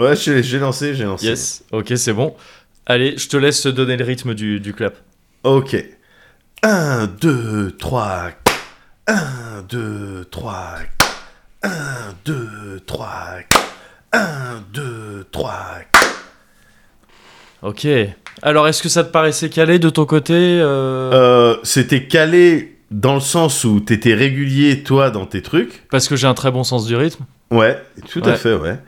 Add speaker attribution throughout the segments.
Speaker 1: Ouais, j'ai j'ai lancé, j'ai lancé.
Speaker 2: Yes, ok, c'est bon. Allez, je te laisse donner le rythme du, du clap.
Speaker 1: Ok. 1, 2, 3, 1, 2, 3, 1, 2, 3, 1, 2, 3.
Speaker 2: Ok. Alors, est-ce que ça te paraissait calé de ton côté euh,
Speaker 1: C'était calé dans le sens où t'étais régulier, toi, dans tes trucs.
Speaker 2: Parce que j'ai un très bon sens du rythme.
Speaker 1: Ouais, tout à
Speaker 2: Ouais.
Speaker 1: fait, ouais.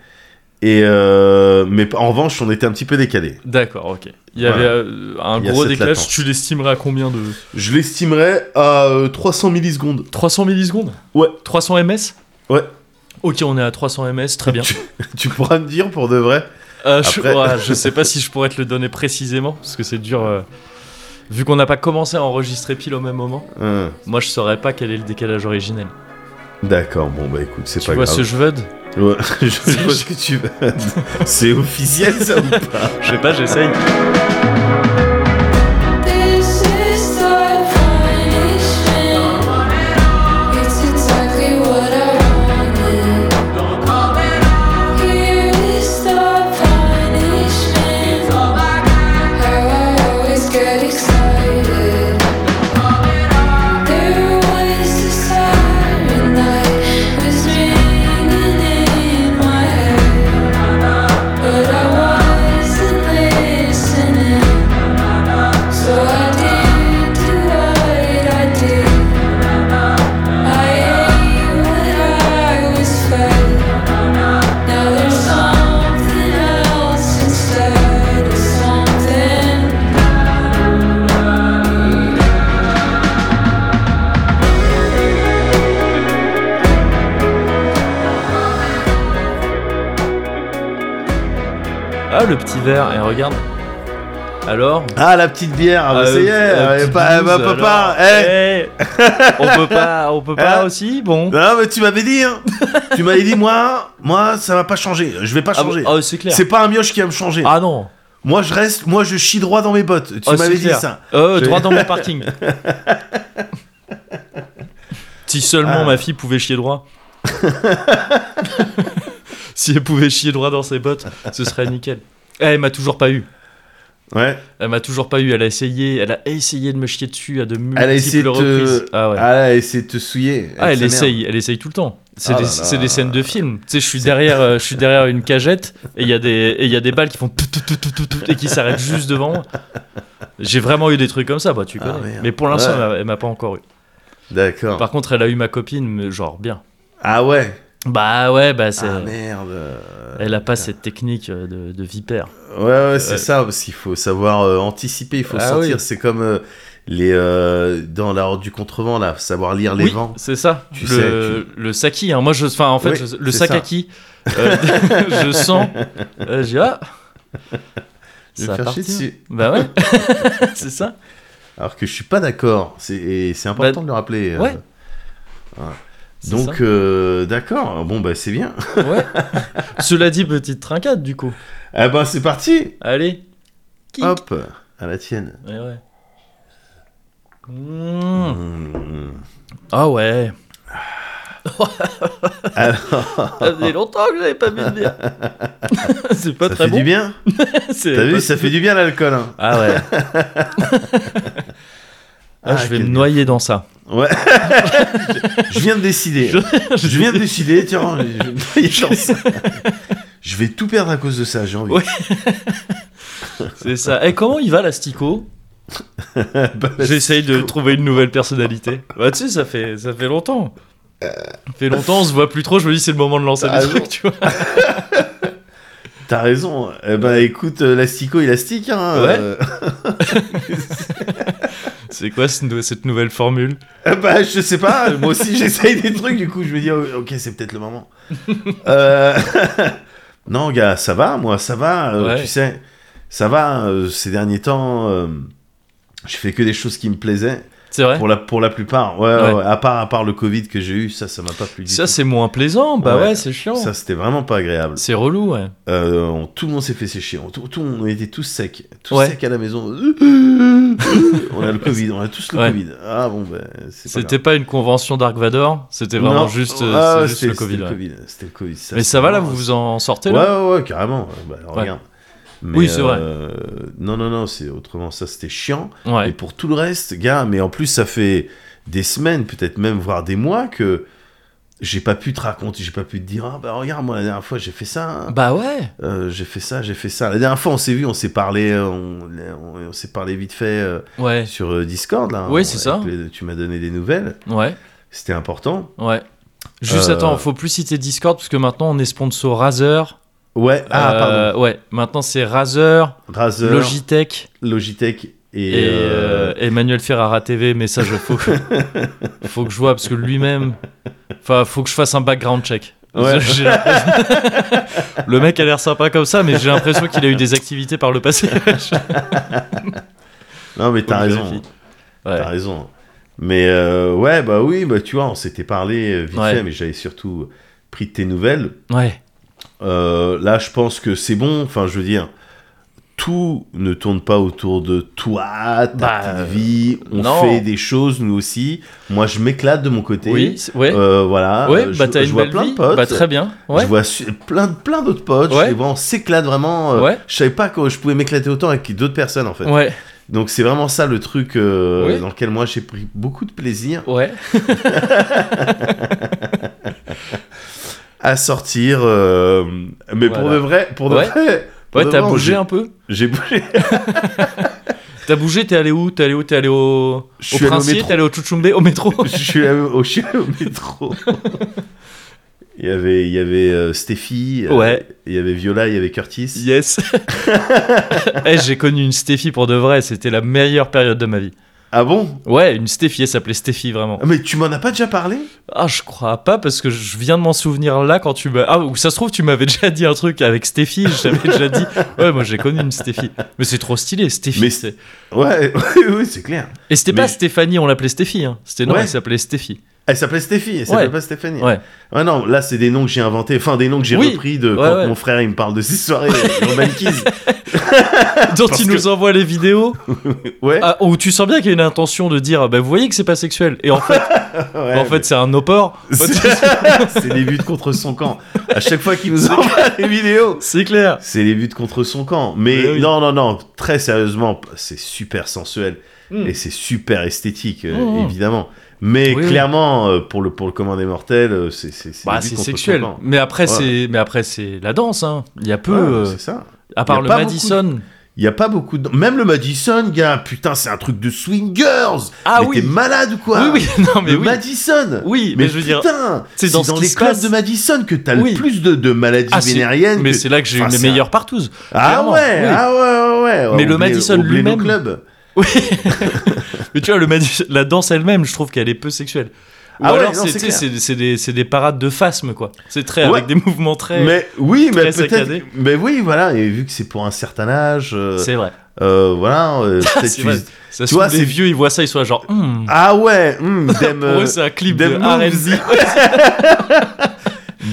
Speaker 1: Et euh, mais en revanche, on était un petit peu décalé.
Speaker 2: D'accord, ok. Il y
Speaker 1: Voilà.
Speaker 2: avait euh, un
Speaker 1: Il y a
Speaker 2: gros
Speaker 1: cette
Speaker 2: décalage.
Speaker 1: latence.
Speaker 2: Tu l'estimerais à combien de.
Speaker 1: Je l'estimerais à euh, 300 millisecondes.
Speaker 2: 300 millisecondes
Speaker 1: Ouais.
Speaker 2: 300 ms
Speaker 1: Ouais.
Speaker 2: Ok, on est à 300 ms, très bien.
Speaker 1: Tu, tu pourras me dire pour de vrai
Speaker 2: Euh, je,
Speaker 1: Après-
Speaker 2: ouah, je sais pas si je pourrais te le donner précisément, parce que c'est dur. euh, Vu qu'on n'a pas commencé à enregistrer pile au même moment,
Speaker 1: Hein,
Speaker 2: moi je saurais pas quel est le décalage originel.
Speaker 1: D'accord, bon bah écoute, c'est
Speaker 2: Tu
Speaker 1: pas
Speaker 2: vois
Speaker 1: grave.
Speaker 2: ce jeu de
Speaker 1: Ouais, je, je vois ce que tu veux. c'est officiel ça ou pas
Speaker 2: Je sais pas, j'essaye.
Speaker 3: This is the punishment. It's exactly what I wanted. Don't call it out. Here is the punishment. It's all I got. How I always get excited. Don't call it out. There was a siren light was ringing in my head, but I wasn't listening. So I did do what I did. I ate what I was fed. Now there's something else instead of something.
Speaker 2: Ah, le petit verre, et regarde. Alors
Speaker 1: Ah la petite bière, ah, bah,
Speaker 2: euh,
Speaker 1: ça y est,
Speaker 2: euh,
Speaker 1: euh,
Speaker 2: petite
Speaker 1: pas- eh, bah,
Speaker 2: douze,
Speaker 1: papa,
Speaker 2: alors.
Speaker 1: eh.
Speaker 2: Eh, On peut pas, on peut pas
Speaker 1: Hein
Speaker 2: aussi Bon.
Speaker 1: Non mais tu m'avais dit, hein. tu m'avais dit moi, moi ça va pas changer, je vais pas
Speaker 2: Ah, bon,
Speaker 1: changer.
Speaker 2: ah, c'est clair.
Speaker 1: c'est pas un mioche qui va me changer.
Speaker 2: Ah non
Speaker 1: Moi je reste, moi je chie droit dans mes bottes. Tu
Speaker 2: Ah, c'est
Speaker 1: m'avais dit
Speaker 2: clair.
Speaker 1: ça.
Speaker 2: Euh,
Speaker 1: J'ai-
Speaker 2: droit dans mon parking. si seulement
Speaker 1: Ah.
Speaker 2: ma fille pouvait chier droit. si elle pouvait chier droit dans ses bottes, ce serait nickel. Eh, Elle m'a toujours pas eu.
Speaker 1: Ouais.
Speaker 2: Elle m'a toujours pas eu. Elle a essayé, elle a essayé de me chier dessus à de multiples
Speaker 1: Elle a essayé de te-
Speaker 2: reprises. Ah ouais. Ah,
Speaker 1: Ah là, elle essaie de te souiller.
Speaker 2: elle,
Speaker 1: s'énerve.
Speaker 2: essaye, elle essaye tout le temps. C'est
Speaker 1: Ah
Speaker 2: des,
Speaker 1: là
Speaker 2: c'est
Speaker 1: là.
Speaker 2: des scènes de film. Tu sais, je suis derrière, euh, je suis derrière une cagette et il y a des, et il y a des balles qui font tout, tout, tout, tout, tout, tout, et qui s'arrêtent juste devant moi. J'ai vraiment eu des trucs comme ça, bah tu
Speaker 1: Ah,
Speaker 2: connais.
Speaker 1: merde.
Speaker 2: Mais pour l'instant,
Speaker 1: Ouais. Ah.
Speaker 2: elle m'a- elle m'a pas encore eu.
Speaker 1: D'accord.
Speaker 2: Par contre, elle a eu ma copine, mais genre bien.
Speaker 1: Ah ouais.
Speaker 2: Bah ouais, bah c'est.
Speaker 1: Ah merde. euh,
Speaker 2: elle a pas cette technique euh, de, de vipère.
Speaker 1: Ouais, ouais, c'est
Speaker 2: Ouais.
Speaker 1: ça, parce qu'il faut savoir euh, anticiper, il faut
Speaker 2: Euh, Ah
Speaker 1: sentir.
Speaker 2: oui.
Speaker 1: C'est comme euh, les euh, dans la horde du contrevent, là, savoir lire les
Speaker 2: oui,
Speaker 1: vents.
Speaker 2: c'est ça.
Speaker 1: Tu
Speaker 2: le,
Speaker 1: sais,
Speaker 2: le saki. hein. Moi, je, enfin, en fait,
Speaker 1: Oui,
Speaker 2: je- le
Speaker 1: c'est
Speaker 2: sakaki. euh, je sens. euh, je dis ah.
Speaker 1: Je vais
Speaker 2: va
Speaker 1: me faire chier
Speaker 2: partir.
Speaker 1: dessus.
Speaker 2: Bah ouais. c'est ça.
Speaker 1: Alors que je suis pas d'accord. C'est et c'est important
Speaker 2: Bah,
Speaker 1: de le rappeler. euh.
Speaker 2: ouais, c'est
Speaker 1: Donc, euh, d'accord. Bon, bah, c'est bien.
Speaker 2: ça. Ouais. euh, Cela dit, petite trincade du coup.
Speaker 1: Ah bah, c'est parti.
Speaker 2: Allez. Kik.
Speaker 1: Hop, à la tienne.
Speaker 2: Ouais, ouais. Mmh.
Speaker 1: Mmh.
Speaker 2: Ah ouais.
Speaker 1: Alors,
Speaker 2: Ça faisait longtemps que j'avais pas bu de bière. c'est pas
Speaker 1: ça
Speaker 2: très
Speaker 1: fait
Speaker 2: bon.
Speaker 1: du bien.
Speaker 2: C'est
Speaker 1: T'as
Speaker 2: pas-
Speaker 1: vu, ça fait du bien l'alcool. hein.
Speaker 2: Ah ouais.
Speaker 1: Ah,
Speaker 2: je vais
Speaker 1: quel
Speaker 2: me noyer dans ça.
Speaker 1: Ouais. je viens de décider. Je, viens de décider. Tiens, je, je lance. Je vais tout perdre à cause de ça, j'ai envie.
Speaker 2: Ouais. C'est ça. Et comment il va l'astico
Speaker 1: Bah,
Speaker 2: J'essaye de trouver une nouvelle personnalité. Bah, tu sais, ça fait, ça fait longtemps. Ça fait longtemps, on se voit plus trop. Je me dis, c'est le moment de lancer
Speaker 1: Ah
Speaker 2: des
Speaker 1: bon
Speaker 2: trucs, tu vois.
Speaker 1: T'as raison. Eh ben, écoute, euh, l'astico élastique. Hein,
Speaker 2: Ouais.
Speaker 1: euh,
Speaker 2: C'est quoi ce nou- cette nouvelle formule
Speaker 1: euh, bah, je sais pas. Moi aussi, j'essaye des trucs. Du coup, je me dis, oh, ok, c'est peut-être le moment. Euh, non, gars, ça va. Moi, ça va. euh,
Speaker 2: Ouais.
Speaker 1: Tu sais, ça va. euh, ces derniers temps, euh, je fais que des choses qui me plaisaient.
Speaker 2: C'est vrai
Speaker 1: Pour la, pour la plupart. Ouais,
Speaker 2: Ouais.
Speaker 1: ouais, à, part, à part le Covid que j'ai eu, ça, ça m'a pas plu du
Speaker 2: Ça,
Speaker 1: tout.
Speaker 2: c'est moins plaisant. Bah ouais,
Speaker 1: Ouais.
Speaker 2: c'est chiant.
Speaker 1: Ça, c'était vraiment pas agréable.
Speaker 2: C'est relou, ouais.
Speaker 1: Euh, on- tout le monde s'est fait sécher. On, tout, tout- on était tous secs. Tous
Speaker 2: Ouais.
Speaker 1: secs à la maison. on a le Covid. On a tous le
Speaker 2: Ouais.
Speaker 1: Covid. Ah bon, ben, c'est pas grave.
Speaker 2: C'était pas une convention Dark Vador, c'était vraiment
Speaker 1: Non.
Speaker 2: juste, euh,
Speaker 1: Ah,
Speaker 2: c'est juste
Speaker 1: c'était-
Speaker 2: le Covid.
Speaker 1: C'était le
Speaker 2: ouais.
Speaker 1: Covid. C'était le Covid.
Speaker 2: Mais ça
Speaker 1: c'est
Speaker 2: va là,
Speaker 1: vraiment-
Speaker 2: vous vous en sortez
Speaker 1: ouais,
Speaker 2: là
Speaker 1: ouais, ouais, carrément. Bah, regarde. Mais,
Speaker 2: Oui, c'est vrai.
Speaker 1: euh, Non, non, non, c'est autrement ça, c'était chiant.
Speaker 2: Ouais.
Speaker 1: Et pour tout le reste, gars, mais en plus, ça fait des semaines, peut-être même voire des mois que j'ai pas pu te raconter, j'ai pas pu te dire, ah bah regarde, moi la dernière fois j'ai fait ça, hein.
Speaker 2: Bah ouais.
Speaker 1: euh, j'ai fait ça, j'ai fait ça. La dernière fois, on s'est vu, on s'est parlé, euh, on, on- on s'est parlé vite fait euh,
Speaker 2: Ouais.
Speaker 1: sur euh, Discord là.
Speaker 2: Oui,
Speaker 1: On-
Speaker 2: c'est ça.
Speaker 1: avec les- tu m'as donné des nouvelles,
Speaker 2: Ouais.
Speaker 1: c'était important.
Speaker 2: Ouais. Juste
Speaker 1: Euh,
Speaker 2: attends, faut plus citer Discord parce que maintenant on est sponsor Razer.
Speaker 1: Ouais. Ah
Speaker 2: Euh, Ouais, maintenant c'est Razer,
Speaker 1: pardon. Razer,
Speaker 2: Logitech
Speaker 1: Logitech et, euh,
Speaker 2: et euh, Emmanuel Ferrara TV. Mais ça, je faut que, faut que je vois parce que lui-même. Enfin, faut que je fasse un background check.
Speaker 1: Ouais.
Speaker 2: J'ai l'impression- le mec a l'air sympa comme ça, mais j'ai l'impression qu'il a eu des activités par le passé.
Speaker 1: Non mais t'as
Speaker 2: Faut que je
Speaker 1: raison.
Speaker 2: vérifie.
Speaker 1: T'as
Speaker 2: Ouais.
Speaker 1: raison. Mais euh, ouais, bah oui, bah tu vois, on s'était parlé euh, vite
Speaker 2: Ouais.
Speaker 1: fait, mais j'avais surtout pris de tes nouvelles.
Speaker 2: ouais.
Speaker 1: Euh, là, je pense que c'est bon. Enfin, je veux dire, tout ne tourne pas autour de toi, ta
Speaker 2: Bah,
Speaker 1: petite vie. On
Speaker 2: non.
Speaker 1: fait des choses, nous aussi. Moi, je m'éclate de mon côté.
Speaker 2: Oui, c'est- ouais.
Speaker 1: Euh, voilà.
Speaker 2: ouais,
Speaker 1: Euh, je,
Speaker 2: bah t'as
Speaker 1: je
Speaker 2: une
Speaker 1: vois
Speaker 2: belle
Speaker 1: plein
Speaker 2: vie.
Speaker 1: de potes.
Speaker 2: Bah très bien. Ouais.
Speaker 1: Je vois su- plein, plein d'autres potes.
Speaker 2: Ouais.
Speaker 1: Je les vois, on s'éclate vraiment. Euh,
Speaker 2: Ouais.
Speaker 1: Je savais pas que je pouvais m'éclater autant avec d'autres personnes, en fait.
Speaker 2: Ouais.
Speaker 1: Donc c'est vraiment ça le truc euh,
Speaker 2: Oui.
Speaker 1: dans lequel moi j'ai pris beaucoup de plaisir
Speaker 2: Ouais.
Speaker 1: à sortir. euh, mais pour
Speaker 2: Voilà.
Speaker 1: de vrai, pour de
Speaker 2: Ouais.
Speaker 1: vrai, pour
Speaker 2: Ouais,
Speaker 1: de
Speaker 2: t'as
Speaker 1: vrai,
Speaker 2: bougé
Speaker 1: j'ai-
Speaker 2: un peu.
Speaker 1: J'ai bougé.
Speaker 2: T'as bougé, t'es allé où T'es allé où T'es allé au,
Speaker 1: Je suis
Speaker 2: au
Speaker 1: allé au
Speaker 2: princier
Speaker 1: métro.
Speaker 2: T'es allé au Chouchoumbé Au métro
Speaker 1: je suis allé au, je suis allé au métro. il y avait, il y avait euh, Stéphie. euh,
Speaker 2: Ouais.
Speaker 1: Il y avait Viola, il y avait Curtis.
Speaker 2: Yes. Eh, j'ai connu une Stéphie pour de vrai, c'était la meilleure période de ma vie.
Speaker 1: Ah bon
Speaker 2: Ouais, une Stéphie, elle s'appelait Stéphie vraiment.
Speaker 1: Ah, Mais tu m'en as pas déjà parlé
Speaker 2: Ah, je crois pas parce que je viens de m'en souvenir là quand tu m'as. Ah, ou ça se trouve, tu m'avais déjà dit un truc avec Stéphie, je t'avais déjà dit. Ouais, moi j'ai connu une Stéphie. Mais c'est trop stylé, Stéphie.
Speaker 1: Mais-
Speaker 2: c'est-
Speaker 1: Ouais, oui, oui, c'est clair.
Speaker 2: Et c'était
Speaker 1: Mais-
Speaker 2: pas Stéphanie, on l'appelait Stéphie. Hein. C'était non,
Speaker 1: Ouais.
Speaker 2: elle s'appelait Stéphie.
Speaker 1: Elle s'appelait Stéphie, elle s'appelait
Speaker 2: Ouais.
Speaker 1: pas Stéphanie.
Speaker 2: Ouais.
Speaker 1: Ouais, non, là c'est des noms que j'ai inventés, enfin des noms que j'ai
Speaker 2: Oui.
Speaker 1: repris de
Speaker 2: Ouais,
Speaker 1: quand
Speaker 2: ouais.
Speaker 1: mon frère il me parle de ses soirées euh, urban kids.
Speaker 2: Dont
Speaker 1: Parce
Speaker 2: il
Speaker 1: que-
Speaker 2: nous envoie les vidéos
Speaker 1: Ouais.
Speaker 2: ah, où tu sens bien qu'il y a une intention de dire bah, Vous voyez que c'est pas sexuel. Et en fait,
Speaker 1: ouais,
Speaker 2: Ah, en
Speaker 1: mais-
Speaker 2: fait c'est un opor.
Speaker 1: C'est c'est les buts contre son camp. À chaque fois qu'il nous envoie des vidéos,
Speaker 2: C'est clair.
Speaker 1: c'est les buts contre son camp. Mais
Speaker 2: Ouais, oui.
Speaker 1: non, non, non, très sérieusement, c'est super sensuel
Speaker 2: Mm.
Speaker 1: et c'est super esthétique, euh,
Speaker 2: Mm, mm.
Speaker 1: évidemment. Mais
Speaker 2: Oui, oui.
Speaker 1: clairement, euh, pour le pour le commun des mortels, euh, c'est c'est c'est
Speaker 2: Bah,
Speaker 1: les buts
Speaker 2: c'est
Speaker 1: contre son
Speaker 2: sexuel.
Speaker 1: camp.
Speaker 2: Mais après,
Speaker 1: Ouais.
Speaker 2: c'est mais après c'est la danse. hein. Il y a peu,
Speaker 1: Ouais,
Speaker 2: euh,
Speaker 1: c'est ça.
Speaker 2: à
Speaker 1: y
Speaker 2: part
Speaker 1: a
Speaker 2: le
Speaker 1: pas beaucoup de-
Speaker 2: Madison.
Speaker 1: Il y a pas beaucoup de même le Madison, gars. Putain, c'est un truc de swingers.
Speaker 2: Ah
Speaker 1: mais
Speaker 2: oui.
Speaker 1: t'es malade ou quoi
Speaker 2: Oui, oui, non, mais
Speaker 1: le
Speaker 2: oui.
Speaker 1: Madison.
Speaker 2: Oui, mais,
Speaker 1: Mais,
Speaker 2: je veux dire.
Speaker 1: putain,
Speaker 2: c'est
Speaker 1: c'est
Speaker 2: dans
Speaker 1: dans,
Speaker 2: cet
Speaker 1: les clubs
Speaker 2: espace.
Speaker 1: de Madison que t'as
Speaker 2: Oui.
Speaker 1: le plus de, de maladies
Speaker 2: Ah, c'est-
Speaker 1: vénériennes.
Speaker 2: Mais
Speaker 1: que-
Speaker 2: c'est là que j'ai eu
Speaker 1: Enfin,
Speaker 2: les
Speaker 1: c'est un-
Speaker 2: meilleures partouzes.
Speaker 1: Ah
Speaker 2: Clairement,
Speaker 1: ouais,
Speaker 2: oui.
Speaker 1: ah ouais, ouais, ouais.
Speaker 2: Mais
Speaker 1: Au
Speaker 2: le
Speaker 1: Bléno-
Speaker 2: Madison
Speaker 1: au Bléno
Speaker 2: lui-même-
Speaker 1: Club.
Speaker 2: Oui. mais tu vois, le Madison- la danse elle-même, je trouve qu'elle est peu sexuelle. Ou
Speaker 1: Ah ouais,
Speaker 2: alors,
Speaker 1: non,
Speaker 2: c'est
Speaker 1: c'est
Speaker 2: tu sais,
Speaker 1: clair.
Speaker 2: c'est- c'est des, c'est des parades de phasme, quoi. C'est très
Speaker 1: Ouais.
Speaker 2: avec des mouvements très.
Speaker 1: Mais oui,
Speaker 2: très
Speaker 1: mais peut-être.
Speaker 2: saccadé.
Speaker 1: Mais oui, voilà. Et vu que c'est pour un certain âge, euh,
Speaker 2: C'est vrai.
Speaker 1: euh, voilà. euh,
Speaker 2: Ah,
Speaker 1: peut-être
Speaker 2: c'est
Speaker 1: tu-
Speaker 2: vrai. Ça se
Speaker 1: vois,
Speaker 2: trouve, les
Speaker 1: c'est-
Speaker 2: vieux, ils voient ça, ils sont là genre. Hmm.
Speaker 1: Ah ouais, hum, dem,
Speaker 2: Pour
Speaker 1: euh,
Speaker 2: eux, c'est un clip de
Speaker 1: Dem Moves.
Speaker 2: RNZ.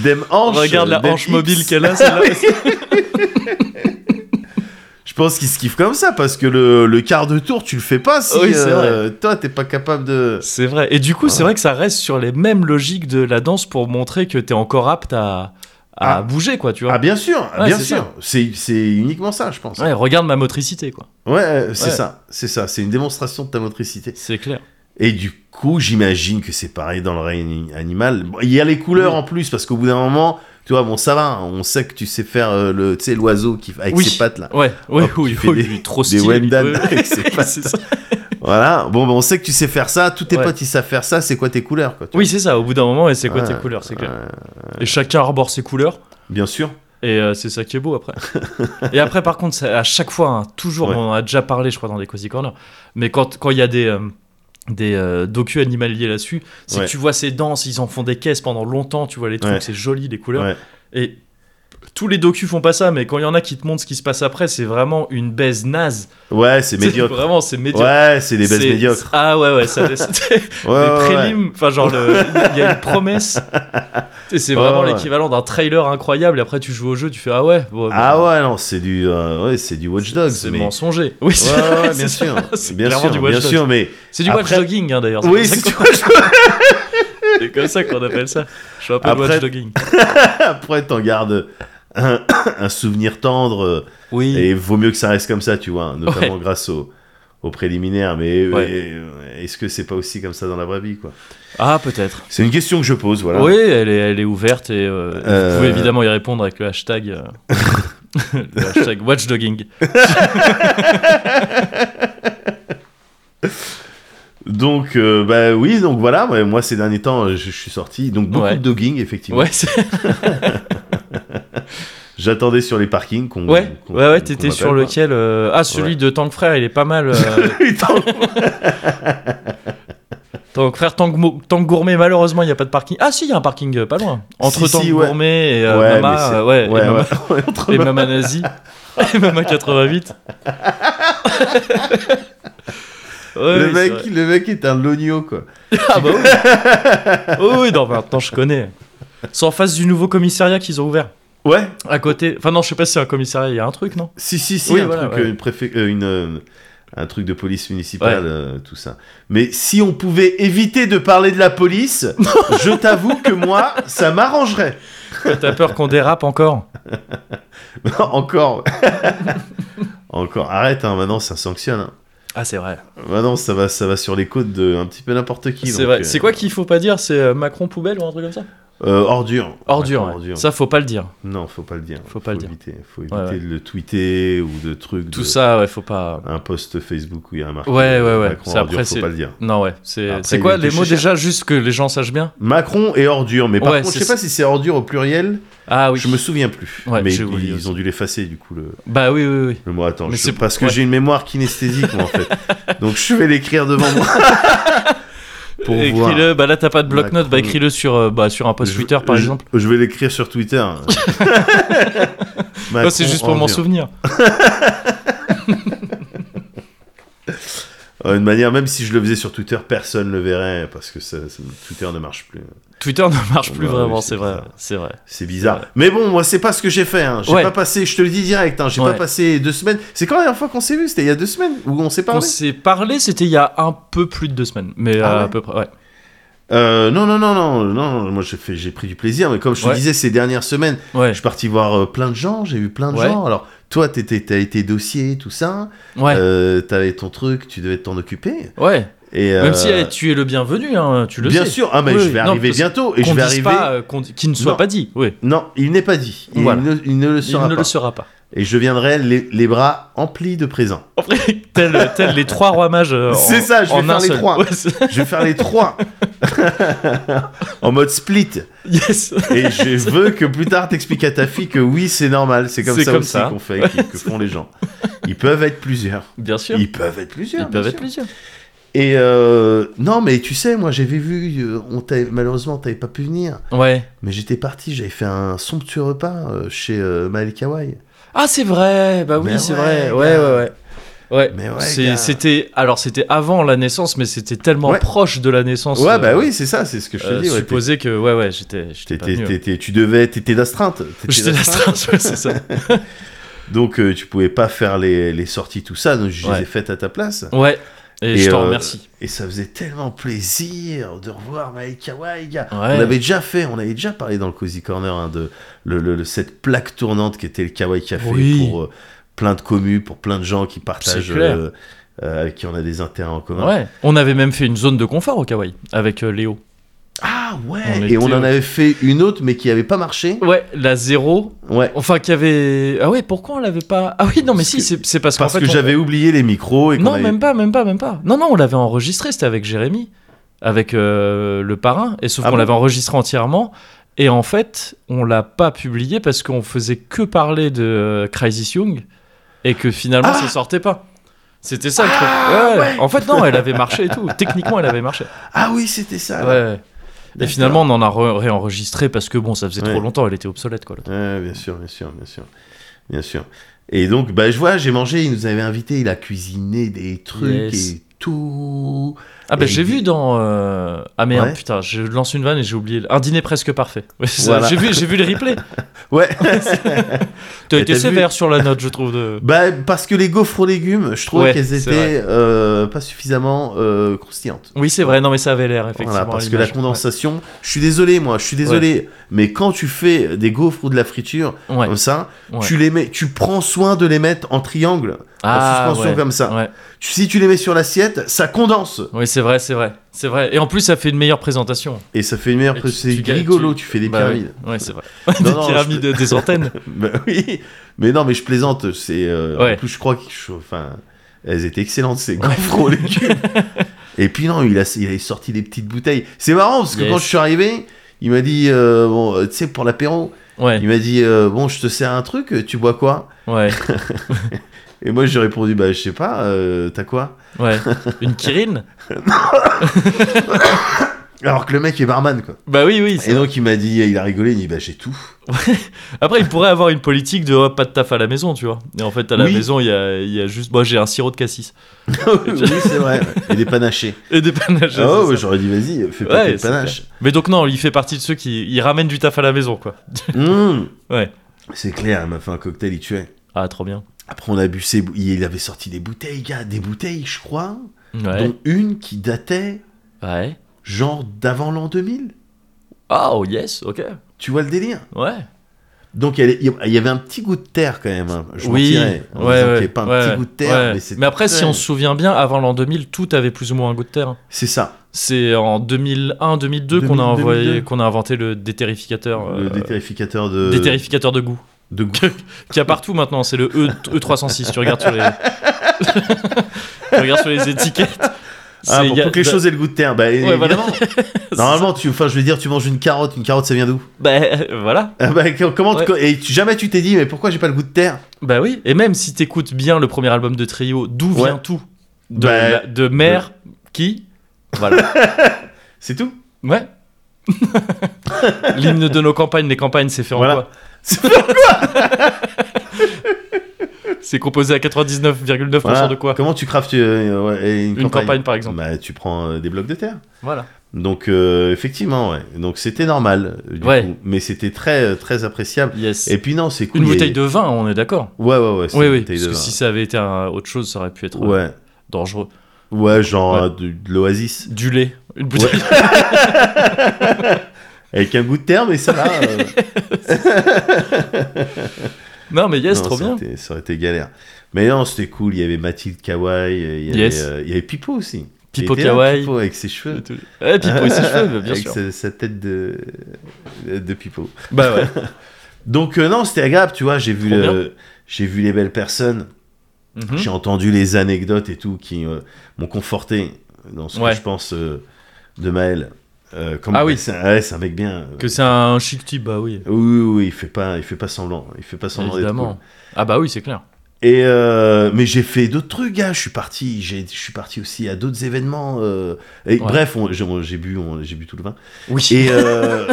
Speaker 1: dem hanche.
Speaker 2: Regarde la
Speaker 1: dem Ah
Speaker 2: hanche
Speaker 1: hips.
Speaker 2: mobile qu'elle a, celle-là.
Speaker 1: Je pense qu'ils se kiffent comme ça parce que le, le quart de tour, tu le fais pas si
Speaker 2: Oui, c'est
Speaker 1: euh, toi t'es pas capable de.
Speaker 2: C'est vrai. Et du coup, c'est vrai que ça reste sur les mêmes logiques de la danse pour montrer que t'es encore apte à, à
Speaker 1: Ah.
Speaker 2: bouger, quoi, tu vois.
Speaker 1: Ah bien sûr,
Speaker 2: Ouais,
Speaker 1: bien
Speaker 2: c'est
Speaker 1: sûr.
Speaker 2: ça.
Speaker 1: C'est c'est uniquement ça, je pense. Ouais,
Speaker 2: Ouais, regarde ma motricité, quoi.
Speaker 1: euh, c'est
Speaker 2: Ouais.
Speaker 1: ça, c'est ça. C'est une démonstration de ta motricité.
Speaker 2: C'est clair.
Speaker 1: Et du coup, j'imagine que c'est pareil dans le règne animal. Bon, Il y a les couleurs
Speaker 2: Oui.
Speaker 1: en plus, parce qu'au bout d'un moment, tu vois, bon, ça va, hein, on sait que tu sais faire euh, le, tu sais, l'oiseau qui, avec
Speaker 2: Oui.
Speaker 1: ses pattes là.
Speaker 2: Ouais, oui,
Speaker 1: Hop,
Speaker 2: oui,
Speaker 1: Oh, tu fais
Speaker 2: oui,
Speaker 1: des-
Speaker 2: oui, trop
Speaker 1: des
Speaker 2: stylé. lui.
Speaker 1: Wendan
Speaker 2: Ouais,
Speaker 1: avec ses
Speaker 2: ouais,
Speaker 1: pattes.
Speaker 2: c'est ça.
Speaker 1: Voilà, bon, ben, on sait que tu sais faire ça, tous tes
Speaker 2: Ouais.
Speaker 1: potes ils savent faire ça, c'est quoi tes couleurs quoi, tu
Speaker 2: Oui, c'est ça. Au bout d'un moment, et c'est quoi
Speaker 1: Ouais,
Speaker 2: tes couleurs, c'est
Speaker 1: vois.
Speaker 2: clair.
Speaker 1: Euh,
Speaker 2: Et chacun arbore ses couleurs.
Speaker 1: bien sûr.
Speaker 2: Et euh, c'est ça qui est beau après. et après, par contre, ça- à chaque fois, hein, toujours,
Speaker 1: Ouais.
Speaker 2: on en a déjà parlé, je crois, dans des Cozy Corner, mais quand quand il y a des, euh, des euh, docu animaliers là-dessus, c'est
Speaker 1: Ouais.
Speaker 2: que tu vois ces danses, ils en font des caisses pendant longtemps, tu vois les trucs,
Speaker 1: Ouais.
Speaker 2: c'est joli les couleurs.
Speaker 1: Ouais.
Speaker 2: Et tous les docus font pas ça, mais quand il y en a qui te montrent ce qui se passe après, c'est vraiment une baise naze.
Speaker 1: Ouais, c'est
Speaker 2: C'est
Speaker 1: médiocre.
Speaker 2: Vraiment, c'est médiocre.
Speaker 1: Ouais, c'est des baisses
Speaker 2: C'est-
Speaker 1: médiocres.
Speaker 2: Ah ouais, ouais, ça c'était
Speaker 1: Ouais,
Speaker 2: les
Speaker 1: ouais, ouais.
Speaker 2: prélims. Enfin, genre, le- il y a une promesse. Et c'est
Speaker 1: Ouais,
Speaker 2: vraiment
Speaker 1: ouais.
Speaker 2: l'équivalent d'un trailer incroyable. Et après, tu joues au jeu, tu fais Ah ouais, bon,
Speaker 1: Ah ouais, non, c'est du, euh, ouais, c'est du Watch Dogs.
Speaker 2: c'est
Speaker 1: mais-
Speaker 2: mensonger. Oui,
Speaker 1: Ouais,
Speaker 2: c'est
Speaker 1: ouais, ouais,
Speaker 2: c'est
Speaker 1: bien
Speaker 2: ça.
Speaker 1: sûr.
Speaker 2: C'est
Speaker 1: Bien
Speaker 2: clairement
Speaker 1: sûr,
Speaker 2: du Watch
Speaker 1: bien
Speaker 2: Dogs.
Speaker 1: sûr, mais.
Speaker 2: C'est du
Speaker 1: Après-
Speaker 2: watchdogging, hein, d'ailleurs.
Speaker 1: Oui,
Speaker 2: c'est
Speaker 1: c'est
Speaker 2: comme
Speaker 1: du
Speaker 2: ça qu'on- c'est comme ça qu'on appelle ça. Je suis un peu
Speaker 1: Après-
Speaker 2: watchdogging.
Speaker 1: Après, t'en gardes un, un souvenir tendre. euh,
Speaker 2: Oui.
Speaker 1: Et vaut mieux que ça reste comme ça, tu vois, notamment grâce au, au préliminaire. Mais
Speaker 2: Ouais.
Speaker 1: euh, est-ce que c'est pas aussi comme ça dans la vraie vie, quoi
Speaker 2: Ah, peut-être.
Speaker 1: C'est une question que je pose, voilà.
Speaker 2: Oui, elle est, elle est ouverte et euh,
Speaker 1: Euh,
Speaker 2: vous pouvez évidemment y répondre avec le hashtag, euh, le hashtag watchdogging.
Speaker 1: Donc, euh, bah oui, donc voilà, ouais, moi ces derniers temps, je, je suis sorti, donc beaucoup
Speaker 2: Ouais.
Speaker 1: de dogging, effectivement.
Speaker 2: Ouais, c'est-
Speaker 1: J'attendais sur les parkings qu'on.
Speaker 2: ouais,
Speaker 1: qu'on-
Speaker 2: ouais,
Speaker 1: qu'on
Speaker 2: ouais, t'étais
Speaker 1: m'appelle,
Speaker 2: sur
Speaker 1: quoi.
Speaker 2: lequel euh, Ah, celui
Speaker 1: Ouais.
Speaker 2: de Tank Frère, il est pas mal. euh,
Speaker 1: Putain.
Speaker 2: Tank Frère, Tank, Mo- Tank Gourmet, malheureusement, il n'y a pas de parking. Ah, si, il y a un parking euh, pas loin. Entre
Speaker 1: Si,
Speaker 2: Tank
Speaker 1: si, ouais.
Speaker 2: Gourmet et euh,
Speaker 1: Ouais, mais
Speaker 2: Mama,
Speaker 1: c'est-
Speaker 2: euh, ouais, et
Speaker 1: ouais,
Speaker 2: Mama-
Speaker 1: ouais, ouais, entre-
Speaker 2: et Mama Nazi et Mama 88. Ouais,
Speaker 1: le,
Speaker 2: ouais, c'est
Speaker 1: mec,
Speaker 2: vrai.
Speaker 1: le mec est un logno, quoi.
Speaker 2: Ah bah oui. Oh oui, dans 20 ans, je connais. C'est en face du nouveau commissariat qu'ils ont ouvert.
Speaker 1: Ouais,
Speaker 2: À côté. Enfin, non, je sais pas si c'est un commissariat, il y a un truc, non
Speaker 1: si, si, si,
Speaker 2: Oui,
Speaker 1: un,
Speaker 2: voilà,
Speaker 1: truc,
Speaker 2: ouais.
Speaker 1: euh, une préfé- euh, une, euh, un truc de police municipale, euh, tout ça. Mais si on pouvait éviter de parler de la police, je t'avoue que moi, ça m'arrangerait.
Speaker 2: T'as peur qu'on dérape encore
Speaker 1: Encore. Encore. Arrête, hein, maintenant ça sanctionne. hein.
Speaker 2: Ah, c'est vrai.
Speaker 1: Maintenant ça va, ça va sur les côtes de un petit peu n'importe qui.
Speaker 2: C'est
Speaker 1: donc,
Speaker 2: vrai.
Speaker 1: euh,
Speaker 2: C'est quoi qu'il faut pas dire C'est euh, Macron poubelle ou un truc comme ça
Speaker 1: euh, Ordure.
Speaker 2: Ordure.
Speaker 1: Ouais,
Speaker 2: ouais. Ça, faut pas le dire.
Speaker 1: Non, faut pas le dire.
Speaker 2: Faut pas le dire.
Speaker 1: Éviter. Faut éviter
Speaker 2: Ouais, ouais.
Speaker 1: de le tweeter ou de trucs.
Speaker 2: Tout
Speaker 1: de-
Speaker 2: ça, ouais, faut pas.
Speaker 1: Un post Facebook où il y a un marqué. euh,
Speaker 2: Ouais, ouais, ouais.
Speaker 1: Macron,
Speaker 2: C'est
Speaker 1: ordure,
Speaker 2: après,
Speaker 1: faut
Speaker 2: c'est-
Speaker 1: pas le dire.
Speaker 2: Non, ouais. C'est
Speaker 1: Après,
Speaker 2: c'est
Speaker 1: il
Speaker 2: quoi
Speaker 1: est
Speaker 2: les
Speaker 1: touché
Speaker 2: mots
Speaker 1: cher.
Speaker 2: déjà Juste que les gens sachent bien
Speaker 1: Macron et ordure, mais par
Speaker 2: Ouais,
Speaker 1: contre, je
Speaker 2: c'est
Speaker 1: sais pas si c'est ordure au pluriel,
Speaker 2: Ah oui.
Speaker 1: je me souviens plus.
Speaker 2: Ouais,
Speaker 1: mais
Speaker 2: j'ai
Speaker 1: ils,
Speaker 2: oublié
Speaker 1: ils
Speaker 2: aussi.
Speaker 1: ont dû l'effacer du coup le,
Speaker 2: Bah oui, oui, oui.
Speaker 1: le mot. Attends,
Speaker 2: Mais
Speaker 1: je-
Speaker 2: c'est-
Speaker 1: parce que
Speaker 2: ouais.
Speaker 1: j'ai une mémoire kinesthésique moi en fait. Donc je vais l'écrire devant moi. Pour voir.
Speaker 2: Écris-le. Bah là, t'as pas de bloc-notes.
Speaker 1: Macron.
Speaker 2: Bah écris-le sur, euh, bah, sur un post
Speaker 1: Je-
Speaker 2: Twitter, par
Speaker 1: je-
Speaker 2: exemple.
Speaker 1: Je vais l'écrire sur Twitter.
Speaker 2: Bah, c'est juste pour m'en
Speaker 1: mon
Speaker 2: souvenir.
Speaker 1: Euh, Une manière, même si je le faisais sur Twitter, personne ne le verrait parce que ça- ça- Twitter ne marche plus.
Speaker 2: Twitter ne marche plus
Speaker 1: Bah oui,
Speaker 2: vraiment,
Speaker 1: c'est
Speaker 2: c'est vrai.
Speaker 1: bizarre.
Speaker 2: C'est vrai.
Speaker 1: C'est bizarre. Mais bon, moi, c'est pas ce que j'ai fait. Hein. J'ai
Speaker 2: Ouais.
Speaker 1: pas passé, je te le dis direct, hein, j'ai
Speaker 2: Ouais.
Speaker 1: pas passé deux semaines. C'est quand la dernière fois qu'on s'est vu C'était il y a deux semaines où on s'est
Speaker 2: On
Speaker 1: parlé
Speaker 2: s'est parlé, c'était il y a un peu plus de deux semaines. Mais
Speaker 1: Ah
Speaker 2: euh, à
Speaker 1: ouais
Speaker 2: peu près, ouais.
Speaker 1: Euh, non, non, non, non, non, non, moi j'ai fait- j'ai pris du plaisir, mais comme je te
Speaker 2: Ouais.
Speaker 1: disais ces dernières semaines,
Speaker 2: Ouais.
Speaker 1: je suis parti voir euh, plein de gens, j'ai vu plein de
Speaker 2: Ouais.
Speaker 1: gens. Alors, toi, t'étais- t'as été dossier, tout ça,
Speaker 2: Ouais.
Speaker 1: euh, t'avais ton truc, tu devais t'en occuper.
Speaker 2: Ouais.
Speaker 1: Et,
Speaker 2: Même
Speaker 1: euh,
Speaker 2: si eh, tu es le bienvenu, hein, tu le
Speaker 1: bien
Speaker 2: sais.
Speaker 1: sûr, ah, mais
Speaker 2: Oui,
Speaker 1: je
Speaker 2: oui.
Speaker 1: vais
Speaker 2: Non,
Speaker 1: arriver
Speaker 2: parce-
Speaker 1: bientôt et
Speaker 2: Qu'on
Speaker 1: je vais
Speaker 2: dise
Speaker 1: arriver.
Speaker 2: pas, euh, qu'on- qu'il ne soit
Speaker 1: Non.
Speaker 2: pas dit. Oui.
Speaker 1: Non, il n'est pas dit, il,
Speaker 2: Voilà.
Speaker 1: ne, il ne le
Speaker 2: Il
Speaker 1: sera
Speaker 2: ne
Speaker 1: pas.
Speaker 2: le sera pas.
Speaker 1: Et je viendrai les, les bras emplis de présents.
Speaker 2: tel, tel les trois rois mages. euh, en-
Speaker 1: C'est ça, je vais
Speaker 2: en
Speaker 1: faire
Speaker 2: un
Speaker 1: les
Speaker 2: seul.
Speaker 1: trois.
Speaker 2: Ouais, c'est-
Speaker 1: Je vais faire les trois en mode split.
Speaker 2: yes.
Speaker 1: Et je veux que plus tard t'expliques à ta fille que oui, c'est normal, c'est comme
Speaker 2: C'est
Speaker 1: ça
Speaker 2: comme
Speaker 1: aussi
Speaker 2: ça.
Speaker 1: qu'on fait, que, que font les gens. Ils peuvent être plusieurs.
Speaker 2: Bien sûr.
Speaker 1: Ils peuvent être plusieurs.
Speaker 2: Ils peuvent
Speaker 1: bien
Speaker 2: être
Speaker 1: sûr.
Speaker 2: plusieurs.
Speaker 1: Et euh, non, mais tu sais, moi j'avais vu, euh, on t'avait- malheureusement t'avais pas pu venir,
Speaker 2: Ouais.
Speaker 1: mais j'étais parti, j'avais fait un somptueux repas euh, chez euh, Maël Kawaii.
Speaker 2: Ah, c'est vrai. Bah oui,
Speaker 1: Mais
Speaker 2: c'est
Speaker 1: ouais,
Speaker 2: vrai.
Speaker 1: gars.
Speaker 2: Ouais, ouais, ouais. Ouais.
Speaker 1: Mais ouais,
Speaker 2: C'est-
Speaker 1: gars.
Speaker 2: c'était alors c'était avant la naissance, mais c'était tellement
Speaker 1: Ouais.
Speaker 2: proche de la naissance.
Speaker 1: Ouais,
Speaker 2: euh,
Speaker 1: bah oui, c'est ça, c'est ce que je te
Speaker 2: euh,
Speaker 1: dis. ouais,
Speaker 2: supposé que ouais, ouais, j'étais,
Speaker 1: t'es-
Speaker 2: j'étais pas
Speaker 1: t'étais-
Speaker 2: venu. hein.
Speaker 1: t'étais- tu devais, t'étais d'astreinte. t'étais
Speaker 2: J'étais la strasse, ouais, c'est ça.
Speaker 1: Donc euh, tu pouvais pas faire les, les sorties, tout ça, donc je
Speaker 2: Ouais.
Speaker 1: les ai faites à ta place.
Speaker 2: Ouais. Et, je t'en
Speaker 1: euh,
Speaker 2: remercie.
Speaker 1: Et ça faisait tellement plaisir de revoir Maï Kawaii, gars.
Speaker 2: Ouais.
Speaker 1: On avait déjà fait, on avait déjà parlé dans le Cozy Corner hein, de le, le- le- cette plaque tournante qui était le Kawaii Café
Speaker 2: Oui.
Speaker 1: pour euh, plein de communes, pour plein de gens qui partagent,
Speaker 2: C'est clair.
Speaker 1: euh, euh, avec qui on a des intérêts en commun.
Speaker 2: Ouais. On avait même fait une zone de confort au Kawaii avec euh, Léo.
Speaker 1: Ah ouais
Speaker 2: On
Speaker 1: Et on
Speaker 2: était
Speaker 1: en
Speaker 2: au-
Speaker 1: avait fait une autre, mais qui n'avait pas marché.
Speaker 2: Ouais, la zéro.
Speaker 1: Ouais.
Speaker 2: Enfin, qui avait. Ah ouais, pourquoi on l'avait pas Ah oui, non, mais
Speaker 1: Parce
Speaker 2: si,
Speaker 1: que-
Speaker 2: c'est c'est parce,
Speaker 1: Parce
Speaker 2: qu'en fait.
Speaker 1: que
Speaker 2: on-
Speaker 1: j'avais oublié les micros et qu'on
Speaker 2: Non,
Speaker 1: avait-
Speaker 2: même pas, même pas, même pas. Non, non, on l'avait enregistré, c'était avec Jérémy, avec euh, le parrain, et sauf
Speaker 1: Ah
Speaker 2: qu'on
Speaker 1: bon
Speaker 2: l'avait enregistré entièrement. Et en fait, on l'a pas publié parce qu'on faisait que parler de euh, Crisis Young et que finalement
Speaker 1: Ah
Speaker 2: ça sortait pas. C'était ça le truc.
Speaker 1: Ah,
Speaker 2: Ouais,
Speaker 1: ouais.
Speaker 2: En fait, non, elle avait marché et tout. Techniquement, elle avait marché.
Speaker 1: Ah oui, c'était ça.
Speaker 2: Ouais.
Speaker 1: là.
Speaker 2: ouais. Et
Speaker 1: D'accord.
Speaker 2: finalement, on en a re- réenregistré parce que bon, ça faisait trop
Speaker 1: Ouais.
Speaker 2: longtemps, elle était obsolète quoi. le truc.
Speaker 1: Ouais, bien sûr, bien sûr, bien sûr. Bien sûr. Et donc, bah, je vois, j'ai mangé, il nous avait invités, il a cuisiné des trucs
Speaker 2: Yes.
Speaker 1: et tout.
Speaker 2: Ah bah
Speaker 1: Et
Speaker 2: j'ai
Speaker 1: il-
Speaker 2: vu dans euh, ah merde
Speaker 1: Ouais.
Speaker 2: putain, je lance une vanne et j'ai oublié le- un dîner presque parfait. Ouais, c'est ça,
Speaker 1: Voilà.
Speaker 2: J'ai vu, j'ai vu le replay.
Speaker 1: Ouais.
Speaker 2: T'as
Speaker 1: Et
Speaker 2: été
Speaker 1: t'as vu
Speaker 2: sévère sur la note, je trouve. De...
Speaker 1: bah, parce que les gaufres aux légumes, je trouvais
Speaker 2: Ouais,
Speaker 1: qu'elles
Speaker 2: c'est vrai.
Speaker 1: étaient euh, pas suffisamment euh, croustillantes.
Speaker 2: Oui, c'est vrai. Non, mais ça avait l'air effectivement.
Speaker 1: Voilà,
Speaker 2: à
Speaker 1: parce que la
Speaker 2: l'image.
Speaker 1: condensation, je suis désolé, moi, je suis désolé, mais quand tu fais des gaufres ou de la friture
Speaker 2: Ouais.
Speaker 1: comme ça,
Speaker 2: Ouais.
Speaker 1: tu les mets, tu prends soin de les mettre en triangle, en suspension
Speaker 2: Ah, ouais.
Speaker 1: comme ça.
Speaker 2: Ouais.
Speaker 1: Tu- Si tu les mets sur l'assiette, ça condense
Speaker 2: Oui, c'est vrai, c'est vrai, c'est vrai. Et en plus, ça fait une meilleure présentation.
Speaker 1: et ça fait une meilleure.
Speaker 2: Et
Speaker 1: pré-
Speaker 2: tu-
Speaker 1: C'est
Speaker 2: tu gagnes-
Speaker 1: rigolo,
Speaker 2: tu-
Speaker 1: tu... fais des
Speaker 2: Bah oui.
Speaker 1: pyramides.
Speaker 2: Ouais, c'est vrai.
Speaker 1: Non,
Speaker 2: des
Speaker 1: non, je-
Speaker 2: pyramides, des antennes.
Speaker 1: Bah oui, mais non, mais je plaisante. C'est euh,
Speaker 2: Ouais.
Speaker 1: en plus, je crois que je- enfin, elles étaient excellentes ces gaufres aux légumes. Et puis non, il a, il a sorti des petites bouteilles. C'est marrant parce que
Speaker 2: Yes.
Speaker 1: quand je suis arrivé, il m'a dit euh, bon, euh, tu sais pour l'apéro,
Speaker 2: Ouais,
Speaker 1: il m'a dit euh, bon, je te sers un truc, euh, tu bois quoi
Speaker 2: ouais,
Speaker 1: Et moi j'ai répondu bah je sais pas, euh, t'as quoi
Speaker 2: ouais. Une Kirin
Speaker 1: Alors que le mec est barman quoi.
Speaker 2: Bah oui, oui.
Speaker 1: Et
Speaker 2: c'est-
Speaker 1: donc il m'a dit, il a rigolé, il m'a dit bah j'ai tout.
Speaker 2: Après, il pourrait avoir une politique de oh, pas de taf à la maison, tu vois. Et en fait, à la
Speaker 1: Oui.
Speaker 2: maison, il y a, il y a juste. Moi, j'ai un sirop de cassis.
Speaker 1: oui c'est vrai. Et des panaches.
Speaker 2: Et des panaches.
Speaker 1: Ah
Speaker 2: c'est
Speaker 1: ouais,
Speaker 2: ça.
Speaker 1: j'aurais dit vas-y, fais
Speaker 2: Ouais,
Speaker 1: pas tes
Speaker 2: c'est
Speaker 1: panaches.
Speaker 2: Mais donc, non, il fait partie de ceux qui ils ramènent du taf à la maison, quoi.
Speaker 1: Mmh.
Speaker 2: Ouais.
Speaker 1: C'est clair, il m'a fait un cocktail, il tuait.
Speaker 2: Ah, trop bien.
Speaker 1: Après, on a bu ses... bou- Il avait sorti des bouteilles, gars, des bouteilles, je crois.
Speaker 2: Ouais.
Speaker 1: Dont une qui datait,
Speaker 2: Ouais.
Speaker 1: genre, d'avant l'an 2000.
Speaker 2: Oh, yes, ok.
Speaker 1: Tu vois le délire
Speaker 2: Ouais.
Speaker 1: Donc, elle est- il y avait un petit goût de terre, quand même. hein. Je
Speaker 2: oui.
Speaker 1: mentirais en disant
Speaker 2: ouais, ouais,
Speaker 1: qu'il y avait pas un
Speaker 2: ouais,
Speaker 1: petit goût de terre,
Speaker 2: ouais.
Speaker 1: mais c'était
Speaker 2: après, si
Speaker 1: très-
Speaker 2: on se souvient bien, avant l'an 2000, tout avait plus ou moins un goût de terre. hein.
Speaker 1: C'est ça,
Speaker 2: C'est en 2001-2002 qu'on a
Speaker 1: 2000,
Speaker 2: envoyé,
Speaker 1: 2002.
Speaker 2: qu'on a inventé le déterrificateur,
Speaker 1: le
Speaker 2: euh,
Speaker 1: déterrificateur de...
Speaker 2: déterrificateur de goût,
Speaker 1: de goût.
Speaker 2: qui a partout maintenant. C'est le e, E306. Tu regardes sur les, tu regardes sur les étiquettes.
Speaker 1: Ah,
Speaker 2: C'est-
Speaker 1: pour
Speaker 2: y a-
Speaker 1: que les choses aient le goût de terre. Bah,
Speaker 2: Ouais, voilà.
Speaker 1: évidemment. Normalement, tu... Enfin, je veux dire, tu manges une carotte. Une carotte, ça vient d'où
Speaker 2: Bah euh, voilà.
Speaker 1: Ah bah, comment tu- Et tu- jamais tu t'es dit, mais pourquoi j'ai pas le goût de terre
Speaker 2: Bah oui. Et même si t'écoutes bien le premier album de Trio, d'où
Speaker 1: Ouais.
Speaker 2: vient tout De,
Speaker 1: Bah,
Speaker 2: la- de mère qui voilà.
Speaker 1: C'est tout
Speaker 2: Ouais. L'hymne de nos campagnes, les campagnes, c'est fait en
Speaker 1: Voilà.
Speaker 2: quoi C'est composé à 99,9%
Speaker 1: Voilà.
Speaker 2: de quoi
Speaker 1: Comment tu craftes euh, ouais, une,
Speaker 2: Une campagne, par exemple.
Speaker 1: Bah, tu prends euh, des blocs de terre.
Speaker 2: Voilà.
Speaker 1: Donc euh, effectivement, ouais. donc c'était normal, euh, du
Speaker 2: Ouais.
Speaker 1: coup. mais c'était très euh, très appréciable.
Speaker 2: Yes.
Speaker 1: Et puis non, c'est cool.
Speaker 2: une
Speaker 1: il y a-
Speaker 2: bouteille de vin, on est d'accord.
Speaker 1: Ouais ouais ouais. c'est
Speaker 2: Oui,
Speaker 1: une
Speaker 2: oui.
Speaker 1: bouteille
Speaker 2: Parce
Speaker 1: de
Speaker 2: que
Speaker 1: vin.
Speaker 2: si ça avait été un- autre chose, ça aurait pu être euh,
Speaker 1: Ouais
Speaker 2: dangereux.
Speaker 1: ouais genre
Speaker 2: Ouais.
Speaker 1: euh, de, de l'oasis
Speaker 2: Du lait. Une bouteille.
Speaker 1: avec un goût de terre, mais ça va. euh,
Speaker 2: non, mais yes,
Speaker 1: non,
Speaker 2: trop
Speaker 1: ça
Speaker 2: bien.
Speaker 1: aurait été- ça aurait été galère. Mais non, c'était cool. Il y avait Mathilde Kawaii, euh, il y avait,
Speaker 2: Yes.
Speaker 1: euh, il y avait Pipo aussi.
Speaker 2: Pipo
Speaker 1: Il était là,
Speaker 2: Kawaii.
Speaker 1: hein, Pipo avec ses cheveux.
Speaker 2: Eh, Pipo et ses cheveux, bah, bien
Speaker 1: avec
Speaker 2: sûr.
Speaker 1: sa, sa tête de de Pipo.
Speaker 2: Bah ouais.
Speaker 1: Donc euh, non, c'était agréable, tu vois, j'ai vu
Speaker 2: Trop
Speaker 1: le-
Speaker 2: bien.
Speaker 1: j'ai vu les belles personnes,
Speaker 2: Mhm.
Speaker 1: j'ai entendu les anecdotes et tout qui euh, m'ont conforté dans ce
Speaker 2: Ouais.
Speaker 1: que je pense euh, de Maël. Euh, comme-
Speaker 2: Ah oui.
Speaker 1: c'est ouais, c'est un mec bien.
Speaker 2: Que c'est un chic type, bah oui.
Speaker 1: Oui, oui, oui, il fait pas il fait pas semblant, il fait pas semblant d'être
Speaker 2: Évidemment.
Speaker 1: cool.
Speaker 2: Ah bah oui, c'est clair.
Speaker 1: Et euh, mais j'ai fait d'autres trucs, gars. Je suis parti, j'ai- je suis parti aussi à d'autres événements. euh, et
Speaker 2: Ouais.
Speaker 1: Bref, on- j'ai on- j'ai bu, on- j'ai bu tout le vin.
Speaker 2: Oui.
Speaker 1: Et euh,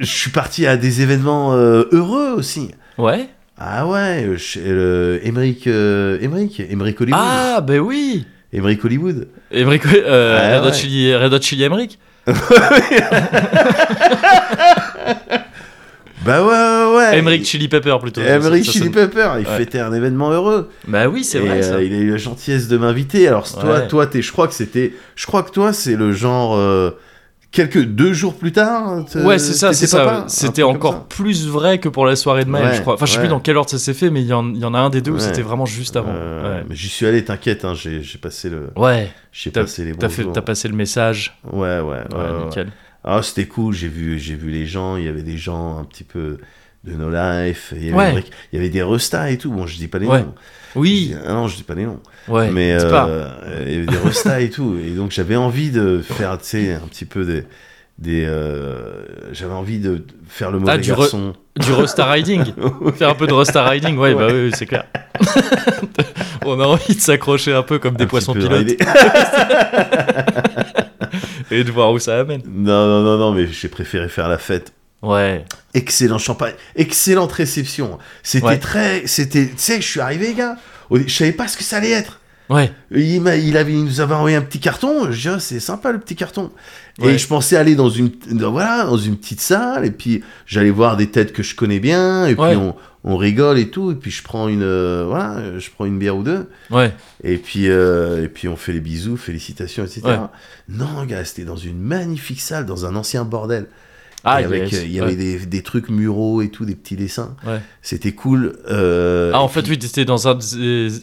Speaker 1: je suis parti à des événements euh, heureux aussi.
Speaker 2: Ouais.
Speaker 1: Ah ouais, euh, chez le Emmerich, euh, Emmerich, Emmerich Hollywood.
Speaker 2: Ah bah oui.
Speaker 1: Emmerich Hollywood.
Speaker 2: Et Brico- euh,
Speaker 1: Ah
Speaker 2: Red, Hot
Speaker 1: ouais.
Speaker 2: Chili, Red Hot Chili Emmerich
Speaker 1: Bah ouais, ouais, ouais.
Speaker 2: Emmerich Chili Pepper plutôt. ça,
Speaker 1: Emmerich
Speaker 2: ça, ça,
Speaker 1: Chili
Speaker 2: ça-
Speaker 1: Pepper. Il
Speaker 2: Ouais.
Speaker 1: fêtait un événement heureux.
Speaker 2: Bah oui, c'est
Speaker 1: Et,
Speaker 2: vrai. ça.
Speaker 1: euh, il a eu la gentillesse de m'inviter. Alors toi,
Speaker 2: Ouais.
Speaker 1: toi, t'es, je crois que c'était, je crois que toi, c'est le genre euh, quelques deux jours plus tard. te-
Speaker 2: Ouais, c'est ça,
Speaker 1: t'étais
Speaker 2: c'est
Speaker 1: papa,
Speaker 2: ça.
Speaker 1: un
Speaker 2: C'était
Speaker 1: truc comme
Speaker 2: encore plus vrai que pour la soirée de Maël,
Speaker 1: Ouais,
Speaker 2: je crois. Enfin, je sais
Speaker 1: ouais.
Speaker 2: plus dans quelle ordre ça s'est fait, mais il y, en il y en a un des deux où
Speaker 1: Ouais.
Speaker 2: c'était vraiment juste
Speaker 1: ça.
Speaker 2: avant.
Speaker 1: Euh,
Speaker 2: Ouais.
Speaker 1: Mais j'y suis allé, t'inquiète. hein, j'ai, j'ai passé le,
Speaker 2: Ouais,
Speaker 1: j'ai
Speaker 2: T'as-
Speaker 1: passé les bons
Speaker 2: t'as fait-
Speaker 1: jours.
Speaker 2: t'as passé le message.
Speaker 1: Ouais, ouais, ouais,
Speaker 2: Ouais,
Speaker 1: ouais, ouais.
Speaker 2: nickel.
Speaker 1: Ah, c'était cool, j'ai vu, j'ai vu les gens, il y avait des gens un petit peu de No Life, il y avait,
Speaker 2: Ouais.
Speaker 1: des- il y avait des restas et tout. Bon, je dis pas les
Speaker 2: Ouais.
Speaker 1: noms. Je
Speaker 2: Oui,
Speaker 1: dis- ah non, je dis pas les noms.
Speaker 2: ouais.
Speaker 1: Mais
Speaker 2: c'est
Speaker 1: euh,
Speaker 2: pas.
Speaker 1: euh, il y avait des restas et tout. Et donc, j'avais envie de faire, tu sais, un petit peu des. des euh, j'avais envie de faire le mauvais
Speaker 2: Ah, du re-
Speaker 1: garçon.
Speaker 2: Du Rosta Riding. Faire un peu de Rosta Riding, ouais, bah oui, oui, c'est clair. On a envie de s'accrocher un peu comme des
Speaker 1: Un
Speaker 2: poissons
Speaker 1: petit peu
Speaker 2: pilotes.
Speaker 1: rider.
Speaker 2: et de voir où ça amène.
Speaker 1: Non, non, non, non, mais j'ai préféré faire la fête.
Speaker 2: Ouais.
Speaker 1: Excellent champagne, excellente réception. C'était
Speaker 2: Ouais.
Speaker 1: très. C'était. Tu sais, je suis arrivé, gars. au- Je savais pas ce que ça allait être.
Speaker 2: Ouais.
Speaker 1: Il, m'a- il avait, il nous avait envoyé un petit carton. Je dis, Ah, c'est sympa le petit carton.
Speaker 2: Ouais.
Speaker 1: Et je pensais aller dans une, dans- voilà, dans une petite salle. Et puis j'allais voir des têtes que je connais bien. Et
Speaker 2: Ouais.
Speaker 1: puis on, on rigole et tout. Et puis je prends une, euh, voilà, je prends une bière ou deux.
Speaker 2: Ouais.
Speaker 1: Et puis, euh, et puis on fait les bisous, félicitations, etc.
Speaker 2: Ouais.
Speaker 1: Non, gars, c'était dans une magnifique salle, dans un ancien bordel.
Speaker 2: Ah,
Speaker 1: Et avec,
Speaker 2: yes.
Speaker 1: euh, il y avait
Speaker 2: Ouais.
Speaker 1: des, des trucs muraux et tout, des petits dessins.
Speaker 2: Ouais.
Speaker 1: C'était cool. euh,
Speaker 2: Ah, en
Speaker 1: et
Speaker 2: fait,
Speaker 1: puis-
Speaker 2: oui, t'étais dans un,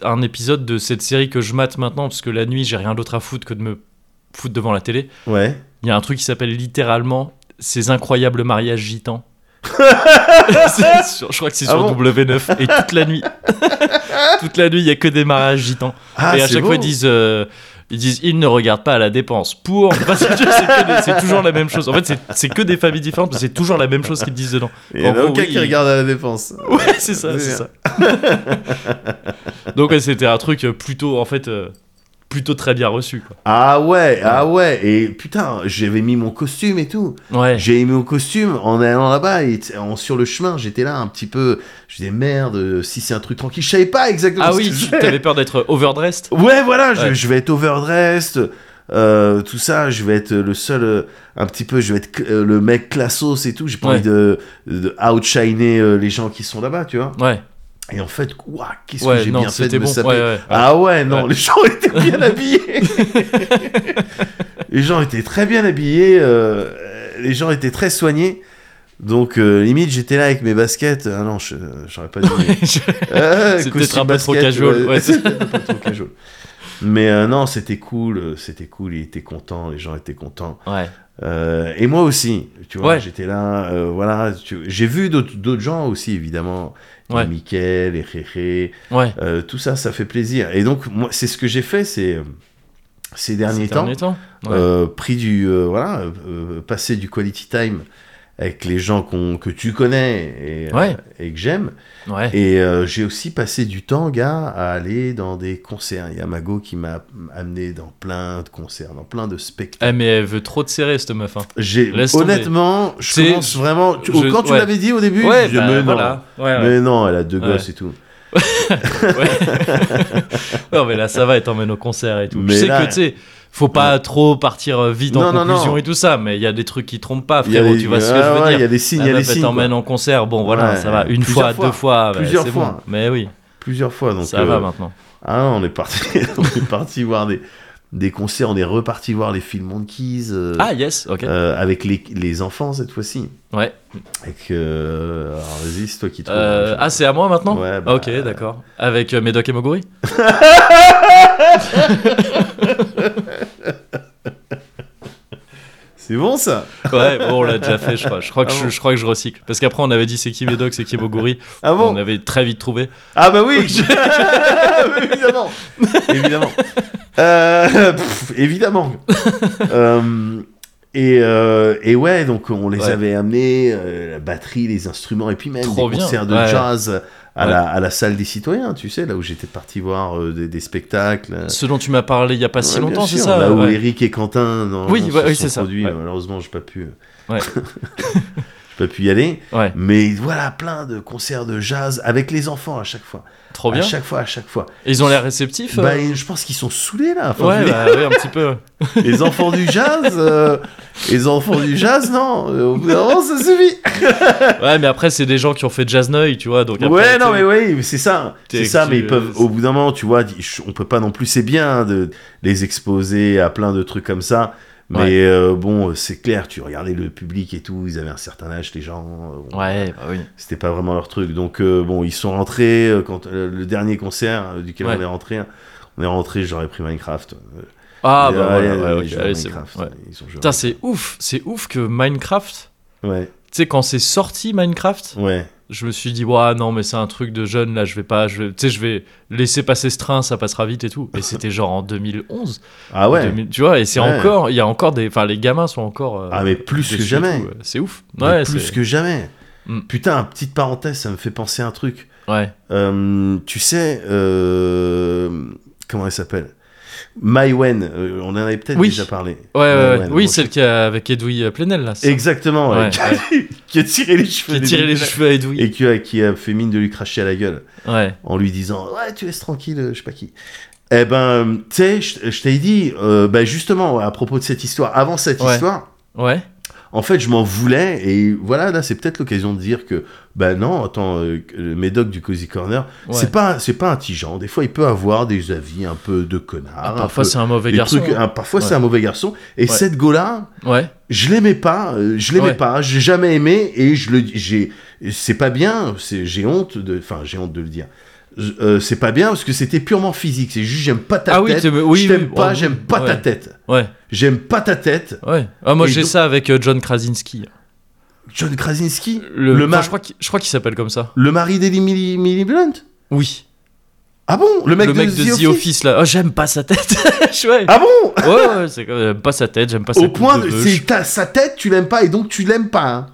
Speaker 2: un épisode de cette série que je mate maintenant, parce que la nuit, j'ai rien d'autre à foutre que de me foutre devant la télé.
Speaker 1: Ouais.
Speaker 2: Il y a un truc qui s'appelle littéralement Ces incroyables mariages gitans. C'est sur- je crois que c'est
Speaker 1: Ah
Speaker 2: sur
Speaker 1: bon
Speaker 2: W9 et toute la nuit. toute la nuit, il y a que des mariages gitans.
Speaker 1: Ah,
Speaker 2: et à
Speaker 1: c'est
Speaker 2: chaque
Speaker 1: beau.
Speaker 2: fois, ils disent, euh, ils disent ils ne regardent pas à la dépense. Pour. Enfin, c'est que des- c'est toujours la même chose. En fait, c'est- c'est que des familles différentes, mais c'est toujours la même chose qu'ils disent dedans.
Speaker 1: Il y en
Speaker 2: en
Speaker 1: a
Speaker 2: gros,
Speaker 1: aucun
Speaker 2: oui,
Speaker 1: qui
Speaker 2: il-
Speaker 1: regarde à la défense.
Speaker 2: Ouais, c'est ça, c'est ça. Donc, ouais, c'était un truc euh, plutôt, en fait, euh, plutôt très bien reçu. Quoi.
Speaker 1: Ah ouais, ah ouais. Et putain, j'avais mis mon costume et tout.
Speaker 2: Ouais.
Speaker 1: J'ai mis mon costume en allant là-bas et t- en, sur le chemin, j'étais là un petit peu. Je disais merde, euh, si c'est un truc tranquille, je savais pas exactement
Speaker 2: Ah
Speaker 1: ce
Speaker 2: oui,
Speaker 1: que je
Speaker 2: tu-
Speaker 1: voulais.
Speaker 2: t'avais peur d'être overdressed
Speaker 1: Ouais, voilà, je-
Speaker 2: Ouais.
Speaker 1: Je, vais être overdressed, euh, tout ça, je vais être le seul, euh, un petit peu, je vais être euh, le mec classos et tout, j'ai pas
Speaker 2: Ouais.
Speaker 1: envie de, de outshiner euh, les gens qui sont là-bas, tu vois.
Speaker 2: Ouais,
Speaker 1: Et en fait, ouah, qu'est-ce que
Speaker 2: ouais,
Speaker 1: j'ai
Speaker 2: non,
Speaker 1: bien fait de
Speaker 2: c'était
Speaker 1: me
Speaker 2: bon. Ouais,
Speaker 1: saper.
Speaker 2: ouais.
Speaker 1: Ah ouais, non,
Speaker 2: Ouais.
Speaker 1: les gens étaient bien habillés. les gens étaient très bien habillés, euh, les gens étaient très soignés. Donc, euh, limite, j'étais là avec mes baskets. Ah non, je- j'aurais pas dû. Ah,
Speaker 2: C'est
Speaker 1: costume
Speaker 2: peut-être un peu trop
Speaker 1: basket,
Speaker 2: casual, ouais.
Speaker 1: c'est peut-être un peu trop casual. Mais euh, non, c'était cool, euh, c'était cool, il était content, les gens étaient contents.
Speaker 2: ouais.
Speaker 1: Euh, et moi aussi, tu vois,
Speaker 2: Ouais.
Speaker 1: j'étais là, euh, voilà, tu- j'ai vu d'autres d'autres gens aussi, évidemment.
Speaker 2: Ouais.
Speaker 1: Les Mickaël, les Réré,
Speaker 2: Ouais.
Speaker 1: euh, tout ça, ça fait plaisir. Et donc, moi, c'est ce que j'ai fait ces, ces derniers
Speaker 2: Ces
Speaker 1: temps.
Speaker 2: derniers temps. Ouais.
Speaker 1: Euh, pris du, euh, voilà, euh, euh, passer du quality time avec les gens qu'on- que tu connais et, euh,
Speaker 2: Ouais.
Speaker 1: et que j'aime.
Speaker 2: ouais.
Speaker 1: Et euh, j'ai aussi passé du temps, gars, à aller dans des concerts. Il y a Mago qui m'a amené dans plein de concerts, dans plein de spectacles.
Speaker 2: Ah, mais elle veut trop te serrer, cette meuf. hein.
Speaker 1: J'ai
Speaker 2: laisse tomber.
Speaker 1: honnêtement, je
Speaker 2: C'est-
Speaker 1: commence vraiment. tu-
Speaker 2: je-
Speaker 1: quand tu
Speaker 2: ouais.
Speaker 1: l'avais dit au début, je disais,
Speaker 2: bah,
Speaker 1: mais non,
Speaker 2: voilà. Ouais, ouais.
Speaker 1: mais non, elle a deux
Speaker 2: Ouais.
Speaker 1: gosses et tout.
Speaker 2: Non, mais là, ça va, elle t'emmène au concert et tout.
Speaker 1: Mais
Speaker 2: je sais
Speaker 1: là-
Speaker 2: que, tu sais, faut pas trop partir euh, vite en
Speaker 1: Non, non,
Speaker 2: conclusion
Speaker 1: non.
Speaker 2: et tout ça, mais il y a des trucs qui trompent pas,
Speaker 1: Il y a
Speaker 2: frérot,
Speaker 1: des-
Speaker 2: tu vois ce que
Speaker 1: ah
Speaker 2: je veux
Speaker 1: ouais,
Speaker 2: dire.
Speaker 1: Il y a des signes,
Speaker 2: La
Speaker 1: il y a des
Speaker 2: meuf, elle
Speaker 1: signes.
Speaker 2: t'emmène en concert, bon voilà,
Speaker 1: Ouais,
Speaker 2: ça va, une
Speaker 1: plusieurs
Speaker 2: fois,
Speaker 1: fois.
Speaker 2: deux fois, bah,
Speaker 1: Plusieurs
Speaker 2: c'est
Speaker 1: fois.
Speaker 2: bon. Mais oui,
Speaker 1: quoi. Plusieurs fois. Donc,
Speaker 2: ça
Speaker 1: euh,
Speaker 2: va maintenant.
Speaker 1: Ah, on est parti, on est parti voir des, des concerts, on est reparti voir les Phil Monkeys euh,
Speaker 2: Ah, yes, ok.
Speaker 1: euh, avec les, les enfants cette fois-ci.
Speaker 2: ouais.
Speaker 1: Avec. euh, alors vas-y, c'est toi qui trouves.
Speaker 2: Euh,
Speaker 1: Je-
Speaker 2: ah, c'est à moi maintenant
Speaker 1: Ouais, bah,
Speaker 2: Ok, d'accord. Avec euh, Médoc et Moguri
Speaker 1: C'est bon ça
Speaker 2: Ouais, bon, on l'a déjà fait, je crois. Je crois que,
Speaker 1: Ah
Speaker 2: je,
Speaker 1: bon
Speaker 2: je crois que je recycle. Parce qu'après, on avait dit c'est qui Médoc, c'est qui Moguri.
Speaker 1: Ah bon
Speaker 2: On avait très vite trouvé.
Speaker 1: Ah bah oui Oui, Évidemment Évidemment Euh, pff, Évidemment Euh, et, euh, et ouais, donc on les
Speaker 2: Ouais.
Speaker 1: avait amenés, euh, la batterie, les instruments, et puis même
Speaker 2: Trop
Speaker 1: des
Speaker 2: bien.
Speaker 1: concerts de
Speaker 2: Ouais.
Speaker 1: jazz à,
Speaker 2: Ouais.
Speaker 1: la, à la salle des citoyens, tu sais, là où j'étais parti voir euh, des, des spectacles.
Speaker 2: Ce dont tu m'as parlé il y a pas si
Speaker 1: Ouais, bien
Speaker 2: longtemps, c'est
Speaker 1: sûr,
Speaker 2: ça
Speaker 1: Là où
Speaker 2: ouais.
Speaker 1: Eric et Quentin dans,
Speaker 2: Oui,
Speaker 1: dans-
Speaker 2: ouais,
Speaker 1: se
Speaker 2: oui,
Speaker 1: sont
Speaker 2: c'est ça,
Speaker 1: produits.
Speaker 2: ouais.
Speaker 1: Malheureusement, j'ai pas pu. euh,
Speaker 2: Ouais.
Speaker 1: j'ai pas pu y aller.
Speaker 2: Ouais.
Speaker 1: Mais voilà, plein de concerts de jazz avec les enfants à chaque fois.
Speaker 2: Trop bien.
Speaker 1: À chaque fois, à chaque fois.
Speaker 2: Et Ils ont l'air réceptifs euh
Speaker 1: Bah, je pense qu'ils sont saoulés là. Enfin, je
Speaker 2: Ouais,
Speaker 1: veux
Speaker 2: bah, ouais, un petit peu.
Speaker 1: dire, Les enfants du jazz, euh, les enfants du jazz, non. euh, Au bout d'un moment, ça suffit.
Speaker 2: Ouais, mais après, c'est des gens qui ont fait Jazz Neuil, tu vois. Donc après,
Speaker 1: ouais, non,
Speaker 2: tu sais,
Speaker 1: mais oui, mais c'est ça.
Speaker 2: T'es-
Speaker 1: C'est ça,
Speaker 2: tu-
Speaker 1: mais ils peuvent.
Speaker 2: euh,
Speaker 1: Au bout d'un moment, tu vois, je- on peut pas non plus. C'est bien de les exposer à plein de trucs comme ça. Mais
Speaker 2: Ouais.
Speaker 1: euh, bon, c'est clair, tu regardais le public et tout, ils avaient un certain âge, les gens. euh, bon,
Speaker 2: Ouais, bah oui.
Speaker 1: C'était pas vraiment leur truc. Donc, euh, bon, ils sont rentrés. euh, quand, euh, le dernier concert euh, duquel
Speaker 2: Ouais.
Speaker 1: on est rentré, on est rentré, j'aurais pris Minecraft. euh,
Speaker 2: Ah,
Speaker 1: Et,
Speaker 2: bah
Speaker 1: ouais,
Speaker 2: voilà,
Speaker 1: ouais, ils
Speaker 2: ouais, ok,
Speaker 1: jouent à
Speaker 2: allez, c'est bon.
Speaker 1: Minecraft,
Speaker 2: ouais.
Speaker 1: ouais, ils ont joué à
Speaker 2: Putain, c'est ouf, c'est ouf que Minecraft.
Speaker 1: Ouais,
Speaker 2: Tu sais, quand c'est sorti Minecraft,
Speaker 1: ouais.
Speaker 2: je me suis dit, ouais, non, mais c'est un truc de jeune, là, je vais pas, je vais- tu sais, je vais laisser passer ce train, ça passera vite et tout. Et c'était genre en 2011.
Speaker 1: Ah ouais.
Speaker 2: 2000, tu vois, et c'est
Speaker 1: Ouais.
Speaker 2: encore, il y a encore des, enfin, les gamins sont encore. euh,
Speaker 1: Ah, mais plus que
Speaker 2: dessus et
Speaker 1: jamais.
Speaker 2: tout, ouais. C'est ouf.
Speaker 1: Mais
Speaker 2: Ouais,
Speaker 1: plus
Speaker 2: c'est-
Speaker 1: que jamais.
Speaker 2: Mm.
Speaker 1: Putain, petite parenthèse, ça me fait penser à un truc.
Speaker 2: Ouais.
Speaker 1: Euh, tu sais, euh, comment elle s'appelle Maïwen, euh, on en avait peut-être
Speaker 2: Oui.
Speaker 1: déjà parlé.
Speaker 2: Ouais, ouais, ouais.
Speaker 1: Maïwen,
Speaker 2: oui,
Speaker 1: bon,
Speaker 2: celle qui a, avec Edoui euh, Plenel, là. c'est ça
Speaker 1: Exactement, ouais,
Speaker 2: Ouais,
Speaker 1: qui, a, qui a tiré les cheveux.
Speaker 2: Qui a
Speaker 1: des
Speaker 2: tiré les
Speaker 1: Blancs
Speaker 2: cheveux à Edoui.
Speaker 1: Et qui a, qui a fait mine de lui cracher à la gueule
Speaker 2: Ouais.
Speaker 1: en lui disant Ouais, tu laisses tranquille, euh, je sais pas qui. Eh ben, tu sais, je je t'ai dit, euh, bah justement, à propos de cette histoire, avant cette
Speaker 2: Ouais.
Speaker 1: histoire,
Speaker 2: Ouais.
Speaker 1: en fait, je m'en voulais, et voilà, là, c'est peut-être l'occasion de dire que, bah non, attends, euh, le médoc du Cozy Corner,
Speaker 2: Ouais.
Speaker 1: c'est pas, c'est pas intelligent. Des fois, il peut avoir des avis un peu de connard.
Speaker 2: Ah,
Speaker 1: un
Speaker 2: parfois,
Speaker 1: peu-
Speaker 2: c'est un mauvais
Speaker 1: des
Speaker 2: garçon. hein.
Speaker 1: trucs- un- parfois,
Speaker 2: Ouais.
Speaker 1: c'est un mauvais garçon. Et
Speaker 2: Ouais.
Speaker 1: cette go-là,
Speaker 2: Ouais.
Speaker 1: je l'aimais pas, euh, je l'aimais
Speaker 2: Ouais.
Speaker 1: pas, j'ai jamais aimé et je le j'ai c'est pas bien, c'est j'ai honte de enfin j'ai honte de le dire. Je- euh, c'est pas bien parce que c'était purement physique, c'est juste j'aime pas ta
Speaker 2: Ah oui,
Speaker 1: tête.
Speaker 2: t'es- oui,
Speaker 1: je t'aime
Speaker 2: oui,
Speaker 1: pas,
Speaker 2: oh,
Speaker 1: j'aime pas ta
Speaker 2: ouais.
Speaker 1: tête.
Speaker 2: Ouais.
Speaker 1: J'aime pas ta tête.
Speaker 2: Ouais. Ah, moi,
Speaker 1: Et
Speaker 2: j'ai
Speaker 1: donc-
Speaker 2: ça avec euh, John Krasinski.
Speaker 1: John Krasinski,
Speaker 2: Le,
Speaker 1: Le
Speaker 2: enfin,
Speaker 1: mar-
Speaker 2: je crois qu'il je crois qu'il s'appelle comme ça.
Speaker 1: le mari d'Ellie Millie, Millie Blunt.
Speaker 2: Oui.
Speaker 1: Ah bon, le mec,
Speaker 2: le mec de, The, Office, là. Oh, j'aime pas sa tête. Je- ouais.
Speaker 1: Ah bon
Speaker 2: ouais, ouais, c'est comme, j'aime pas sa tête, j'aime pas sa
Speaker 1: Au
Speaker 2: coupe
Speaker 1: point de,
Speaker 2: de cheveux.
Speaker 1: c'est ta- sa tête, tu l'aimes pas et donc tu l'aimes pas. hein.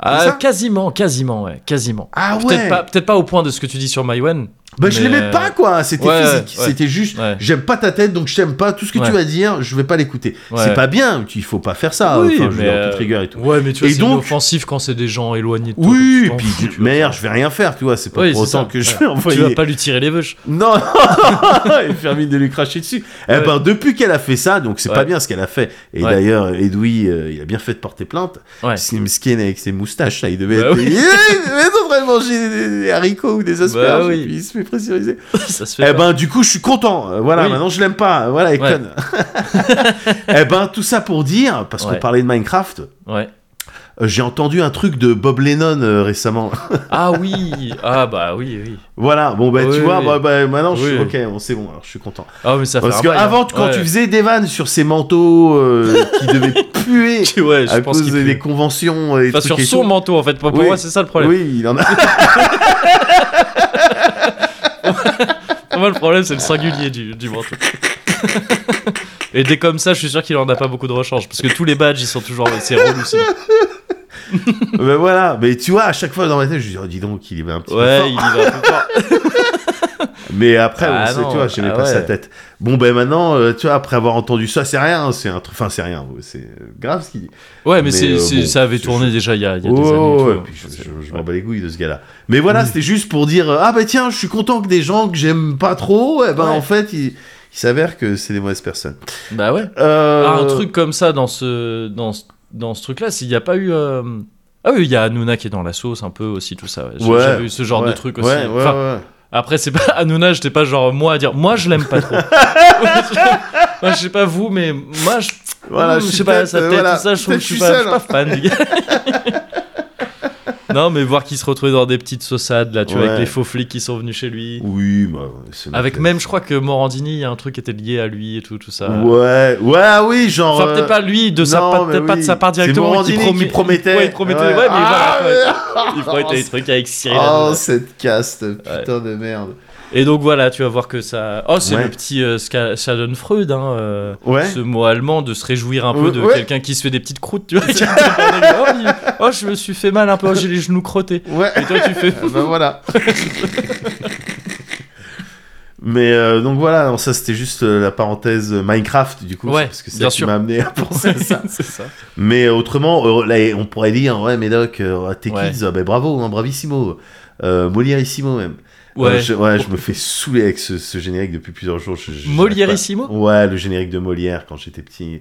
Speaker 2: Ah,
Speaker 1: ça
Speaker 2: quasiment, quasiment, ouais, quasiment.
Speaker 1: Ah ouais.
Speaker 2: Peut-être pas, peut-être pas au point de ce que tu dis sur Mywen.
Speaker 1: Bah je
Speaker 2: Mais,
Speaker 1: l'aimais
Speaker 2: euh,
Speaker 1: pas quoi, c'était
Speaker 2: ouais,
Speaker 1: physique,
Speaker 2: ouais.
Speaker 1: c'était juste
Speaker 2: Ouais.
Speaker 1: j'aime pas ta tête donc je t'aime pas, tout ce que
Speaker 2: Ouais.
Speaker 1: tu vas dire, je vais pas l'écouter.
Speaker 2: Ouais.
Speaker 1: C'est pas bien, il faut pas faire ça,
Speaker 2: Oui,
Speaker 1: enfin, je veux
Speaker 2: mais,
Speaker 1: dire, en toute
Speaker 2: euh,
Speaker 1: rigueur et tout.
Speaker 2: Ouais, mais tu vois,
Speaker 1: Et
Speaker 2: c'est
Speaker 1: donc-
Speaker 2: offensif quand c'est des gens éloignés de toi.
Speaker 1: Oui,
Speaker 2: donc
Speaker 1: puis
Speaker 2: tu t'en fous, tu vois.
Speaker 1: merde, je vais rien faire, tu vois, c'est pas
Speaker 2: Oui,
Speaker 1: pour
Speaker 2: c'est ça.
Speaker 1: autant que je vais
Speaker 2: Voilà.
Speaker 1: envoyer.
Speaker 2: Tu vas pas lui tirer les veuches.
Speaker 1: Non, et faire mine de lui cracher dessus. Eh
Speaker 2: Ouais.
Speaker 1: ben, depuis qu'elle a fait ça, donc c'est
Speaker 2: Ouais.
Speaker 1: pas bien ce qu'elle a fait. Et
Speaker 2: Ouais.
Speaker 1: d'ailleurs, Edoui, euh, il a bien fait de porter plainte.
Speaker 2: Ouais.
Speaker 1: Slimskin avec ses moustaches, là, il devait
Speaker 2: Bah
Speaker 1: être.
Speaker 2: oui. Bah
Speaker 1: Il est en train de manger des, des haricots ou des asperges,
Speaker 2: oui.
Speaker 1: et puis il se fait pressuriser.
Speaker 2: ça se fait.
Speaker 1: Eh
Speaker 2: pas.
Speaker 1: ben, du coup, je suis content. Euh, Voilà,
Speaker 2: Oui.
Speaker 1: maintenant je l'aime pas. Voilà, les
Speaker 2: Ouais.
Speaker 1: connes. eh ben, tout ça pour dire, parce qu'on
Speaker 2: Ouais.
Speaker 1: parlait de Minecraft.
Speaker 2: Ouais.
Speaker 1: Euh, J'ai entendu un truc de Bob Lennon euh, récemment.
Speaker 2: Ah oui, ah bah oui, oui.
Speaker 1: voilà, bon bah
Speaker 2: Oui,
Speaker 1: tu vois,
Speaker 2: oui.
Speaker 1: bah, bah, maintenant je suis
Speaker 2: Oui.
Speaker 1: ok, bon, c'est bon, alors je suis content.
Speaker 2: Ah mais ça fait
Speaker 1: Parce
Speaker 2: un
Speaker 1: que
Speaker 2: bail, hein.
Speaker 1: avant, quand
Speaker 2: Ouais.
Speaker 1: tu faisais des vannes sur ces manteaux euh, qui devaient puer
Speaker 2: ouais, je
Speaker 1: à
Speaker 2: pense
Speaker 1: cause
Speaker 2: qu'il
Speaker 1: des
Speaker 2: pue.
Speaker 1: conventions euh, et
Speaker 2: Enfin,
Speaker 1: trucs
Speaker 2: sur
Speaker 1: et tout.
Speaker 2: son manteau en fait. Pour pour
Speaker 1: Oui.
Speaker 2: moi, c'est ça le problème.
Speaker 1: Oui, il en a.
Speaker 2: Pour moi, le problème, c'est le singulier du, du manteau. Et dès comme ça, je suis sûr qu'il en a pas beaucoup de rechange parce que tous les badges, ils sont toujours. C'est relou, sinon.
Speaker 1: ben voilà, mais tu vois, à chaque fois dans ma tête, je dis, oh, dis donc, il y va un petit peu.
Speaker 2: Ouais,
Speaker 1: fort.
Speaker 2: il y va un peu fort.
Speaker 1: Mais après,
Speaker 2: Ah
Speaker 1: on sait,
Speaker 2: non,
Speaker 1: tu vois, j'aimais
Speaker 2: ah
Speaker 1: pas
Speaker 2: ouais.
Speaker 1: sa tête. Bon, ben maintenant, euh, tu vois, après avoir entendu ça, c'est rien, hein, c'est un truc. Enfin, c'est rien, c'est euh, grave ce qu'il dit.
Speaker 2: Ouais, mais,
Speaker 1: Mais,
Speaker 2: c'est,
Speaker 1: euh,
Speaker 2: c'est-
Speaker 1: bon,
Speaker 2: ça avait
Speaker 1: c'est
Speaker 2: tourné
Speaker 1: chaud.
Speaker 2: déjà il y a, il y a
Speaker 1: Oh,
Speaker 2: des années. et tout,
Speaker 1: ouais,
Speaker 2: hein.
Speaker 1: puis je, je- je
Speaker 2: Ouais.
Speaker 1: m'en bats les couilles de ce gars-là. Mais voilà,
Speaker 2: Oui.
Speaker 1: c'était juste pour dire euh, ah bah tiens, je suis content que des gens que j'aime pas trop, eh ben
Speaker 2: Ouais.
Speaker 1: en fait, il, il s'avère que c'est des mauvaises personnes.
Speaker 2: Bah ouais.
Speaker 1: Euh,
Speaker 2: Ah, un truc comme ça dans ce, dans ce, dans ce truc-là, s'il n'y a pas eu. euh, Ah oui, il y a Hanouna qui est dans la sauce un peu aussi, tout ça. ouais. J'ai-
Speaker 1: Ouais.
Speaker 2: J'avais eu ce genre de
Speaker 1: ouais,
Speaker 2: truc
Speaker 1: ouais,
Speaker 2: aussi.
Speaker 1: Ouais,
Speaker 2: Enfin,
Speaker 1: ouais.
Speaker 2: Après, c'est pas Hanouna, j'étais pas genre moi à dire moi je l'aime pas trop. moi, je sais pas vous, mais moi je.
Speaker 1: Voilà,
Speaker 2: Hmm,
Speaker 1: je
Speaker 2: je
Speaker 1: suis
Speaker 2: sais pas,
Speaker 1: peut-être,
Speaker 2: sa
Speaker 1: euh,
Speaker 2: tête,
Speaker 1: voilà,
Speaker 2: tout ça, je trouve
Speaker 1: peut-être
Speaker 2: que je
Speaker 1: je suis
Speaker 2: suis pas, je suis
Speaker 1: seul, hein.
Speaker 2: pas fan du gars. Non, mais voir qu'il se retrouvait dans des petites saussades là, tu vois,
Speaker 1: Ouais.
Speaker 2: avec les faux flics qui sont venus chez lui.
Speaker 1: Oui, bah, c'est
Speaker 2: Avec
Speaker 1: notre-
Speaker 2: même, je crois que Morandini, il y a un truc qui était lié à lui et tout, tout ça.
Speaker 1: Ouais, ouais, oui, genre.
Speaker 2: Enfin, peut-être
Speaker 1: euh,
Speaker 2: pas lui, de sa
Speaker 1: non,
Speaker 2: part,
Speaker 1: mais
Speaker 2: peut-être pas de
Speaker 1: oui.
Speaker 2: sa part
Speaker 1: C'est
Speaker 2: directement. mais qui
Speaker 1: Morandini qui promettait.
Speaker 2: Ouais, il promettait,
Speaker 1: Ouais.
Speaker 2: ouais, mais
Speaker 1: Ah,
Speaker 2: voilà. quoi. Il promettait des trucs avec Cyril.
Speaker 1: Oh,
Speaker 2: Hanouna.
Speaker 1: cette caste, putain de merde.
Speaker 2: Et donc voilà, tu vas voir que ça. Oh, c'est
Speaker 1: Ouais.
Speaker 2: le petit euh, Ska- Schadenfreude, hein, euh,
Speaker 1: Ouais.
Speaker 2: ce mot allemand de se réjouir un
Speaker 1: Ouais,
Speaker 2: peu de
Speaker 1: ouais.
Speaker 2: quelqu'un qui se fait des petites croûtes, tu vois. qui te parle, oh, il- oh, je me suis fait mal un peu, oh, j'ai les genoux crottés.
Speaker 1: Ouais.
Speaker 2: Et toi, tu fais.
Speaker 1: Ah bah voilà. Mais euh, donc voilà, non, ça c'était juste euh, la parenthèse Minecraft du coup,
Speaker 2: Ouais,
Speaker 1: parce que c'est
Speaker 2: bien
Speaker 1: ça qui
Speaker 2: sûr.
Speaker 1: m'a amené à penser à ça.
Speaker 2: c'est ça.
Speaker 1: Mais autrement, euh, là, on pourrait dire ouais, Médoc, euh, tes
Speaker 2: Ouais.
Speaker 1: kids, euh, ben, bravo, hein, bravissimo, euh, Moliérissimo même.
Speaker 2: Ouais.
Speaker 1: Euh, je, ouais, je me fais saouler avec ce, ce générique depuis plusieurs jours. je- je- j'arrête
Speaker 2: Moliérissimo
Speaker 1: pas. Ouais, le générique de Molière quand j'étais petit.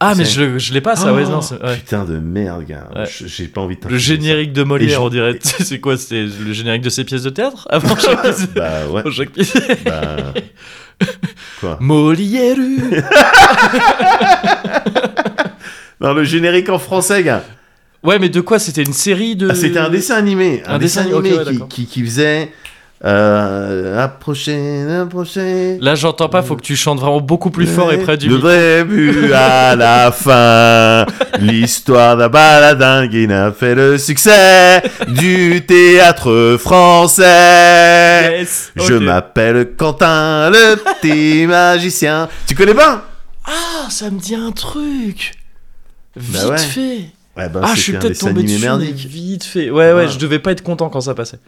Speaker 2: Ah, mais
Speaker 1: C'est-
Speaker 2: je, le- je l'ai pas, ça, ouais,
Speaker 1: Oh,
Speaker 2: non, c'est- ouais.
Speaker 1: Putain de merde, gars.
Speaker 2: Ouais.
Speaker 1: Je- J'ai pas envie de.
Speaker 2: Le
Speaker 1: t'infliger ça.
Speaker 2: générique de
Speaker 1: Et je-
Speaker 2: Molière, on dirait. C'est quoi C'était le générique de ses pièces de théâtre Avant chaque pièce-
Speaker 1: Bah ouais.
Speaker 2: avant chaque pièce.
Speaker 1: bah... Quoi
Speaker 2: Molière
Speaker 1: Bah, Non, le générique en français, gars.
Speaker 2: Ouais, mais de quoi C'était une série de.
Speaker 1: Ah, c'était un dessin animé. Un,
Speaker 2: Euh, un
Speaker 1: dessin,
Speaker 2: dessin-
Speaker 1: animé
Speaker 2: ok, ouais,
Speaker 1: qui-
Speaker 2: d'accord.
Speaker 1: qui, qui, faisait. Euh, approchez, approchez.
Speaker 2: Là, j'entends pas, faut que tu chantes vraiment beaucoup plus fort et près du
Speaker 1: Le
Speaker 2: micro.
Speaker 1: début à la fin, l'histoire d'un baladin qui n'a fait le succès du théâtre français.
Speaker 2: Yes,
Speaker 1: Je
Speaker 2: ok.
Speaker 1: m'appelle Quentin, le petit magicien. Tu connais pas
Speaker 2: Ah, ça me dit un truc Vite
Speaker 1: Bah ouais.
Speaker 2: fait
Speaker 1: Ouais, ben,
Speaker 2: Ah, je
Speaker 1: c'était
Speaker 2: suis
Speaker 1: un
Speaker 2: peut-être
Speaker 1: dessin
Speaker 2: tombé
Speaker 1: animé
Speaker 2: dessus, mais
Speaker 1: merdique.
Speaker 2: vite fait Ouais, ouais,
Speaker 1: Voilà.
Speaker 2: je devais pas être content quand ça passait.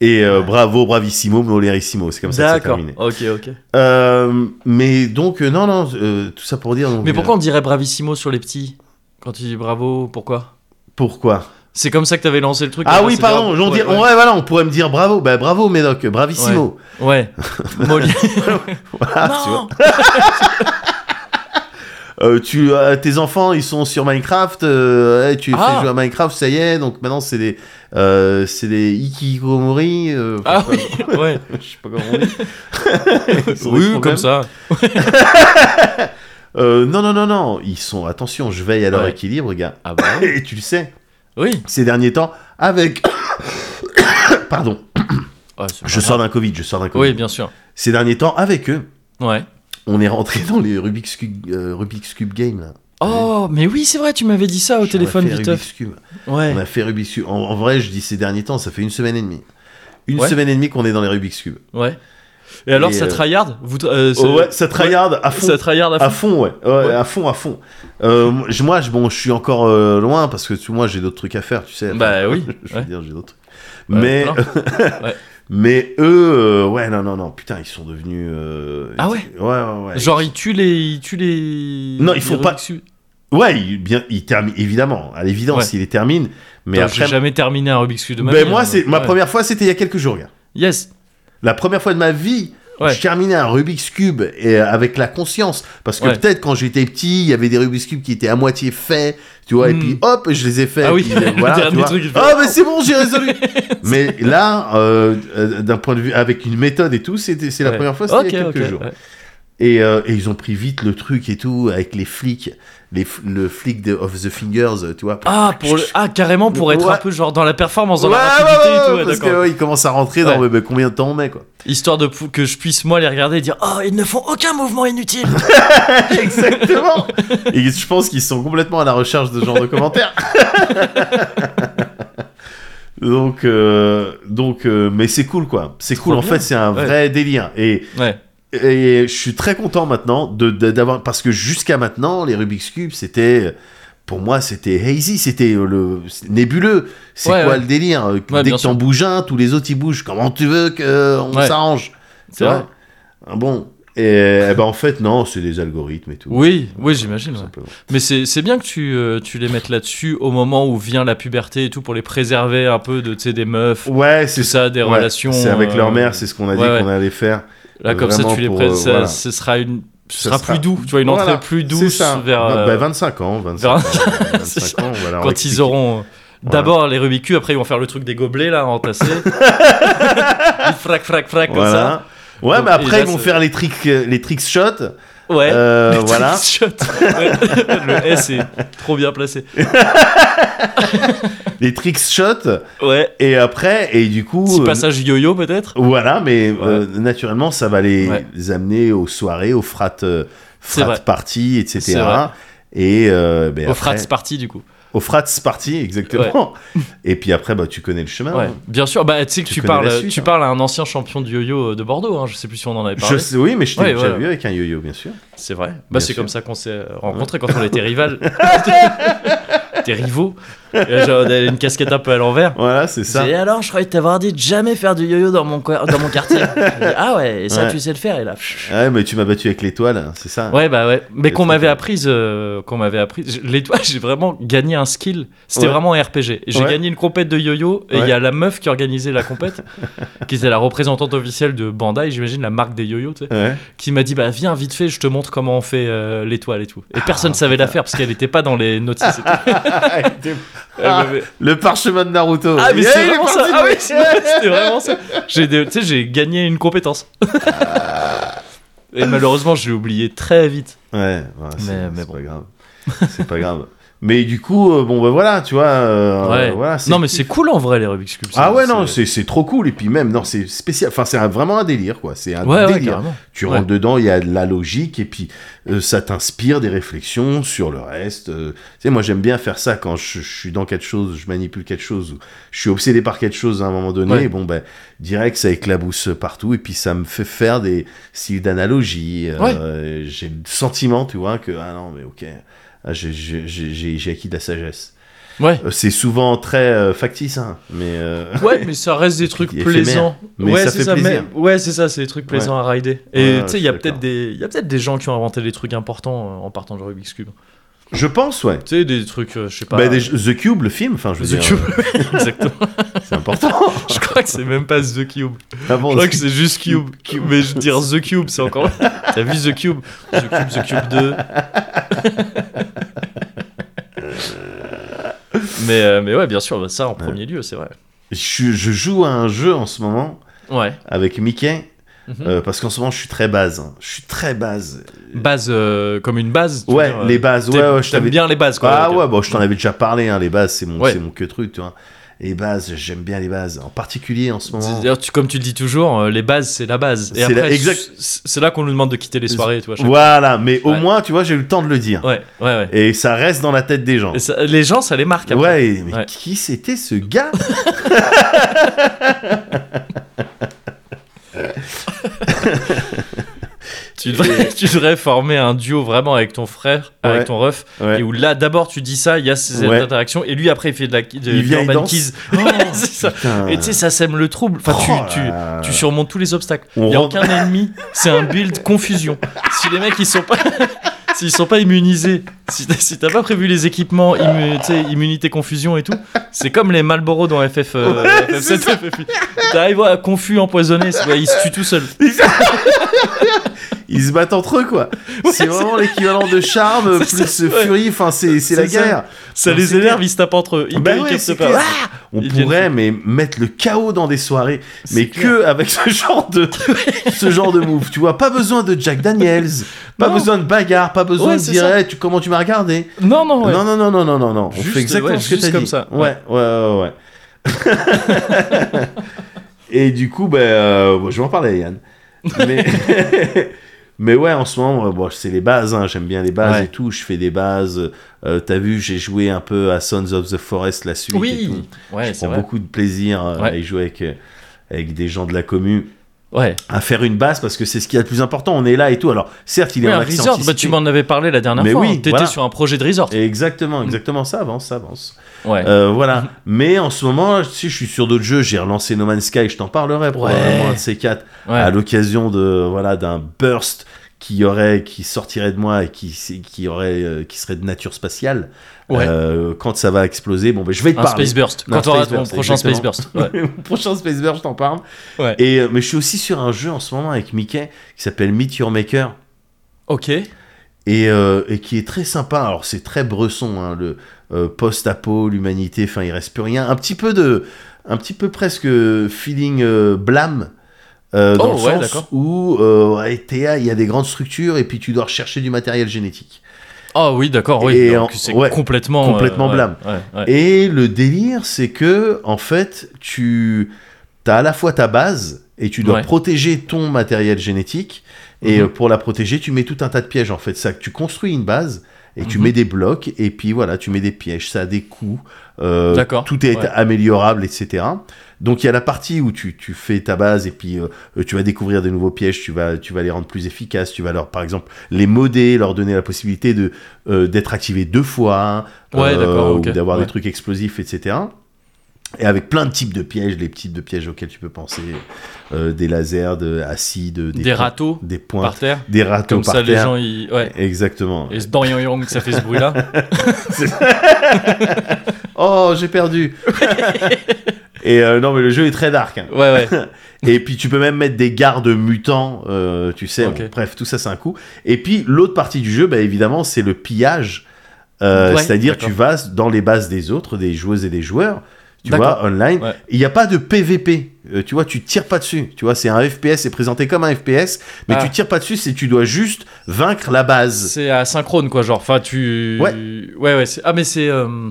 Speaker 1: Et euh, bravo, bravissimo, molerissimo. C'est comme ça que c'est
Speaker 2: D'accord.
Speaker 1: terminé.
Speaker 2: Ok, ok.
Speaker 1: Euh, mais donc, euh, non, non, euh, tout ça pour dire. donc,
Speaker 2: Mais pourquoi
Speaker 1: euh,
Speaker 2: on dirait bravissimo sur les petits Quand tu dis bravo, pourquoi
Speaker 1: euh, Pourquoi
Speaker 2: C'est comme ça que t'avais lancé le truc.
Speaker 1: Ah
Speaker 2: là,
Speaker 1: oui,
Speaker 2: c'est
Speaker 1: pardon,
Speaker 2: grave.
Speaker 1: j'en dis-
Speaker 2: Ouais,
Speaker 1: ouais, voilà, on pourrait me dire bravo, bah bravo Médoc, bravissimo.
Speaker 2: Ouais. ouais. Molly.
Speaker 1: Voilà, tu vois. Euh, tu, euh, tes enfants, ils sont sur Minecraft, euh, ouais, tu les
Speaker 2: Ah.
Speaker 1: fais jouer à Minecraft, ça y est, donc maintenant c'est des, euh, c'est des Ikikomori, euh,
Speaker 2: Ah oui, ouais.
Speaker 1: je sais pas comment on dit. Ils ont des
Speaker 2: Oui,
Speaker 1: problèmes.
Speaker 2: comme ça.
Speaker 1: Euh, non, non, non, non, ils sont, attention, je veille à leur
Speaker 2: Ouais.
Speaker 1: équilibre, gars.
Speaker 2: Ah bah
Speaker 1: Et tu le sais,
Speaker 2: oui.
Speaker 1: ces derniers temps, avec. Pardon,
Speaker 2: Ouais, Ah, c'est
Speaker 1: je
Speaker 2: pas
Speaker 1: sors
Speaker 2: grave.
Speaker 1: d'un Covid, je sors d'un Covid.
Speaker 2: Oui, bien sûr.
Speaker 1: Ces derniers temps, avec eux,
Speaker 2: Ouais.
Speaker 1: on est rentré dans les Rubik's Cube, euh, Rubik's Cube Game, là.
Speaker 2: Oh, mais oui, c'est vrai, tu m'avais dit ça Ah, au
Speaker 1: On a
Speaker 2: téléphone,
Speaker 1: fait
Speaker 2: viteuf.
Speaker 1: Rubik's Cube.
Speaker 2: Ouais.
Speaker 1: On a fait Rubik's Cube. En, en vrai, je dis ces derniers temps, ça fait une semaine et demie. Une
Speaker 2: Ouais.
Speaker 1: semaine et demie qu'on est dans les Rubik's Cube.
Speaker 2: Ouais. Et alors,
Speaker 1: Et,
Speaker 2: ça
Speaker 1: euh,
Speaker 2: tryhard Vous, euh, c'est-
Speaker 1: Oh ouais, ça tryhard à fond.
Speaker 2: Ça tryhard à fond.
Speaker 1: À fond, ouais. Ouais,
Speaker 2: Ouais.
Speaker 1: À fond, à fond. Euh, moi, je- moi, je, bon, je suis encore euh, loin parce que tu- moi, j'ai d'autres trucs à faire, tu sais.
Speaker 2: Bah oui,
Speaker 1: je veux
Speaker 2: ouais.
Speaker 1: dire, j'ai d'autres trucs.
Speaker 2: Ouais,
Speaker 1: mais, euh,
Speaker 2: plein. Ouais.
Speaker 1: mais eux, euh, ouais, non, non, non, putain, ils sont devenus. euh,
Speaker 2: Ah ouais
Speaker 1: Ouais, ouais, ouais.
Speaker 2: Genre, ils tuent les. Ils tuent les...
Speaker 1: Non, ils
Speaker 2: les
Speaker 1: font pas-
Speaker 2: Rubik's Cube.
Speaker 1: Ouais, ils- bien, ils terminent, évidemment. À l'évidence, ils les terminent. Mais
Speaker 2: Attends,
Speaker 1: après.
Speaker 2: J'ai jamais terminé un Rubik's Cube de ma
Speaker 1: Mais
Speaker 2: vie,
Speaker 1: moi,
Speaker 2: hein,
Speaker 1: c'est ma
Speaker 2: ouais.
Speaker 1: première fois, c'était il y a quelques jours, gars.
Speaker 2: Yes.
Speaker 1: La première fois de ma vie,
Speaker 2: Ouais.
Speaker 1: je terminais un Rubik's Cube et euh, avec la conscience. Parce que
Speaker 2: Ouais.
Speaker 1: peut-être quand j'étais petit, il y avait des Rubik's Cube qui étaient à moitié faits, tu vois, et
Speaker 2: Mm.
Speaker 1: puis hop, je les ai faits.
Speaker 2: Ah
Speaker 1: et
Speaker 2: oui,
Speaker 1: puis, euh,
Speaker 2: le
Speaker 1: tu
Speaker 2: dernier
Speaker 1: vois.
Speaker 2: truc, il fait-
Speaker 1: Ah, mais c'est bon, j'ai résolu. mais là, euh, euh, d'un point de vue, avec une méthode et tout, c'était- c'est la
Speaker 2: Ouais.
Speaker 1: première fois, c'était
Speaker 2: Ok,
Speaker 1: il y a quelques
Speaker 2: ok,
Speaker 1: jours.
Speaker 2: ouais.
Speaker 1: Et, euh, et ils ont pris vite le truc et tout, avec les flics, les, f- le flic de, of the fingers, tu vois.
Speaker 2: Ah, pour le- ah, carrément pour être
Speaker 1: Ouais.
Speaker 2: un peu genre dans la performance, dans
Speaker 1: Ouais,
Speaker 2: la rapidité
Speaker 1: ouais,
Speaker 2: et tout.
Speaker 1: ouais,
Speaker 2: ouais,
Speaker 1: parce que
Speaker 2: d'accord.
Speaker 1: ouais, ils commencent à rentrer dans
Speaker 2: Ouais.
Speaker 1: mais combien de temps on met, quoi.
Speaker 2: Histoire de pou- que je puisse moi les regarder et dire Oh, ils ne font aucun mouvement inutile.
Speaker 1: Exactement. Et je pense qu'ils sont complètement à la recherche de ce genre de commentaires. donc, euh, donc, euh, mais c'est cool quoi. C'est cool. En
Speaker 2: Trop bien.
Speaker 1: fait, c'est un
Speaker 2: Ouais.
Speaker 1: vrai délire. Et,
Speaker 2: ouais.
Speaker 1: et je suis très content maintenant de de- d'avoir parce que jusqu'à maintenant, les Rubik's cube, c'était pour moi, c'était hazy, c'était le c'est nébuleux. C'est
Speaker 2: Ouais,
Speaker 1: quoi
Speaker 2: ouais.
Speaker 1: le délire Dès
Speaker 2: bien
Speaker 1: que t'en
Speaker 2: sûr.
Speaker 1: bouges un, tous les autres ils bougent. Comment tu veux qu'on
Speaker 2: Ouais.
Speaker 1: s'arrange
Speaker 2: C'est vrai.
Speaker 1: Ah Bon. Et, eh ben en fait, non, c'est des algorithmes et tout.
Speaker 2: Oui, oui, j'imagine.
Speaker 1: Tout
Speaker 2: ouais.
Speaker 1: simplement.
Speaker 2: Mais c'est c'est bien que tu, euh, tu les mettes là-dessus au moment où vient la puberté et tout pour les préserver un peu de tu sais, des meufs,
Speaker 1: Ouais,
Speaker 2: tout
Speaker 1: c'est ça.
Speaker 2: ça, des relations.
Speaker 1: C'est avec
Speaker 2: euh,
Speaker 1: leur mère, c'est ce qu'on a dit
Speaker 2: ouais, ouais.
Speaker 1: qu'on allait faire.
Speaker 2: Là, comme ça,
Speaker 1: vraiment
Speaker 2: tu les
Speaker 1: pour,
Speaker 2: pré-
Speaker 1: euh,
Speaker 2: ça-
Speaker 1: voilà.
Speaker 2: Ce sera une. Ce
Speaker 1: Ça
Speaker 2: sera,
Speaker 1: sera-
Speaker 2: plus doux, tu vois, une entrée
Speaker 1: Voilà,
Speaker 2: plus
Speaker 1: c'est
Speaker 2: douce
Speaker 1: ça.
Speaker 2: vers.
Speaker 1: Vingt-
Speaker 2: euh,
Speaker 1: bah, 25 ans, 25 ans. 25 ans, voilà, on va
Speaker 2: quand ils
Speaker 1: expliquer.
Speaker 2: auront. euh,
Speaker 1: Voilà.
Speaker 2: D'abord les Rubik's Cube, après ils vont faire le truc des gobelets là, entassés. Ils frac, frac, frac, comme
Speaker 1: Voilà. Ouais,
Speaker 2: Donc,
Speaker 1: mais après,
Speaker 2: et là,
Speaker 1: ils vont
Speaker 2: c'est-
Speaker 1: faire les tricks, euh, les tricks shots.
Speaker 2: ça. Ouais.
Speaker 1: Euh,
Speaker 2: Les
Speaker 1: voilà.
Speaker 2: trick shots. Ouais. le S est trop bien placé.
Speaker 1: Les tricks shots.
Speaker 2: Ouais.
Speaker 1: Et après, et du coup.
Speaker 2: Petit
Speaker 1: euh,
Speaker 2: passage yo-yo peut-être
Speaker 1: Voilà, mais
Speaker 2: Ouais.
Speaker 1: euh, naturellement, ça va les,
Speaker 2: Ouais.
Speaker 1: les amener aux soirées, aux frat, euh,
Speaker 2: C'est
Speaker 1: frat
Speaker 2: vrai.
Speaker 1: parties,
Speaker 2: C'est
Speaker 1: etc.
Speaker 2: vrai.
Speaker 1: Et euh, ben,
Speaker 2: Au
Speaker 1: après-
Speaker 2: Fratz Party du coup.
Speaker 1: aux frats parties, exactement. Et puis après, bah, tu connais le chemin.
Speaker 2: Ouais.
Speaker 1: hein.
Speaker 2: Bien sûr, bah tu sais que
Speaker 1: Tu
Speaker 2: tu
Speaker 1: connais
Speaker 2: parles,
Speaker 1: la suite,
Speaker 2: tu
Speaker 1: hein.
Speaker 2: parles à un ancien champion de yo-yo euh, de Bordeaux, hein. je sais plus si on en avait
Speaker 1: Je
Speaker 2: parlé.
Speaker 1: sais, oui, mais je t'ai
Speaker 2: Ouais,
Speaker 1: déjà
Speaker 2: ouais.
Speaker 1: vu avec un yo-yo, bien sûr.
Speaker 2: C'est vrai.
Speaker 1: Bien
Speaker 2: Bah c'est
Speaker 1: sûr.
Speaker 2: comme ça qu'on s'est rencontrés quand on était rivales. T'es rivaux. Et là, genre, on avait une casquette un peu à l'envers.
Speaker 1: Voilà, c'est ça.
Speaker 2: Et alors, je croyais t'avoir dit de jamais faire du yo-yo dans mon, coin- dans mon quartier. Elle dit, ah ouais, et ça,
Speaker 1: Ouais.
Speaker 2: tu sais le faire, et là. pfff.
Speaker 1: Ouais, mais tu m'as battu avec l'étoile, hein, c'est ça
Speaker 2: Ouais, bah ouais. Mais
Speaker 1: Et
Speaker 2: qu'on
Speaker 1: c'est
Speaker 2: m'avait
Speaker 1: ça.
Speaker 2: apprise, euh, qu'on m'avait apprise. je- L'étoile, j'ai vraiment gagné un skill. C'était
Speaker 1: Ouais.
Speaker 2: vraiment un RPG. J'ai
Speaker 1: Ouais.
Speaker 2: gagné une compète de yo-yo, et il
Speaker 1: Ouais.
Speaker 2: y a la meuf qui organisait la compète, qui était la représentante officielle de Bandai, j'imagine, la marque des yo-yo, tu sais,
Speaker 1: Ouais.
Speaker 2: qui m'a dit, bah viens vite fait, je te montre comment on fait euh, l'étoile et tout. Et personne
Speaker 1: Ah,
Speaker 2: savait la faire parce qu'elle n'était pas dans les notices. et tout. Elle
Speaker 1: Ah.
Speaker 2: m'avait-
Speaker 1: le parchemin de Naruto.
Speaker 2: Ah mais
Speaker 1: Yeah,
Speaker 2: c'est
Speaker 1: il est
Speaker 2: vraiment ça.
Speaker 1: parti
Speaker 2: Ah
Speaker 1: de-
Speaker 2: oui, c'est- c'était vraiment ça. J'ai des- tu sais j'ai gagné une compétence.
Speaker 1: Ah.
Speaker 2: Et malheureusement, j'ai oublié très vite.
Speaker 1: Ouais, ouais, c'est
Speaker 2: Mais- mais
Speaker 1: c'est
Speaker 2: bon.
Speaker 1: pas grave. C'est pas grave. Mais du coup, euh, bon, bah voilà, tu vois. euh,
Speaker 2: Ouais.
Speaker 1: voilà, c'est-
Speaker 2: Non mais c'est cool en vrai les Rubik's Cube.
Speaker 1: Ah ouais, non, c'est c'est trop cool. Et puis même, non, c'est spécial. Enfin, c'est un- vraiment un délire, quoi. C'est un
Speaker 2: Ouais, ouais,
Speaker 1: délire.
Speaker 2: carrément.
Speaker 1: tu
Speaker 2: Ouais.
Speaker 1: rentres dedans, il y a de la logique, et puis euh, ça t'inspire des réflexions sur le reste. euh. tu sais, moi, j'aime bien faire ça quand je, je suis dans quelque chose, je manipule quelque chose, ou je suis obsédé par quelque chose à un moment donné.
Speaker 2: Ouais.
Speaker 1: Et bon, ben, direct, ça éclabousse partout, et puis ça me fait faire des styles d'analogie. euh, J'ai le sentiment, tu vois, que, ah non, mais ok, ah, j'ai- j'ai j'ai- j'ai- j'ai acquis de la sagesse.
Speaker 2: Ouais.
Speaker 1: Euh, C'est souvent très euh, factice, hein, mais euh,
Speaker 2: Ouais, mais ça reste des trucs
Speaker 1: Éphémère.
Speaker 2: plaisants.
Speaker 1: Mais
Speaker 2: ouais,
Speaker 1: ça
Speaker 2: c'est
Speaker 1: fait plaisir.
Speaker 2: mais- ouais, c'est ça, c'est des trucs plaisants à rider.
Speaker 1: Ouais,
Speaker 2: Et
Speaker 1: ouais,
Speaker 2: tu
Speaker 1: je
Speaker 2: sais, il y a
Speaker 1: suis
Speaker 2: peut-être
Speaker 1: d'accord.
Speaker 2: des, il y a peut-être des gens qui ont inventé des trucs importants euh, en partant de Rubik's Cube.
Speaker 1: je pense, ouais.
Speaker 2: Tu sais, des trucs, euh, je sais pas. euh,
Speaker 1: Bah, des- The Cube, le film, enfin, je veux
Speaker 2: The
Speaker 1: dire,
Speaker 2: Cube, exactement.
Speaker 1: euh, c'est important.
Speaker 2: Je crois que c'est même pas The Cube.
Speaker 1: Avant
Speaker 2: Je crois
Speaker 1: The
Speaker 2: que c'est juste Cube. Mais je veux dire The Cube, c'est encore. T'as vu The Cube The Cube, The Cube 2. mais, euh, mais ouais, bien sûr, bah, ça en premier lieu, c'est vrai.
Speaker 1: Je, suis- je joue à un jeu en ce moment
Speaker 2: Ouais.
Speaker 1: avec Mickey,
Speaker 2: Mhm.
Speaker 1: euh, parce qu'en ce moment, je suis très base. hein. Je suis très base.
Speaker 2: Base, euh, comme une base. tu veux
Speaker 1: Ouais,
Speaker 2: dire, euh,
Speaker 1: les bases, ouais,
Speaker 2: t'aimes-
Speaker 1: ouais, je
Speaker 2: t'aimes
Speaker 1: t'avais
Speaker 2: bien les bases, quoi.
Speaker 1: Ah
Speaker 2: ok.
Speaker 1: ouais, bon, je t'en avais déjà parlé, hein, les bases, c'est mon,
Speaker 2: Ouais.
Speaker 1: c'est mon que truc, tu vois. Les bases, j'aime bien les bases, en particulier en ce moment.
Speaker 2: C'est-à-dire, tu, comme tu le dis toujours, euh, les bases, c'est la base. Et
Speaker 1: C'est
Speaker 2: après,
Speaker 1: la- exact.
Speaker 2: c- c'est là qu'on nous demande de quitter les soirées, tu vois. à chaque
Speaker 1: Voilà, mais au
Speaker 2: Ouais.
Speaker 1: moins, tu vois, j'ai eu le temps de le dire.
Speaker 2: fois. Ouais, ouais, ouais.
Speaker 1: Et ça reste dans la tête des gens.
Speaker 2: Et ça- les gens, ça les marque après.
Speaker 1: Ouais, et- mais
Speaker 2: Ouais.
Speaker 1: qui c'était ce gars
Speaker 2: Tu, devrais, tu devrais former un duo vraiment avec ton frère,
Speaker 1: Ouais.
Speaker 2: avec ton ref,
Speaker 1: Ouais.
Speaker 2: et où là, d'abord, tu dis ça, il y a ces
Speaker 1: Ouais.
Speaker 2: interactions, et lui, après, il fait de la de,
Speaker 1: Il vient,
Speaker 2: de
Speaker 1: il
Speaker 2: l'urban
Speaker 1: danse.
Speaker 2: keys.
Speaker 1: Oh,
Speaker 2: Ouais, c'est ça.
Speaker 1: putain.
Speaker 2: Et tu sais, ça sème le trouble. Enfin, tu-
Speaker 1: Oh
Speaker 2: tu,
Speaker 1: là
Speaker 2: Tu
Speaker 1: là.
Speaker 2: surmontes tous les obstacles.
Speaker 1: On
Speaker 2: Il n'y a
Speaker 1: rentre-
Speaker 2: aucun ennemi. C'est un build confusion. Si les mecs ils sont pas, s'ils sont pas immunisés, si t'as si t'as pas prévu les équipements, immu- tu sais, immunité confusion et tout, c'est comme les Malboro dans FF, euh,
Speaker 1: Ouais, c'est
Speaker 2: FF7, FF8. T'arrives à confus empoisonné, c'est- ouais, ils se tuent tout seuls.
Speaker 1: Ils se battent entre eux, quoi. c'est vraiment l'équivalent de charme
Speaker 2: C'est
Speaker 1: plus
Speaker 2: ça,
Speaker 1: euh,
Speaker 2: ouais.
Speaker 1: furie, enfin, c'est c'est la
Speaker 2: C'est ça.
Speaker 1: guerre.
Speaker 2: Ça
Speaker 1: Non,
Speaker 2: les
Speaker 1: c'est
Speaker 2: énerve,
Speaker 1: clair.
Speaker 2: ils se tapent entre eux. Ils,
Speaker 1: Bah
Speaker 2: ils
Speaker 1: ouais,
Speaker 2: captent
Speaker 1: c'est
Speaker 2: pas.
Speaker 1: clair. On
Speaker 2: Ils viennent
Speaker 1: pourrait mais mettre le chaos dans des soirées,
Speaker 2: C'est
Speaker 1: mais que avec ce genre de ce genre de move. Tu vois, pas besoin de Jack Daniels, pas
Speaker 2: Non.
Speaker 1: besoin de bagarre, pas besoin
Speaker 2: Ouais,
Speaker 1: de
Speaker 2: c'est
Speaker 1: dire
Speaker 2: ça.
Speaker 1: Eh, tu, comment tu m'as regardé.
Speaker 2: Non, non, ouais.
Speaker 1: Non non non non non non non. On
Speaker 2: Juste,
Speaker 1: fait exactement
Speaker 2: ouais,
Speaker 1: ce que
Speaker 2: juste
Speaker 1: t'as
Speaker 2: comme
Speaker 1: dit.
Speaker 2: ça.
Speaker 1: Ouais ouais ouais. ouais. Et du coup, ben, euh, bon, je vais en parler à Yann. Mais, mais ouais, en ce moment, euh, bon, c'est les bases. hein, J'aime bien les bases
Speaker 2: Ouais.
Speaker 1: et tout. Je fais des bases. Euh, T'as vu, j'ai joué un peu à Sons of the Forest la suite. et tout.
Speaker 2: Oui, ouais,
Speaker 1: Je
Speaker 2: c'est
Speaker 1: prends
Speaker 2: vrai.
Speaker 1: beaucoup de plaisir euh,
Speaker 2: Ouais.
Speaker 1: à y jouer avec, euh, avec des gens de la commu,
Speaker 2: Ouais.
Speaker 1: à faire une base parce que c'est ce qui est le plus important. On est là et tout. Alors, certes, il est
Speaker 2: Oui,
Speaker 1: en
Speaker 2: un
Speaker 1: accent
Speaker 2: resort, bah,
Speaker 1: anticipé.
Speaker 2: tu m'en avais parlé la dernière
Speaker 1: Mais
Speaker 2: fois.
Speaker 1: oui,
Speaker 2: hein. T'étais
Speaker 1: voilà.
Speaker 2: sur un projet de resort.
Speaker 1: Exactement, exactement, ça avance, ça avance.
Speaker 2: Ouais.
Speaker 1: Euh, voilà. Mais en ce moment, si je suis sur d'autres jeux, j'ai relancé No Man's Sky, je t'en parlerai probablement un de ces quatre,
Speaker 2: ouais.
Speaker 1: à l'occasion de voilà d'un burst qui aurait, qui sortirait de moi et qui qui aurait, euh, qui serait de nature spatiale.
Speaker 2: Ouais.
Speaker 1: Euh, quand ça va exploser, bon, ben je vais te
Speaker 2: un
Speaker 1: parler.
Speaker 2: Space Burst.
Speaker 1: Non,
Speaker 2: Quand t'auras
Speaker 1: Space
Speaker 2: ton
Speaker 1: Burst,
Speaker 2: prochain Space
Speaker 1: exactement.
Speaker 2: Burst. Ouais.
Speaker 1: Mon prochain Space Bear, je t'en parle.
Speaker 2: Ouais.
Speaker 1: Et, euh, mais je suis aussi sur un jeu en ce moment avec Mickey qui s'appelle Meet Your Maker
Speaker 2: Ok.
Speaker 1: et, euh, et qui est très sympa. Alors c'est très bresson, hein, le euh, post-apo, l'humanité, enfin il reste plus rien. Un petit peu de, un petit peu presque feeling euh, blâme. euh, dans
Speaker 2: Oh,
Speaker 1: le
Speaker 2: ouais,
Speaker 1: sens
Speaker 2: d'accord.
Speaker 1: où euh, ouais, t'es à- il y a des grandes structures et puis tu dois rechercher du matériel génétique.
Speaker 2: Ah oui, d'accord, oui.
Speaker 1: Et
Speaker 2: donc
Speaker 1: en-
Speaker 2: c'est
Speaker 1: ouais,
Speaker 2: complètement, euh,
Speaker 1: complètement
Speaker 2: ouais,
Speaker 1: blâme.
Speaker 2: ouais, ouais.
Speaker 1: Et le délire, c'est que, en fait, tu as à la fois ta base et tu dois
Speaker 2: Ouais.
Speaker 1: protéger ton matériel génétique. Et
Speaker 2: Mhm.
Speaker 1: euh, pour la protéger, tu mets tout un tas de pièges, en fait. Ça, tu construis une base et tu
Speaker 2: Mhm.
Speaker 1: mets des blocs et puis voilà, tu mets des pièges. Ça a des coûts. euh,
Speaker 2: D'accord,
Speaker 1: Tout est
Speaker 2: ouais.
Speaker 1: améliorable, etc. Donc il y a la partie où tu, tu fais ta base et puis euh, euh, tu vas découvrir des nouveaux pièges, tu vas, tu vas les rendre plus efficaces, tu vas leur, par exemple, les modder, leur donner la possibilité de euh, d'être activés deux fois, hein, euh,
Speaker 2: Ouais, d'accord,
Speaker 1: ou
Speaker 2: ok,
Speaker 1: d'avoir
Speaker 2: ouais.
Speaker 1: des trucs explosifs, etc. Et avec plein de types de pièges, les types de pièges auxquels tu peux penser, euh, des lasers, de, acides, des,
Speaker 2: Des,
Speaker 1: points-
Speaker 2: râteaux
Speaker 1: des points,
Speaker 2: par terre.
Speaker 1: des râteaux
Speaker 2: Comme
Speaker 1: par
Speaker 2: ça, les
Speaker 1: terre.
Speaker 2: gens, ils. Ouais.
Speaker 1: Exactement.
Speaker 2: Et ce bang, yang, yang, ça fait ce bruit-là.
Speaker 1: Oh, j'ai perdu. Et euh, non, mais le jeu est très dark. hein.
Speaker 2: Ouais, ouais.
Speaker 1: Et puis tu peux même mettre des gardes mutants, euh, tu sais.
Speaker 2: Ok.
Speaker 1: bon, bref, tout ça c'est un coup. Et puis l'autre partie du jeu, bah, évidemment, c'est le pillage. Euh,
Speaker 2: Ouais,
Speaker 1: C'est-à-dire
Speaker 2: d'accord.
Speaker 1: tu vas dans les bases des autres, des joueuses et des joueurs. Tu
Speaker 2: D'accord.
Speaker 1: vois, online,
Speaker 2: Ouais.
Speaker 1: il n'y a pas de PVP. euh, tu vois, tu tires pas dessus. Tu vois, c'est un FPS, c'est présenté comme un FPS, mais
Speaker 2: Ah.
Speaker 1: tu tires pas dessus, c'est tu dois juste vaincre la base.
Speaker 2: C'est asynchrone, quoi. Genre, enfin, tu.
Speaker 1: Ouais.
Speaker 2: Ouais, ouais, c'est- Ah, mais c'est. euh,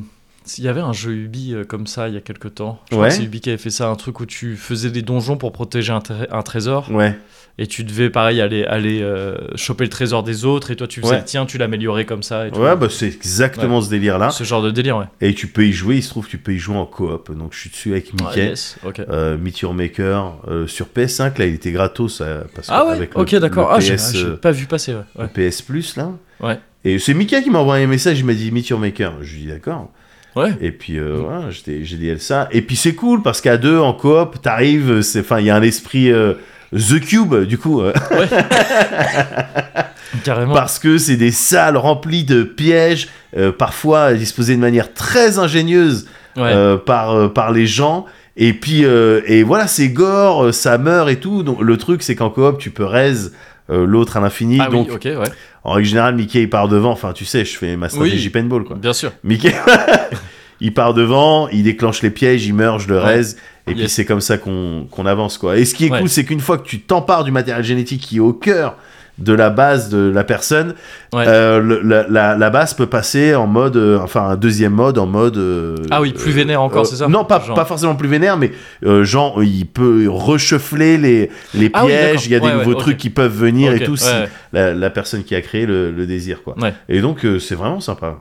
Speaker 2: Il y avait un jeu Ubi euh, comme ça il y a quelques temps. Je crois
Speaker 1: Ouais.
Speaker 2: que c'est Ubi qui avait fait ça, un truc où tu faisais des donjons pour protéger un, tré- un trésor.
Speaker 1: Ouais,
Speaker 2: Et tu devais, pareil, aller, aller euh, choper le trésor des autres. Et toi, tu faisais
Speaker 1: Ouais.
Speaker 2: le tien, tu l'améliorais comme ça. Et tout.
Speaker 1: ouais, bah c'est exactement ce délire-là.
Speaker 2: Ce genre de délire, ouais.
Speaker 1: Et tu peux y jouer, il se trouve, tu peux y jouer en coop. Donc je suis dessus avec
Speaker 2: Ah,
Speaker 1: Mickey.
Speaker 2: yes, ok.
Speaker 1: euh, Meet Your Maker euh, sur PS5 là il était gratos euh, parce que
Speaker 2: Ah ouais,
Speaker 1: avec le-
Speaker 2: ok d'accord.
Speaker 1: le
Speaker 2: Ah, j'ai
Speaker 1: PS,
Speaker 2: j'ai
Speaker 1: euh,
Speaker 2: pas vu passer. Ouais.
Speaker 1: le
Speaker 2: Ouais.
Speaker 1: PS Plus là
Speaker 2: Ouais.
Speaker 1: et c'est Mika qui m'a envoyé un message il m'a dit Meet Your Maker je lui dis d'accord
Speaker 2: Ouais. Mhm.
Speaker 1: Et puis euh, voilà, j'étais- j'ai dit ça. Et puis c'est cool parce qu'à deux en coop, t'arrives, c'est enfin il y a un esprit euh, The Cube du coup euh,
Speaker 2: Carrément.
Speaker 1: parce que c'est des salles remplies de pièges, euh, parfois disposées de manière très ingénieuse
Speaker 2: Ouais.
Speaker 1: euh, par, euh, par les gens. Et puis, euh, et voilà, c'est gore, euh, ça meurt et tout. Donc, le truc, c'est qu'en coop, tu peux raise euh, l'autre à l'infini.
Speaker 2: ah
Speaker 1: donc,
Speaker 2: oui, ok, ouais.
Speaker 1: en règle générale, Mickey, il part devant. Enfin, tu sais, je fais ma stratégie
Speaker 2: Oui.
Speaker 1: paintball, quoi.
Speaker 2: Bien sûr.
Speaker 1: Mickey, il part devant, il déclenche les pièges, il meurt, je le
Speaker 2: Ouais.
Speaker 1: raise. Et puis,
Speaker 2: Yes.
Speaker 1: c'est comme ça qu'on qu'on avance, quoi. Et ce qui est
Speaker 2: Ouais.
Speaker 1: cool, c'est qu'une fois que tu t'empares du matériel génétique qui est au cœur de la base de la personne,
Speaker 2: Ouais.
Speaker 1: euh, le- la, la- la base peut passer en mode, euh, enfin, un deuxième mode en mode. euh,
Speaker 2: Ah oui, plus
Speaker 1: euh,
Speaker 2: vénère encore,
Speaker 1: euh,
Speaker 2: c'est ça
Speaker 1: Non, pas,
Speaker 2: Genre-
Speaker 1: pas forcément plus vénère, mais euh, genre, il peut recheufler les, les pièges,
Speaker 2: Ah oui, d'accord.
Speaker 1: il y a des
Speaker 2: Ouais,
Speaker 1: nouveaux
Speaker 2: ouais,
Speaker 1: trucs
Speaker 2: ok.
Speaker 1: qui peuvent venir
Speaker 2: Ok,
Speaker 1: et tout, si
Speaker 2: ouais.
Speaker 1: la, la personne qui a créé le, le désir, quoi.
Speaker 2: Ouais.
Speaker 1: Et donc, euh, c'est vraiment sympa.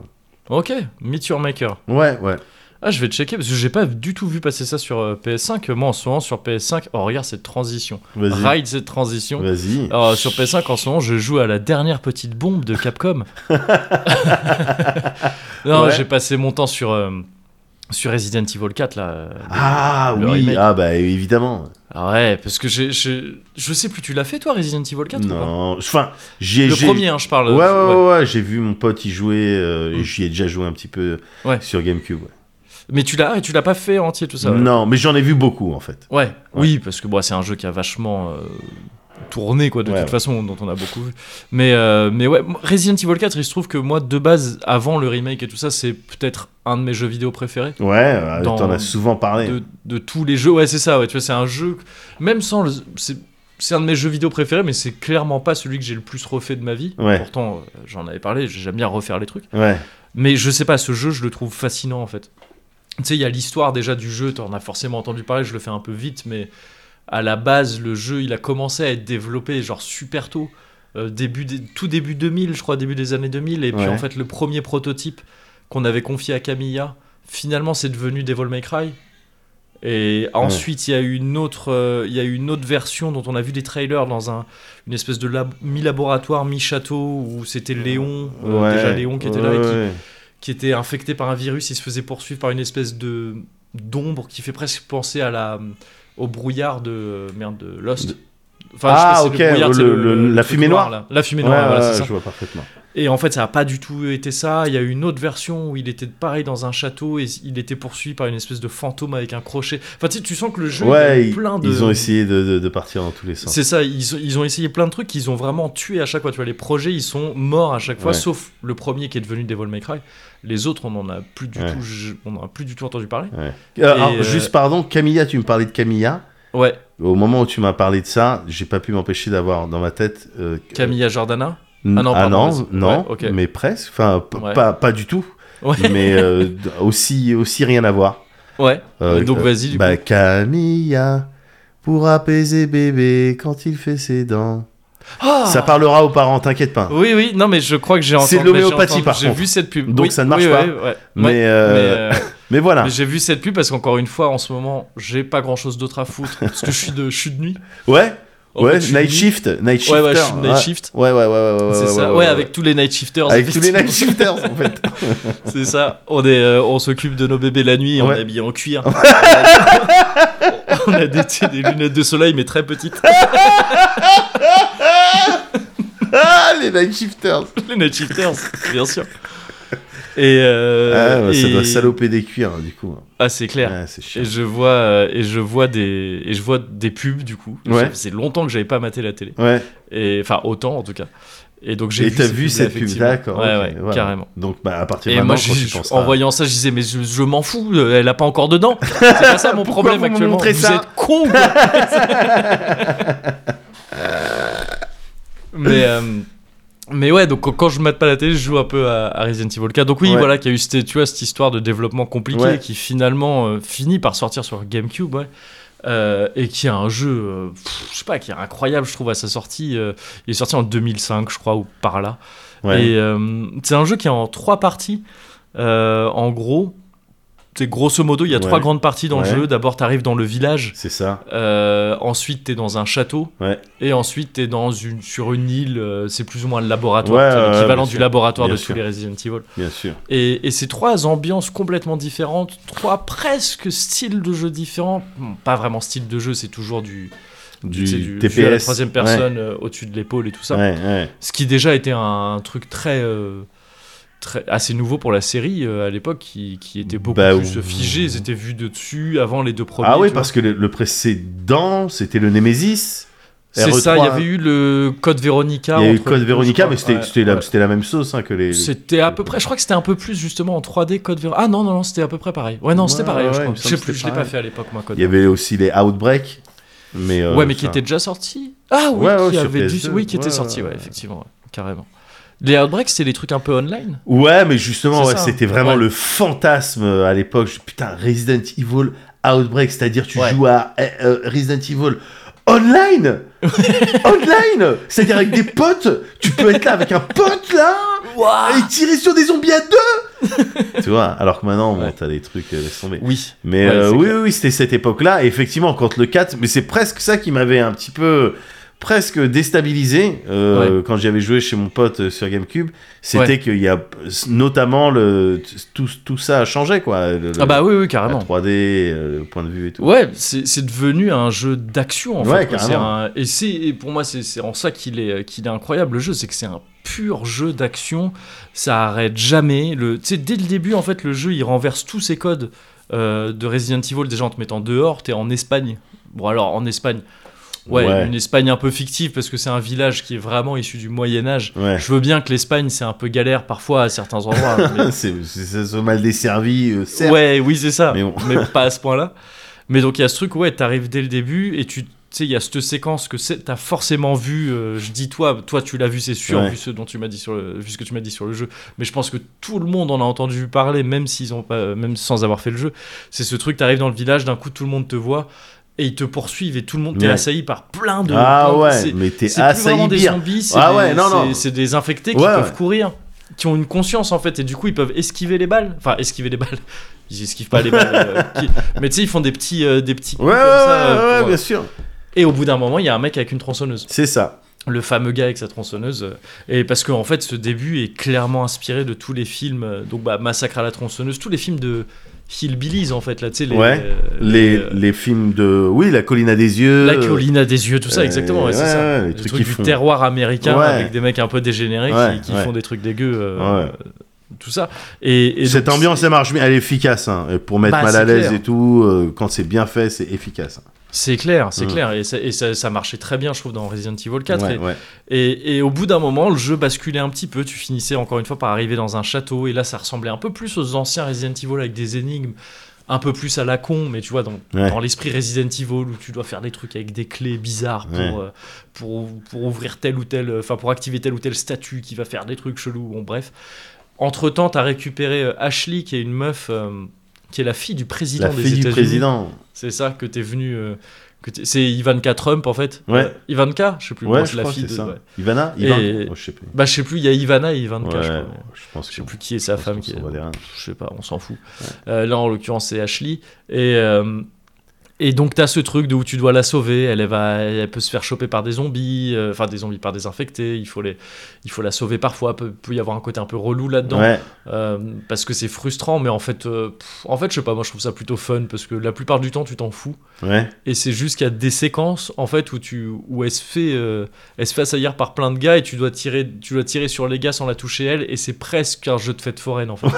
Speaker 2: Ok, Meet Your Maker.
Speaker 1: Ouais, ouais.
Speaker 2: Ah, je vais checker parce que j'ai pas du tout vu passer ça sur euh, PS5. Moi, en ce moment, sur PS5, oh, regarde cette transition.
Speaker 1: Vas-y.
Speaker 2: Ride cette transition.
Speaker 1: Vas-y.
Speaker 2: Alors, Oh, sur PS5, en ce moment, je joue à la dernière petite bombe de Capcom. non,
Speaker 1: Ouais.
Speaker 2: j'ai passé mon temps sur, euh, sur Resident Evil 4, là. euh,
Speaker 1: Ah
Speaker 2: le
Speaker 1: oui,
Speaker 2: remake.
Speaker 1: ah bah évidemment.
Speaker 2: Ah ouais, parce que j'ai, j'ai- je sais plus, tu l'as fait, toi, Resident Evil 4 ou pas
Speaker 1: Non, enfin, j'ai
Speaker 2: Le
Speaker 1: j'ai-
Speaker 2: premier, hein, je parle.
Speaker 1: Ouais, ouais,
Speaker 2: Ouais.
Speaker 1: ouais, ouais, j'ai vu mon pote y jouer, euh, et
Speaker 2: Mm.
Speaker 1: j'y ai déjà joué un petit peu
Speaker 2: Ouais.
Speaker 1: sur GameCube. ouais.
Speaker 2: Mais tu l'as, tu l'as pas fait entier, tout ça ouais.
Speaker 1: Non, mais j'en ai vu beaucoup en fait.
Speaker 2: Ouais, oui, parce que bon, c'est un jeu qui a vachement euh, tourné, quoi, de
Speaker 1: Ouais,
Speaker 2: toute
Speaker 1: ouais.
Speaker 2: façon, dont on a beaucoup vu. Mais, euh, mais ouais, moi, Resident Evil 4, il se trouve que moi, de base, avant le remake et tout ça, c'est peut-être un de mes jeux vidéo préférés.
Speaker 1: Ouais, euh,
Speaker 2: Dans-
Speaker 1: t'en as souvent parlé.
Speaker 2: De, de tous les jeux, ouais, c'est ça, ouais, tu vois, c'est un jeu, que- même sans le. C'est, c'est un de mes jeux vidéo préférés, mais c'est clairement pas celui que j'ai le plus refait de ma vie.
Speaker 1: Ouais.
Speaker 2: Pourtant, euh, j'en avais parlé, j'aime bien refaire les trucs.
Speaker 1: Ouais,
Speaker 2: Mais je sais pas, ce jeu, je le trouve fascinant en fait. Tu sais, il y a l'histoire déjà du jeu, t'en as forcément entendu parler, je le fais un peu vite, mais à la base, le jeu, il a commencé à être développé genre super tôt. Euh, début des- tout début 2000, je crois, début des années 2000. Et puis
Speaker 1: Ouais.
Speaker 2: en fait, le premier prototype qu'on avait confié à Camilla, finalement, c'est devenu Devil May Cry. Et ensuite, il y a eu une autre, euh, il y a eu une autre version dont on a vu des trailers dans un, une espèce de lab- mi-laboratoire, mi-château où c'était Léon, euh,
Speaker 1: ouais.
Speaker 2: déjà Léon qui était là et
Speaker 1: ouais,
Speaker 2: qui,
Speaker 1: ouais.
Speaker 2: qui était infecté par un virus, il se faisait poursuivre par une espèce de d'ombre qui fait presque penser à la au brouillard de merde de Lost. Enfin,
Speaker 1: Ah,
Speaker 2: si
Speaker 1: ok,
Speaker 2: le brouillard,
Speaker 1: le-
Speaker 2: c'est
Speaker 1: le- la
Speaker 2: truc
Speaker 1: fumée
Speaker 2: noir,
Speaker 1: noire.
Speaker 2: là. La fumée
Speaker 1: Ouais,
Speaker 2: noire, voilà,
Speaker 1: ouais,
Speaker 2: c'est ça.
Speaker 1: je vois parfaitement.
Speaker 2: Et en fait, ça n'a pas du tout été ça. Il y a eu une autre version où il était pareil dans un château et il était poursuivi par une espèce de fantôme avec un crochet. Enfin, tu, sais, tu sens que le jeu il a
Speaker 1: ouais,
Speaker 2: eu
Speaker 1: ils-
Speaker 2: plein de
Speaker 1: ils ont essayé de, de- de partir dans tous les sens.
Speaker 2: c'est ça, ils, ont- ils ont essayé plein de trucs qu'ils ont vraiment tué à chaque fois. Tu vois, les projets, ils sont morts à chaque fois,
Speaker 1: Ouais.
Speaker 2: sauf le premier qui est devenu Devil May Cry. Les autres, on en a plus du
Speaker 1: Ouais.
Speaker 2: tout, je- on en a plus du tout entendu parler.
Speaker 1: Euh, alors,
Speaker 2: euh,
Speaker 1: Juste pardon, Camilla, tu me parlais de Camilla.
Speaker 2: Ouais,
Speaker 1: Au moment où tu m'as parlé de ça, j'ai pas pu m'empêcher d'avoir dans ma tête euh,
Speaker 2: Camilla Jordana.
Speaker 1: N-
Speaker 2: Ah non, pardon, vas-y.
Speaker 1: non, non,
Speaker 2: Ouais, ok.
Speaker 1: mais presque. Enfin, p-
Speaker 2: Ouais.
Speaker 1: pas, pas du tout,
Speaker 2: Ouais,
Speaker 1: mais euh, d- aussi, aussi rien à voir.
Speaker 2: ouais.
Speaker 1: Euh,
Speaker 2: Donc
Speaker 1: euh,
Speaker 2: vas-y, du
Speaker 1: bah, Camilla, pour apaiser bébé quand il fait ses dents.
Speaker 2: Ah
Speaker 1: Ça parlera aux parents, t'inquiète pas.
Speaker 2: Oui, oui, non, mais je crois que j'ai entendu.
Speaker 1: C'est de
Speaker 2: mais j'ai
Speaker 1: l'homéopathie,
Speaker 2: entendu-
Speaker 1: par
Speaker 2: J'ai
Speaker 1: contre.
Speaker 2: vu cette pub.
Speaker 1: Donc
Speaker 2: Oui,
Speaker 1: ça ne marche
Speaker 2: oui,
Speaker 1: pas.
Speaker 2: ouais, ouais, ouais.
Speaker 1: Mais,
Speaker 2: Mais,
Speaker 1: euh,
Speaker 2: euh,
Speaker 1: Mais voilà.
Speaker 2: mais j'ai vu cette pub parce qu'encore une fois, en ce moment, j'ai pas grand chose d'autre à foutre parce que je suis de, je suis de nuit.
Speaker 1: Ouais,
Speaker 2: En
Speaker 1: ouais,
Speaker 2: fait, je suis de
Speaker 1: Night
Speaker 2: nuit.
Speaker 1: Shift, Night Shifter.
Speaker 2: Ouais, ouais, je suis de night shift.
Speaker 1: Ouais, ouais, ouais, ouais, ouais,
Speaker 2: C'est
Speaker 1: ouais,
Speaker 2: ça, ouais, avec tous les night shifters.
Speaker 1: Avec tous les
Speaker 2: effectivement.
Speaker 1: Night Shifters, en fait.
Speaker 2: C'est ça, on, est, euh, on s'occupe de nos bébés la nuit, on
Speaker 1: Ouais.
Speaker 2: est habillé en cuir. on a des, des lunettes de soleil, mais très petites.
Speaker 1: Ah, les Night Shifters.
Speaker 2: Les night shifters, bien sûr. Et, euh,
Speaker 1: ah, bah, ça
Speaker 2: et-
Speaker 1: doit saloper des cuirs, hein, du coup.
Speaker 2: Ah, c'est clair.
Speaker 1: Ouais, c'est chiant.
Speaker 2: Et je vois, euh, et je vois des, et je vois des pubs du coup.
Speaker 1: Ouais.
Speaker 2: Ça faisait longtemps que j'avais pas maté la télé.
Speaker 1: Ouais.
Speaker 2: Et enfin autant en tout cas. Et donc j'ai
Speaker 1: Et t'as
Speaker 2: cette
Speaker 1: vu
Speaker 2: pub-là,
Speaker 1: cette pub,
Speaker 2: effectivement.
Speaker 1: d'accord.
Speaker 2: Ouais,
Speaker 1: ok,
Speaker 2: ouais,
Speaker 1: voilà.
Speaker 2: carrément.
Speaker 1: Donc, bah, à partir de
Speaker 2: Et moi,
Speaker 1: maintenant,
Speaker 2: je-
Speaker 1: quand tu
Speaker 2: je-
Speaker 1: penses
Speaker 2: en
Speaker 1: à-
Speaker 2: voyant ça, je disais, mais je, je m'en fous, euh, elle a pas encore dedans. C'est pas ça mon
Speaker 1: Pourquoi
Speaker 2: problème
Speaker 1: vous me
Speaker 2: actuellement.
Speaker 1: montrez
Speaker 2: vous
Speaker 1: ça
Speaker 2: êtes con ou quoi Mais. euh, Mais ouais, donc quand- quand je mate pas la télé, je joue un peu à, à Resident Evil 4. Donc oui,
Speaker 1: Ouais.
Speaker 2: voilà, qu'il y a eu cette, tu vois, cette histoire de développement compliqué
Speaker 1: Ouais.
Speaker 2: qui finalement euh, finit par sortir sur GameCube, ouais. Euh, et qui a un jeu, euh, pff, je sais pas, qui est incroyable, je trouve, à sa sortie. euh, il est sorti en 2005, je crois, ou par là.
Speaker 1: Ouais.
Speaker 2: Et euh, c'est un jeu qui est en trois parties. Euh, en gros, t'es- grosso modo, il y a
Speaker 1: Ouais.
Speaker 2: trois grandes parties dans
Speaker 1: Ouais.
Speaker 2: le jeu. D'abord, t'arrives dans le village.
Speaker 1: C'est ça.
Speaker 2: Euh, ensuite, t'es dans un château.
Speaker 1: Ouais.
Speaker 2: Et ensuite, t'es dans une, sur une île. euh, c'est plus ou moins le laboratoire.
Speaker 1: Ouais,
Speaker 2: c'est
Speaker 1: ouais,
Speaker 2: l'équivalent
Speaker 1: bien
Speaker 2: du
Speaker 1: sûr.
Speaker 2: laboratoire
Speaker 1: Bien
Speaker 2: de
Speaker 1: sûr.
Speaker 2: tous les Resident Evil.
Speaker 1: Bien sûr.
Speaker 2: Et, et ces trois ambiances complètement différentes, trois presque styles de jeu différents. Bon, pas vraiment style de jeu, c'est toujours du,
Speaker 1: Du
Speaker 2: tu sais, du-
Speaker 1: TPS.
Speaker 2: vu à la troisième
Speaker 1: ouais.
Speaker 2: personne euh, au-dessus de l'épaule et tout ça.
Speaker 1: Ouais, ouais.
Speaker 2: Ce qui déjà était un truc très, euh, très assez nouveau pour la série euh, à l'époque, qui, qui était beaucoup
Speaker 1: Bah,
Speaker 2: plus
Speaker 1: ou-
Speaker 2: figé. Ils étaient vus de dessus avant les deux premiers.
Speaker 1: Ah oui,
Speaker 2: tu vois.
Speaker 1: parce que le, le précédent, c'était le Nemesis.
Speaker 2: c'est
Speaker 1: RE3,
Speaker 2: ça. Il y avait
Speaker 1: hein.
Speaker 2: eu le code Véronica.
Speaker 1: Il y a eu
Speaker 2: entre les
Speaker 1: Code
Speaker 2: deux,
Speaker 1: Véronica,
Speaker 2: je crois.
Speaker 1: mais c'était
Speaker 2: Ouais,
Speaker 1: c'était la,
Speaker 2: ouais.
Speaker 1: c'était la même sauce hein, que les.
Speaker 2: C'était à peu près, je crois que c'était un peu plus justement en 3D Code Véronica. Ah non, non, non, c'était à peu près pareil. Ouais, non, c'était
Speaker 1: Ouais,
Speaker 2: pareil,
Speaker 1: ouais,
Speaker 2: je
Speaker 1: ouais, il
Speaker 2: crois.
Speaker 1: me
Speaker 2: Je
Speaker 1: semble
Speaker 2: sais
Speaker 1: que
Speaker 2: plus, je
Speaker 1: c'était
Speaker 2: l'ai pas fait à l'époque, moi, Code
Speaker 1: Il y avait aussi les Outbreak. Mais, euh,
Speaker 2: ouais, mais qui
Speaker 1: enfin,
Speaker 2: était déjà sorti. Ah oui,
Speaker 1: Ouais, ouais,
Speaker 2: qui
Speaker 1: sur PS2,
Speaker 2: avait dû- oui, qui
Speaker 1: ouais,
Speaker 2: était sorti,
Speaker 1: ouais,
Speaker 2: ouais,
Speaker 1: ouais.
Speaker 2: effectivement, ouais, carrément. Les Outbreaks, c'est des trucs un peu online.
Speaker 1: Ouais, mais justement,
Speaker 2: C'est
Speaker 1: ouais,
Speaker 2: ça.
Speaker 1: c'était vraiment
Speaker 2: Ouais.
Speaker 1: le fantasme euh, à l'époque. Je- Putain, Resident Evil Outbreak, c'est-à-dire tu
Speaker 2: Ouais.
Speaker 1: joues à euh, euh, Resident Evil online Online C'est-à-dire avec des potes Tu peux être là avec un pote là et tirer sur des zombies à deux Tu vois, alors que maintenant, bon,
Speaker 2: Ouais.
Speaker 1: t'as des trucs, euh, laisse tomber.
Speaker 2: Oui.
Speaker 1: Mais
Speaker 2: Ouais,
Speaker 1: euh,
Speaker 2: c'est
Speaker 1: oui,
Speaker 2: clair.
Speaker 1: oui, c'était cette époque-là. Et effectivement, quand le 4, mais c'est presque ça qui m'avait un petit peu presque déstabilisé euh, quand j'avais joué chez mon pote euh, sur GameCube, c'était
Speaker 2: Ouais.
Speaker 1: qu'il y a notamment le tout, tout ça a changé quoi. Le- le-
Speaker 2: Ah bah oui, oui,
Speaker 1: la
Speaker 2: carrément.
Speaker 1: 3D, euh, le point de vue et tout.
Speaker 2: Ouais, c'est c'est devenu un jeu d'action en
Speaker 1: Ouais,
Speaker 2: fait. quoi.
Speaker 1: carrément.
Speaker 2: C'est un- et c'est et pour moi c'est c'est en ça qu'il est qu'il est incroyable le jeu, c'est que c'est un pur jeu d'action. Ça arrête jamais. Le, tu sais, dès le début en fait le jeu il renverse tous ses codes euh, de Resident Evil déjà en te mettant dehors. T'es en Espagne. Bon alors en Espagne. Ouais,
Speaker 1: Ouais.
Speaker 2: une Espagne un peu fictive parce que c'est un village qui est vraiment issu du Moyen Âge.
Speaker 1: Ouais.
Speaker 2: Je veux bien que l'Espagne c'est un peu galère parfois à certains endroits. mais-
Speaker 1: c'est c'est- c'est c'est mal desservi, euh, certes.
Speaker 2: Ouais, oui, c'est ça.
Speaker 1: Mais bon.
Speaker 2: pas à ce point-là. Mais donc, il y a ce truc, ouais, t'arrives dès le début et tu tu sais, il y a cette séquence que c'est- t'as forcément vu. euh, je dis toi, toi, tu l'as vu, c'est sûr,
Speaker 1: Ouais.
Speaker 2: vu, ce dont tu m'as dit sur le, vu ce que tu m'as dit sur le jeu. Mais je pense que tout le monde en a entendu parler, même s'ils ont pas, euh, même sans avoir fait le jeu. C'est ce truc, t'arrives dans le village, d'un coup, tout le monde te voit et ils te poursuivent et tout le monde t'es
Speaker 1: Ouais.
Speaker 2: assailli par plein de.
Speaker 1: Ah
Speaker 2: plein de-
Speaker 1: ouais,
Speaker 2: c'est-
Speaker 1: mais t'es
Speaker 2: c'est plus vraiment
Speaker 1: assailli
Speaker 2: des
Speaker 1: bien.
Speaker 2: zombies, c'est
Speaker 1: Ah
Speaker 2: des,
Speaker 1: ouais, non, non.
Speaker 2: c'est- c'est des infectés qui
Speaker 1: Ouais,
Speaker 2: peuvent
Speaker 1: ouais.
Speaker 2: courir, qui ont une conscience en fait, et du coup ils peuvent esquiver les balles. Enfin, esquiver les balles. Ils esquivent pas les balles. euh, qui- Mais tu sais, ils font des petits, euh, des petits
Speaker 1: Ouais,
Speaker 2: coups
Speaker 1: ouais, ouais,
Speaker 2: comme ça. euh,
Speaker 1: ouais,
Speaker 2: pour, euh,
Speaker 1: bien sûr.
Speaker 2: Et au bout d'un moment, il y a un mec avec une tronçonneuse.
Speaker 1: C'est ça.
Speaker 2: Le fameux gars avec sa tronçonneuse. euh, Et parce qu'en en fait, ce début est clairement inspiré de tous les films. euh, Donc, bah, Massacre à la tronçonneuse, tous les films de Hillbillies en fait, là, tu sais, les.
Speaker 1: Ouais.
Speaker 2: euh,
Speaker 1: Les,
Speaker 2: euh,
Speaker 1: les films de. Oui, La colline à des yeux.
Speaker 2: la colline à des yeux, tout ça,
Speaker 1: euh,
Speaker 2: exactement. ouais, c'est
Speaker 1: ouais,
Speaker 2: ça.
Speaker 1: ouais, les
Speaker 2: les
Speaker 1: trucs
Speaker 2: trucs,
Speaker 1: qui
Speaker 2: du
Speaker 1: font-
Speaker 2: terroir américain
Speaker 1: Ouais.
Speaker 2: avec des mecs un peu dégénérés qui-
Speaker 1: Ouais,
Speaker 2: qui,
Speaker 1: ouais.
Speaker 2: font des trucs dégueux. euh,
Speaker 1: Ouais.
Speaker 2: Tout ça. Et, et
Speaker 1: Cette
Speaker 2: donc,
Speaker 1: ambiance,
Speaker 2: c'est-
Speaker 1: elle marche bien, elle est efficace. hein. Et Pour mettre
Speaker 2: Bah,
Speaker 1: mal à
Speaker 2: c'est
Speaker 1: l'aise
Speaker 2: clair.
Speaker 1: et tout, euh, quand c'est bien fait, c'est efficace.
Speaker 2: C'est clair, c'est
Speaker 1: Mm.
Speaker 2: clair. Et, ça, et ça, ça marchait très bien, je trouve, dans Resident Evil 4.
Speaker 1: Ouais,
Speaker 2: et,
Speaker 1: ouais.
Speaker 2: et- et au bout d'un moment, le jeu basculait un petit peu. Tu finissais encore une fois par arriver dans un château. Et là, ça ressemblait un peu plus aux anciens Resident Evil avec des énigmes. Un peu plus à la con, mais tu vois, dans,
Speaker 1: Ouais.
Speaker 2: dans l'esprit Resident Evil, où tu dois faire des trucs avec des clés bizarres pour,
Speaker 1: Ouais.
Speaker 2: euh, pour, pour ouvrir tel ou tel, euh, enfin pour activer tel ou tel statut qui va faire des trucs chelous, bon bref. Entre temps, t'as récupéré euh, Ashley, qui est une meuf, euh, qui est la fille du président
Speaker 1: La
Speaker 2: des
Speaker 1: fille du
Speaker 2: États-Unis.
Speaker 1: président.
Speaker 2: C'est ça que t'es venu. euh, que t'es- c'est Ivanka Trump en fait.
Speaker 1: Ouais.
Speaker 2: Euh, Ivanka, je sais plus.
Speaker 1: Ouais,
Speaker 2: bon,
Speaker 1: je
Speaker 2: c'est la
Speaker 1: crois
Speaker 2: fille
Speaker 1: que c'est
Speaker 2: de.
Speaker 1: ça.
Speaker 2: ouais.
Speaker 1: Ivana
Speaker 2: Et-
Speaker 1: Ivan Oh, Je sais plus.
Speaker 2: Bah je sais plus. Il y a Ivana et Ivanka.
Speaker 1: Ouais,
Speaker 2: je crois. mais
Speaker 1: je pense
Speaker 2: Je
Speaker 1: que
Speaker 2: sais plus qui est sa
Speaker 1: je
Speaker 2: femme
Speaker 1: pense
Speaker 2: qui.
Speaker 1: qu'on
Speaker 2: est-
Speaker 1: va dire rien.
Speaker 2: je sais pas, on s'en fout. Euh, là, en l'occurrence, c'est Ashley. Et, euh, et donc, t'as ce truc de où tu dois la sauver. Elle, elle va, elle peut se faire choper par des zombies, euh, enfin des zombies par des infectés. Il faut, les, il faut la sauver parfois. Peut, peut y avoir un côté un peu relou là-dedans.
Speaker 1: Ouais,
Speaker 2: euh, parce que c'est frustrant, mais en fait, euh, pff, en fait, je sais pas, moi je trouve ça plutôt fun parce que la plupart du temps, tu t'en fous.
Speaker 1: ouais.
Speaker 2: Et c'est juste qu'il y a des séquences en fait où tu où elle se fait euh, elle se fait assaillir par plein de gars et tu dois tirer tu dois tirer sur les gars sans la toucher elle et c'est presque un jeu de fête foraine en fait.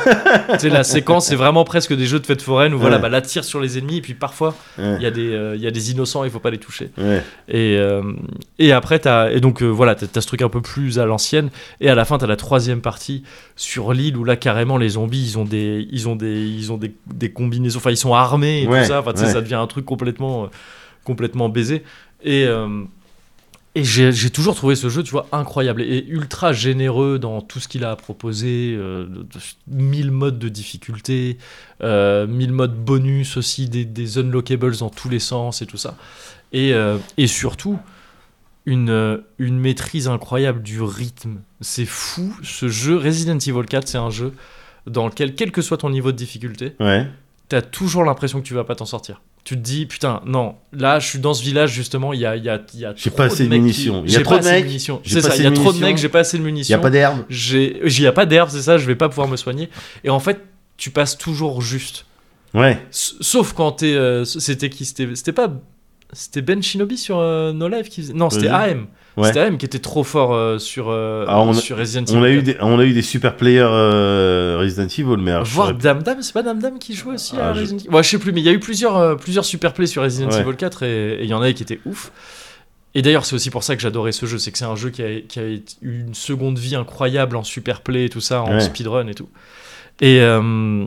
Speaker 2: tu sais la séquence c'est vraiment presque des jeux de fête foraine où voilà
Speaker 1: Ouais.
Speaker 2: bah la tire sur les ennemis et puis parfois il
Speaker 1: Ouais.
Speaker 2: y a des euh, il y a des innocents il faut pas les toucher.
Speaker 1: ouais.
Speaker 2: Et euh, et après t'as et donc euh, voilà t'as t'as ce truc un peu plus à l'ancienne et à la fin t'as la troisième partie sur l'île où là carrément les zombies ils ont des ils ont des ils ont des, des combinaisons enfin ils sont armés et
Speaker 1: Ouais,
Speaker 2: tout ça enfin tu sais,
Speaker 1: ouais.
Speaker 2: ça devient un truc complètement euh, complètement baisé et euh, et j'ai j'ai toujours trouvé ce jeu, tu vois, incroyable et ultra généreux dans tout ce qu'il a à proposer. euh, de- de- mille modes de difficulté, euh, mille modes bonus aussi, des, des unlockables dans tous les sens et tout ça. Et, euh, et surtout, une, euh, une maîtrise incroyable du rythme. C'est fou, ce jeu. Resident Evil 4, c'est un jeu dans lequel, quel que soit ton niveau de difficulté,
Speaker 1: Ouais.
Speaker 2: t'as toujours l'impression que tu vas pas t'en sortir. Tu te dis, putain, non, là, je suis dans ce village, justement, il y a, il y a, il y a
Speaker 1: J'ai
Speaker 2: trop
Speaker 1: pas assez de
Speaker 2: mecs qui-
Speaker 1: munitions. Il y a
Speaker 2: j'ai
Speaker 1: trop
Speaker 2: pas
Speaker 1: de
Speaker 2: assez
Speaker 1: mecs,
Speaker 2: munitions.
Speaker 1: j'ai
Speaker 2: C'est
Speaker 1: pas
Speaker 2: ça,
Speaker 1: assez
Speaker 2: il y a
Speaker 1: de
Speaker 2: trop de
Speaker 1: munitions.
Speaker 2: mecs, j'ai pas assez de
Speaker 1: Il y a
Speaker 2: munitions.
Speaker 1: pas d'herbe.
Speaker 2: J'ai, j'y a pas d'herbe, c'est ça, je vais pas pouvoir me soigner. Et en fait, tu passes toujours juste.
Speaker 1: Ouais.
Speaker 2: S- Sauf quand t'es. euh, c'était qui C'était c'était pas. C'était Ben Shinobi sur euh, No Life qui faisait. Non, c'était
Speaker 1: Vas-y.
Speaker 2: AM.
Speaker 1: Ouais.
Speaker 2: C'était AM qui était trop fort euh, sur, euh,
Speaker 1: Ah, on a-
Speaker 2: sur Resident Evil.
Speaker 1: On a, eu des, on a eu des super players euh, Resident Evil, mais alors, je
Speaker 2: Voir
Speaker 1: saurais-
Speaker 2: Dame Dame, c'est pas Dame Dame qui jouait aussi
Speaker 1: Ah,
Speaker 2: à
Speaker 1: je-
Speaker 2: Resident Evil Ouais, je sais plus, mais il y a eu plusieurs, euh, plusieurs super plays sur Resident
Speaker 1: Ouais.
Speaker 2: Evil 4 et et il y en a qui étaient ouf. Et d'ailleurs, c'est aussi pour ça que j'adorais ce jeu, c'est que c'est un jeu qui a, qui a eu une seconde vie incroyable en super play et tout ça, en
Speaker 1: Ouais.
Speaker 2: speedrun et tout. Et, euh,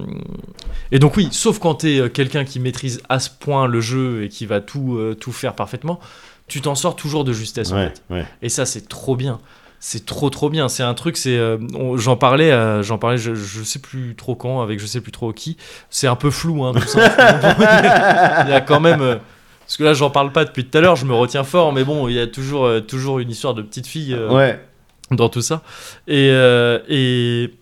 Speaker 2: et donc oui, sauf quand t'es euh, quelqu'un qui maîtrise à ce point le jeu et qui va tout, euh, tout faire parfaitement, tu t'en sors toujours de justesse en fait.
Speaker 1: Ouais, ouais.
Speaker 2: Et ça, c'est trop bien. C'est trop trop bien. C'est un truc. C'est euh, on- j'en parlais, euh, j'en parlais. Je, je sais plus trop quand avec je sais plus trop qui. C'est un peu flou. Hein, tout ça. il y a quand même. euh, parce que là, j'en parle pas depuis tout à l'heure. Je me retiens fort, mais bon, il y a toujours euh, toujours une histoire de petite fille euh,
Speaker 1: ouais.
Speaker 2: dans tout ça. Et euh, et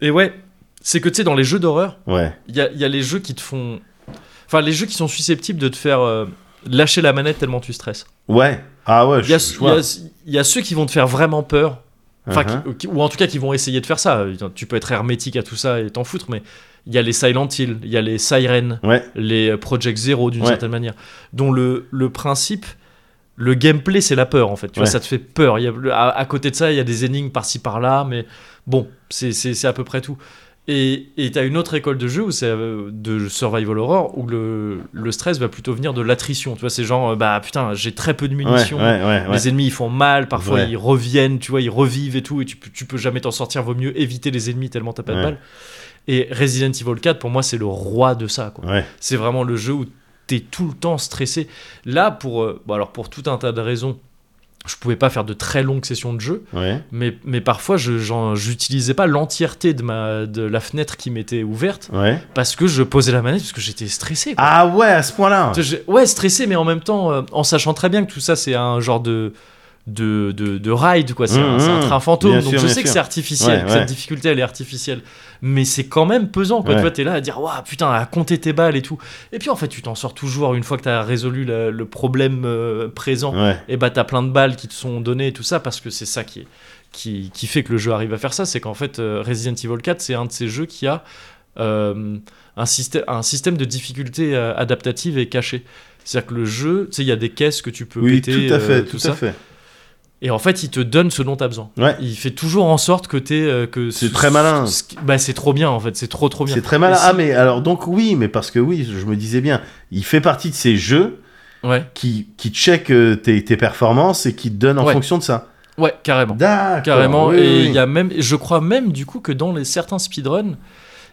Speaker 2: et ouais, c'est que tu sais dans les jeux d'horreur,
Speaker 1: Ouais.
Speaker 2: il y a, il y a les jeux qui te font. Enfin, les jeux qui sont susceptibles de te faire euh, lâcher la manette tellement tu stresses.
Speaker 1: Ouais. Ah ouais,
Speaker 2: Il y,
Speaker 1: je,
Speaker 2: a-
Speaker 1: je
Speaker 2: il y
Speaker 1: vois.
Speaker 2: a- il y a ceux qui vont te faire vraiment peur. Enfin,
Speaker 1: Uh-huh.
Speaker 2: qui- qui- ou en tout cas qui vont essayer de faire ça. Tu peux être hermétique à tout ça et t'en foutre, mais il y a les Silent Hill, il y a les Siren,
Speaker 1: Ouais.
Speaker 2: les euh, Project Zero d'une
Speaker 1: Ouais.
Speaker 2: certaine manière, dont le, le principe, le gameplay, c'est la peur en fait. Tu vois,
Speaker 1: Ouais.
Speaker 2: ça te fait peur. Il y a, le- à, à côté de ça, il y a des énigmes par-ci par-là, mais bon, c'est- c'est c'est à peu près tout. Et et t'as une autre école de jeu où c'est euh, de survival horror où le, le stress va plutôt venir de l'attrition. Tu vois, c'est genre euh, bah putain, j'ai très peu de
Speaker 1: Ouais, ouais,
Speaker 2: munitions,
Speaker 1: ouais, ouais.
Speaker 2: les ennemis ils font mal, parfois
Speaker 1: Ouais.
Speaker 2: ils reviennent, tu vois, ils revivent et tout, et tu, peux- tu peux jamais t'en sortir, vaut mieux éviter les ennemis tellement t'as pas de
Speaker 1: Ouais.
Speaker 2: balles. Et Resident Evil 4, pour moi, c'est le roi de ça, quoi.
Speaker 1: Ouais.
Speaker 2: C'est vraiment le jeu où t'es tout le temps stressé. Là, pour, euh, bon, alors pour tout un tas de raisons, je pouvais pas faire de très longues sessions de jeu,
Speaker 1: Ouais.
Speaker 2: mais, mais parfois je j'en- j'utilisais pas l'entièreté de, ma- de la fenêtre qui m'était ouverte
Speaker 1: Ouais.
Speaker 2: parce que je posais la manette parce que j'étais stressé. quoi.
Speaker 1: Ah ouais, à ce point-là.
Speaker 2: Tu sais, j'ai- Ouais, stressé, mais en même temps, euh, en sachant très bien que tout ça, c'est un genre de de, de, de ride quoi c'est un,
Speaker 1: Mmh,
Speaker 2: c'est un
Speaker 1: mmh.
Speaker 2: train fantôme
Speaker 1: Bien
Speaker 2: donc
Speaker 1: sûr,
Speaker 2: je
Speaker 1: bien
Speaker 2: sais que
Speaker 1: sûr.
Speaker 2: c'est artificiel
Speaker 1: Ouais,
Speaker 2: que cette
Speaker 1: ouais.
Speaker 2: difficulté elle est artificielle mais c'est quand même pesant quoi
Speaker 1: Ouais.
Speaker 2: tu vois t'es là à dire waouh putain à compter tes balles et tout et puis en fait tu t'en sors toujours une fois que t'as résolu le, le problème euh, présent
Speaker 1: Ouais.
Speaker 2: et bah t'as plein de balles qui te sont données et tout ça parce que c'est ça qui, est- qui, qui fait que le jeu arrive à faire ça c'est qu'en fait euh, Resident Evil 4 c'est un de ces jeux qui a euh, un, système, un système de difficulté euh, adaptative et caché c'est-à-dire que le jeu, tu sais, il y a des caisses que tu peux
Speaker 1: Oui,
Speaker 2: péter,
Speaker 1: tout à
Speaker 2: euh,
Speaker 1: fait, tout,
Speaker 2: ça.
Speaker 1: à fait.
Speaker 2: Et en fait, il te donne ce dont t'as besoin.
Speaker 1: Ouais.
Speaker 2: Il fait toujours en sorte que t'es euh, que
Speaker 1: C'est
Speaker 2: ce-
Speaker 1: très malin.
Speaker 2: ce- ce- bah c'est trop bien en fait, c'est trop trop bien.
Speaker 1: C'est très malin.
Speaker 2: Et si-
Speaker 1: Ah mais alors donc oui, mais parce que oui, je me disais bien, il fait partie de ces jeux
Speaker 2: Ouais,
Speaker 1: qui qui check euh, tes, tes performances et qui te donnent en
Speaker 2: Ouais.
Speaker 1: fonction de ça.
Speaker 2: ouais, carrément,
Speaker 1: D'accord.
Speaker 2: carrément.
Speaker 1: oui,
Speaker 2: et
Speaker 1: oui,
Speaker 2: il
Speaker 1: oui.
Speaker 2: y a même, je crois même du coup que dans les certains speedruns,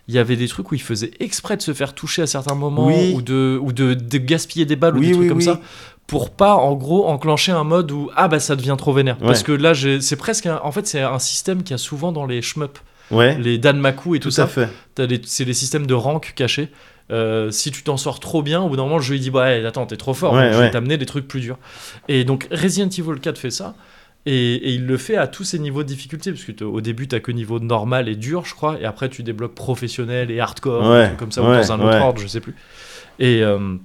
Speaker 2: il y avait des trucs où ils faisaient exprès de se faire toucher à certains moments
Speaker 1: Oui.
Speaker 2: ou de ou de, de gaspiller des balles ou
Speaker 1: Oui,
Speaker 2: des trucs
Speaker 1: oui,
Speaker 2: comme
Speaker 1: oui.
Speaker 2: ça pour pas en gros enclencher un mode où ah bah ça devient trop vénère
Speaker 1: Ouais.
Speaker 2: parce que là j'ai- c'est presque un- en fait c'est un système qu'il y a souvent dans les shmup,
Speaker 1: Ouais.
Speaker 2: les danmaku et tout,
Speaker 1: Tout,
Speaker 2: ça.
Speaker 1: à fait.
Speaker 2: T'as des- c'est des systèmes de rank cachés. Euh, si tu t'en sors trop bien, au bout d'un moment, le jeu il dit bah, hey, attends, t'es trop fort,
Speaker 1: Ouais,
Speaker 2: donc je vais
Speaker 1: ouais.
Speaker 2: t'amener des trucs plus durs. Et donc Resident Evil 4 fait ça. Et, et il le fait à tous ses niveaux de difficulté, parce que t'as- au début t'as que niveau normal et dur, je crois, et après tu débloques professionnel et hardcore,
Speaker 1: Ouais,
Speaker 2: des trucs comme ça, ou
Speaker 1: ouais,
Speaker 2: dans un autre
Speaker 1: ouais.
Speaker 2: ordre, je sais plus. Et, euh,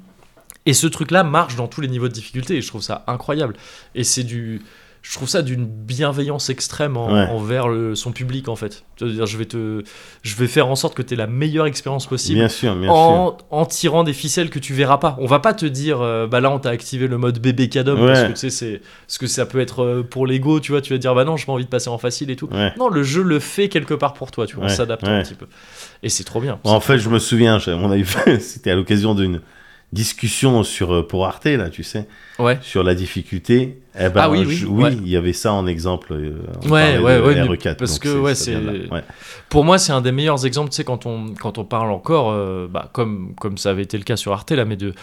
Speaker 2: et ce truc-là marche dans tous les niveaux de difficulté, et je trouve ça incroyable. Et c'est du. Je trouve ça d'une bienveillance extrême en-
Speaker 1: Ouais.
Speaker 2: envers le- son public, en fait. C'est-à-dire, je vais te je vais faire en sorte que tu aies la meilleure expérience possible
Speaker 1: Bien sûr, bien sûr.
Speaker 2: en, en tirant des ficelles que tu verras pas. On va pas te dire, euh, bah là on t'a activé le mode bébé cadom parce
Speaker 1: Ouais.
Speaker 2: que tu sais, c'est ce que ça peut être euh, pour l'ego, tu vois. Tu vas dire, bah non, j'ai pas envie de passer en facile et tout.
Speaker 1: Ouais.
Speaker 2: Non, le jeu le fait quelque part pour toi, tu vois, on
Speaker 1: Ouais,
Speaker 2: s'adapte un
Speaker 1: ouais.
Speaker 2: petit peu. Et c'est trop bien.
Speaker 1: Bon, en fait, je me souviens, j'avais- on avait fait- c'était à l'occasion d'une discussion sur euh, pour Arte là, tu sais,
Speaker 2: Ouais.
Speaker 1: sur la difficulté. Eh ben,
Speaker 2: Ah oui, oui,
Speaker 1: je-
Speaker 2: ouais.
Speaker 1: il y avait ça en exemple. euh, on
Speaker 2: Ouais,
Speaker 1: parlait
Speaker 2: ouais,
Speaker 1: de
Speaker 2: ouais, mais
Speaker 1: RE4,
Speaker 2: parce
Speaker 1: donc
Speaker 2: que, ouais,
Speaker 1: ça vient de là.
Speaker 2: c'est-
Speaker 1: Ouais.
Speaker 2: Pour moi, c'est un des meilleurs exemples, tu sais, quand on, quand on parle encore, euh, bah, comme, comme ça avait été le cas sur Arte, là, mais de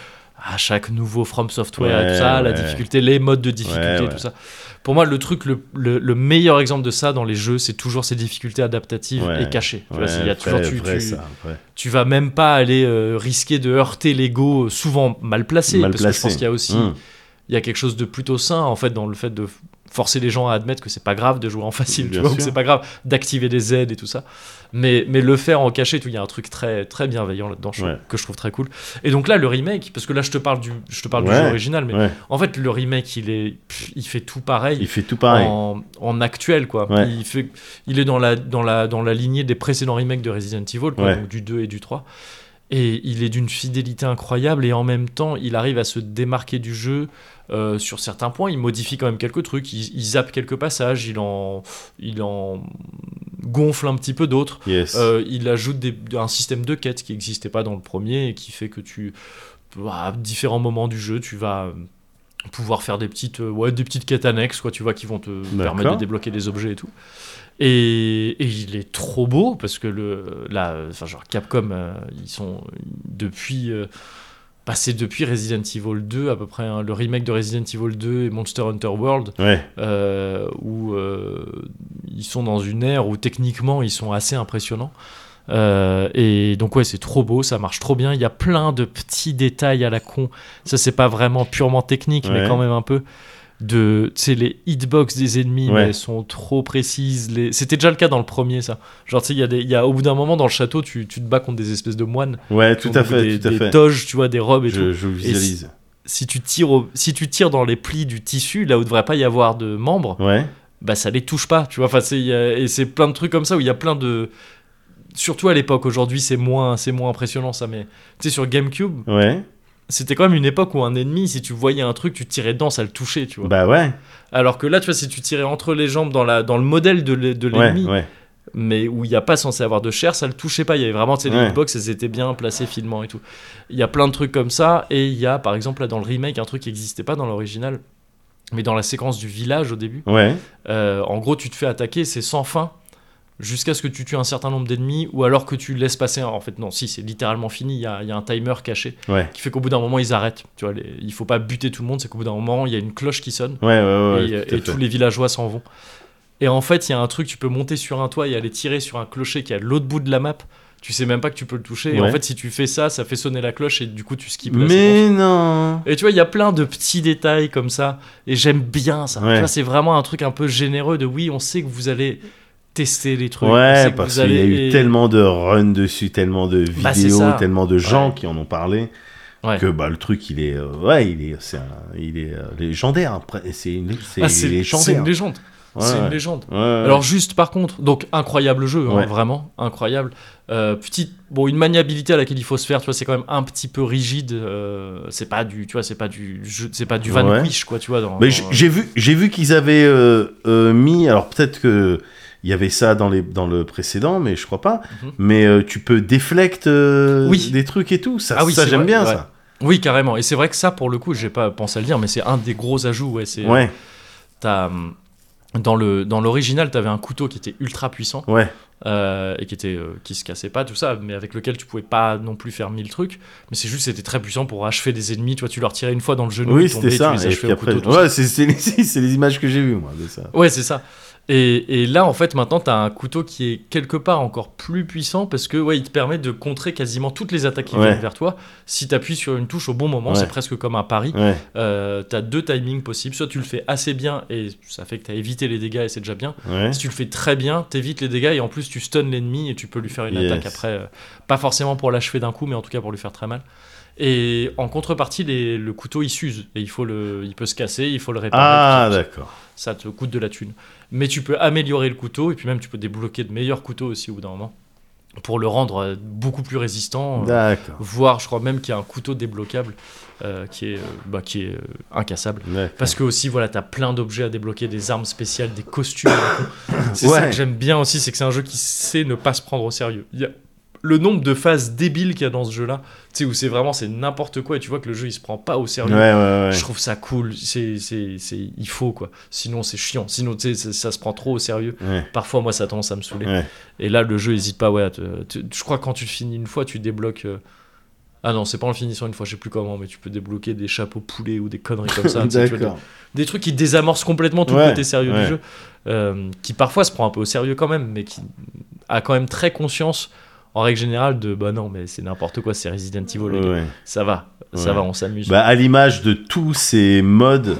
Speaker 2: à chaque nouveau From Software et
Speaker 1: Ouais,
Speaker 2: tout ça, la
Speaker 1: ouais.
Speaker 2: difficulté, les modes de difficulté
Speaker 1: Ouais,
Speaker 2: et
Speaker 1: ouais.
Speaker 2: tout ça. Pour moi, le truc, le, le- le meilleur exemple de ça dans les jeux, c'est toujours ces difficultés adaptatives
Speaker 1: Ouais.
Speaker 2: et cachées. Tu vois,
Speaker 1: Ouais,
Speaker 2: il y a toujours,
Speaker 1: vrai,
Speaker 2: tu,
Speaker 1: vrai,
Speaker 2: tu-
Speaker 1: ça, vrai.
Speaker 2: tu vas même pas aller euh, risquer de heurter l'ego, euh, souvent mal placé,
Speaker 1: Mal
Speaker 2: parce que je
Speaker 1: placé.
Speaker 2: pense qu'il y a aussi
Speaker 1: Mm.
Speaker 2: il y a quelque chose de plutôt sain en fait dans le fait de forcer les gens à admettre que c'est pas grave de jouer en facile, tu
Speaker 1: Bien
Speaker 2: vois, ou que
Speaker 1: sûr.
Speaker 2: c'est pas grave d'activer des aides et tout ça. Mais, mais le faire en cachet, tu vois, il y a un truc très, très bienveillant là-dedans je-
Speaker 1: Ouais.
Speaker 2: que je trouve très cool. Et donc là, le remake, parce que là, je te parle du, je te parle du
Speaker 1: Ouais,
Speaker 2: jeu original, mais
Speaker 1: Ouais.
Speaker 2: en fait, le remake, il, est, pff, il fait tout pareil.
Speaker 1: Il fait tout pareil.
Speaker 2: En, en actuel quoi
Speaker 1: Ouais.
Speaker 2: il fait il est dans la dans la dans la lignée des précédents remakes de Resident Evil quoi,
Speaker 1: Ouais.
Speaker 2: donc du 2 et du 3 et il est d'une fidélité incroyable et en même temps il arrive à se démarquer du jeu euh, sur certains points il modifie quand même quelques trucs il, il zappe quelques passages il en il en gonfle un petit peu d'autres
Speaker 1: Yes.
Speaker 2: euh, il ajoute des- un système de quêtes qui n'existait pas dans le premier et qui fait que tu, bah, à différents moments du jeu, tu vas euh, pouvoir faire des petites, euh, ouais, des petites quêtes annexes, quoi, tu vois, qui vont te permettre de débloquer des objets et tout. Et, et il est trop beau parce que le, là, euh, enfin, genre Capcom, euh, ils sont depuis. euh, bah, c'est depuis Resident Evil 2 à peu près, hein, le remake de Resident Evil 2 et Monster Hunter World,
Speaker 1: Ouais.
Speaker 2: euh, où euh, ils sont dans une ère où techniquement ils sont assez impressionnants. Euh, et donc ouais c'est trop beau, ça marche trop bien, il y a plein de petits détails à la con, ça c'est pas vraiment purement technique mais
Speaker 1: Ouais.
Speaker 2: quand même un peu de tu sais les hitbox des ennemis mais
Speaker 1: Ouais.
Speaker 2: elles sont trop précises les... c'était déjà le cas dans le premier ça genre tu sais il y a des il y a au bout d'un moment dans le château tu, tu te bats contre des espèces de moines
Speaker 1: Ouais,
Speaker 2: qui
Speaker 1: tout
Speaker 2: ont
Speaker 1: à
Speaker 2: des-
Speaker 1: fait, tout à
Speaker 2: des
Speaker 1: fait.
Speaker 2: toges tu vois des robes et tout
Speaker 1: Je, je visualise.
Speaker 2: si tu tires au- si tu tires dans les plis du tissu là où devrait pas y avoir de membres
Speaker 1: Ouais.
Speaker 2: bah ça les touche pas tu vois enfin c'est il y a- et c'est plein de trucs comme ça où il y a plein de surtout à l'époque aujourd'hui c'est moins c'est moins impressionnant ça mais tu sais sur GameCube
Speaker 1: Ouais.
Speaker 2: c'était quand même une époque où un ennemi si tu voyais un truc tu tirais dedans ça le touchait tu vois
Speaker 1: Bah ouais.
Speaker 2: alors que là tu vois si tu tirais entre les jambes dans la dans le modèle de l'e- de
Speaker 1: Ouais,
Speaker 2: l'ennemi
Speaker 1: ouais.
Speaker 2: mais où il n'y a pas censé avoir de chair, ça le touchait pas. Il y avait vraiment tu sais, les
Speaker 1: Ouais.
Speaker 2: hitbox, elles étaient bien placées finement et tout. Il y a plein de trucs comme ça, et il y a par exemple là dans le remake un truc qui n'existait pas dans l'original, mais dans la séquence du village au début,
Speaker 1: Ouais.
Speaker 2: euh, en gros tu te fais attaquer, c'est sans fin jusqu'à ce que tu tues un certain nombre d'ennemis ou alors que tu laisses passer un... en fait non si c'est littéralement fini il y, a- il y a un timer caché
Speaker 1: Ouais.
Speaker 2: qui fait qu'au bout d'un moment ils arrêtent tu vois les- il faut pas buter tout le monde c'est qu'au bout d'un moment il y a une cloche qui sonne
Speaker 1: Ouais, ouais, ouais.
Speaker 2: et, euh,
Speaker 1: tout à fait.
Speaker 2: et tous les villageois s'en vont. Et en fait, il y a un truc, tu peux monter sur un toit et aller tirer sur un clocher qui est à l'autre bout de la map. Tu sais même pas que tu peux le toucher. Et en
Speaker 1: Ouais.
Speaker 2: fait, si tu fais ça, ça fait sonner la cloche et du coup, tu skippes la séquence.
Speaker 1: Mais non.
Speaker 2: Et tu vois, il y a plein de petits détails comme ça. Et j'aime bien ça.
Speaker 1: Ouais.
Speaker 2: Tu vois, c'est vraiment un truc un peu généreux de oui, on sait que vous allez tester les trucs. on sait
Speaker 1: ouais,
Speaker 2: que
Speaker 1: parce
Speaker 2: vous
Speaker 1: qu'il y a
Speaker 2: allez-
Speaker 1: eu tellement de runs dessus, tellement de
Speaker 2: Bah, c'est
Speaker 1: vidéos,
Speaker 2: ça.
Speaker 1: tellement de gens
Speaker 2: Ouais.
Speaker 1: qui en ont parlé
Speaker 2: Ouais.
Speaker 1: que bah le truc il est euh, ouais il est c'est un- il est euh, légendaire après c'est une c'est il
Speaker 2: Ah,
Speaker 1: est
Speaker 2: c'est c'est
Speaker 1: légendaire.
Speaker 2: une légende.
Speaker 1: Ouais,
Speaker 2: c'est une
Speaker 1: ouais.
Speaker 2: légende.
Speaker 1: Ouais, ouais.
Speaker 2: Alors juste par contre, donc incroyable jeu, hein,
Speaker 1: Ouais.
Speaker 2: vraiment incroyable. Euh, petite, bon, une maniabilité à laquelle il faut se faire, tu vois, c'est quand même un petit peu rigide. euh, c'est pas du, tu vois, c'est pas du, jeu- c'est pas du Vanquish quoi, tu vois. Dans,
Speaker 1: Mais
Speaker 2: dans-
Speaker 1: j- j'ai vu, j'ai vu qu'ils avaient euh, euh, mis. Alors peut-être que il y avait ça dans les dans le précédent, mais je crois pas.
Speaker 2: Mhm.
Speaker 1: Mais euh, tu peux déflect euh,
Speaker 2: Oui.
Speaker 1: des trucs et tout. Ça,
Speaker 2: Ah oui,
Speaker 1: ça
Speaker 2: c'est
Speaker 1: j'aime
Speaker 2: vrai,
Speaker 1: bien
Speaker 2: ouais.
Speaker 1: ça.
Speaker 2: Oui, carrément. Et c'est vrai que ça, pour le coup, j'ai pas pensé à le dire, mais c'est un des gros ajouts. Ouais, c'est.
Speaker 1: Ouais,
Speaker 2: t'as, hum, dans le dans l'original, t'avais un couteau qui était ultra puissant
Speaker 1: ouais,
Speaker 2: euh, et qui était euh, qui se cassait pas, tout ça, mais avec lequel tu pouvais pas non plus faire mille trucs. Mais c'est juste, c'était très puissant pour achever des ennemis. Tu vois, tu leur tirais une fois dans le genou, ils
Speaker 1: oui, c'était
Speaker 2: tombaient,
Speaker 1: ça.
Speaker 2: tu les
Speaker 1: Et
Speaker 2: achevais
Speaker 1: puis
Speaker 2: au
Speaker 1: après,
Speaker 2: couteau. tout ça.
Speaker 1: ouais, c'est c'est les, c'est les images que j'ai vues moi de ça.
Speaker 2: Ouais, c'est ça. Et, et là, en fait, maintenant, t'as un couteau qui est quelque part encore plus puissant parce que, ouais, il te permet de contrer quasiment toutes les attaques qui
Speaker 1: Ouais.
Speaker 2: viennent vers toi. Si t'appuies sur une touche au bon moment,
Speaker 1: Ouais.
Speaker 2: c'est presque comme un pari.
Speaker 1: Ouais,
Speaker 2: Euh, t'as deux timings possibles. Soit tu le fais assez bien et ça fait que t'as évité les dégâts et c'est déjà bien.
Speaker 1: ouais.
Speaker 2: Si tu le fais très bien, t'évites les dégâts et en plus tu stun l'ennemi et tu peux lui faire une
Speaker 1: Yes.
Speaker 2: attaque après. euh, Pas forcément pour l'achever d'un coup, mais en tout cas pour lui faire très mal. Et en contrepartie, les- le couteau il s'use et il, faut le, il peut se casser, il faut le réparer.
Speaker 1: Ah
Speaker 2: tout ça, tout ça
Speaker 1: d'accord.
Speaker 2: ça te coûte de la thune. Mais tu peux améliorer le couteau et puis même tu peux débloquer de meilleurs couteaux aussi au bout d'un moment pour le rendre euh, beaucoup plus résistant. euh,
Speaker 1: D'accord.
Speaker 2: voire, je crois même qu'il y a un couteau débloquable euh, qui est, euh, bah, qui est euh, incassable.
Speaker 1: D'accord.
Speaker 2: Parce que aussi, voilà, t'as plein d'objets à débloquer, des armes spéciales, des costumes. c'est ça
Speaker 1: Ouais.
Speaker 2: que j'aime bien aussi, c'est que c'est un jeu qui sait ne pas se prendre au sérieux. Il y a le nombre de phases débiles qu'il y a dans ce jeu-là, tu sais, où c'est vraiment, c'est n'importe quoi et tu vois que le jeu, il se prend pas au
Speaker 1: Ouais,
Speaker 2: sérieux.
Speaker 1: ouais, ouais.
Speaker 2: Je trouve ça cool, c'est, c'est, c'est, il faut quoi. Sinon c'est chiant, sinon tu sais, ça, ça se prend trop au sérieux.
Speaker 1: Ouais,
Speaker 2: Parfois moi ça a tendance à me saouler.
Speaker 1: ouais.
Speaker 2: Et là le jeu hésite pas, ouais. à te- te- je crois que quand tu le finis une fois, tu débloques. euh, Ah non, c'est pas en le finissant une fois, je sais plus comment, mais tu peux débloquer des chapeaux poulets ou des conneries comme ça. tu sais, tu vois,
Speaker 1: D'accord.
Speaker 2: des, des trucs qui désamorcent complètement tout
Speaker 1: Ouais,
Speaker 2: le côté sérieux
Speaker 1: ouais.
Speaker 2: du jeu, euh, qui parfois se prend un peu au sérieux quand même, mais qui a quand même très conscience. En règle générale, de bah non, mais c'est n'importe quoi, c'est Resident Evil, les gars.
Speaker 1: Ouais. Bah,
Speaker 2: ça va, ça
Speaker 1: Ouais.
Speaker 2: va, on s'amuse.
Speaker 1: Bah, à l'image de tous ces modes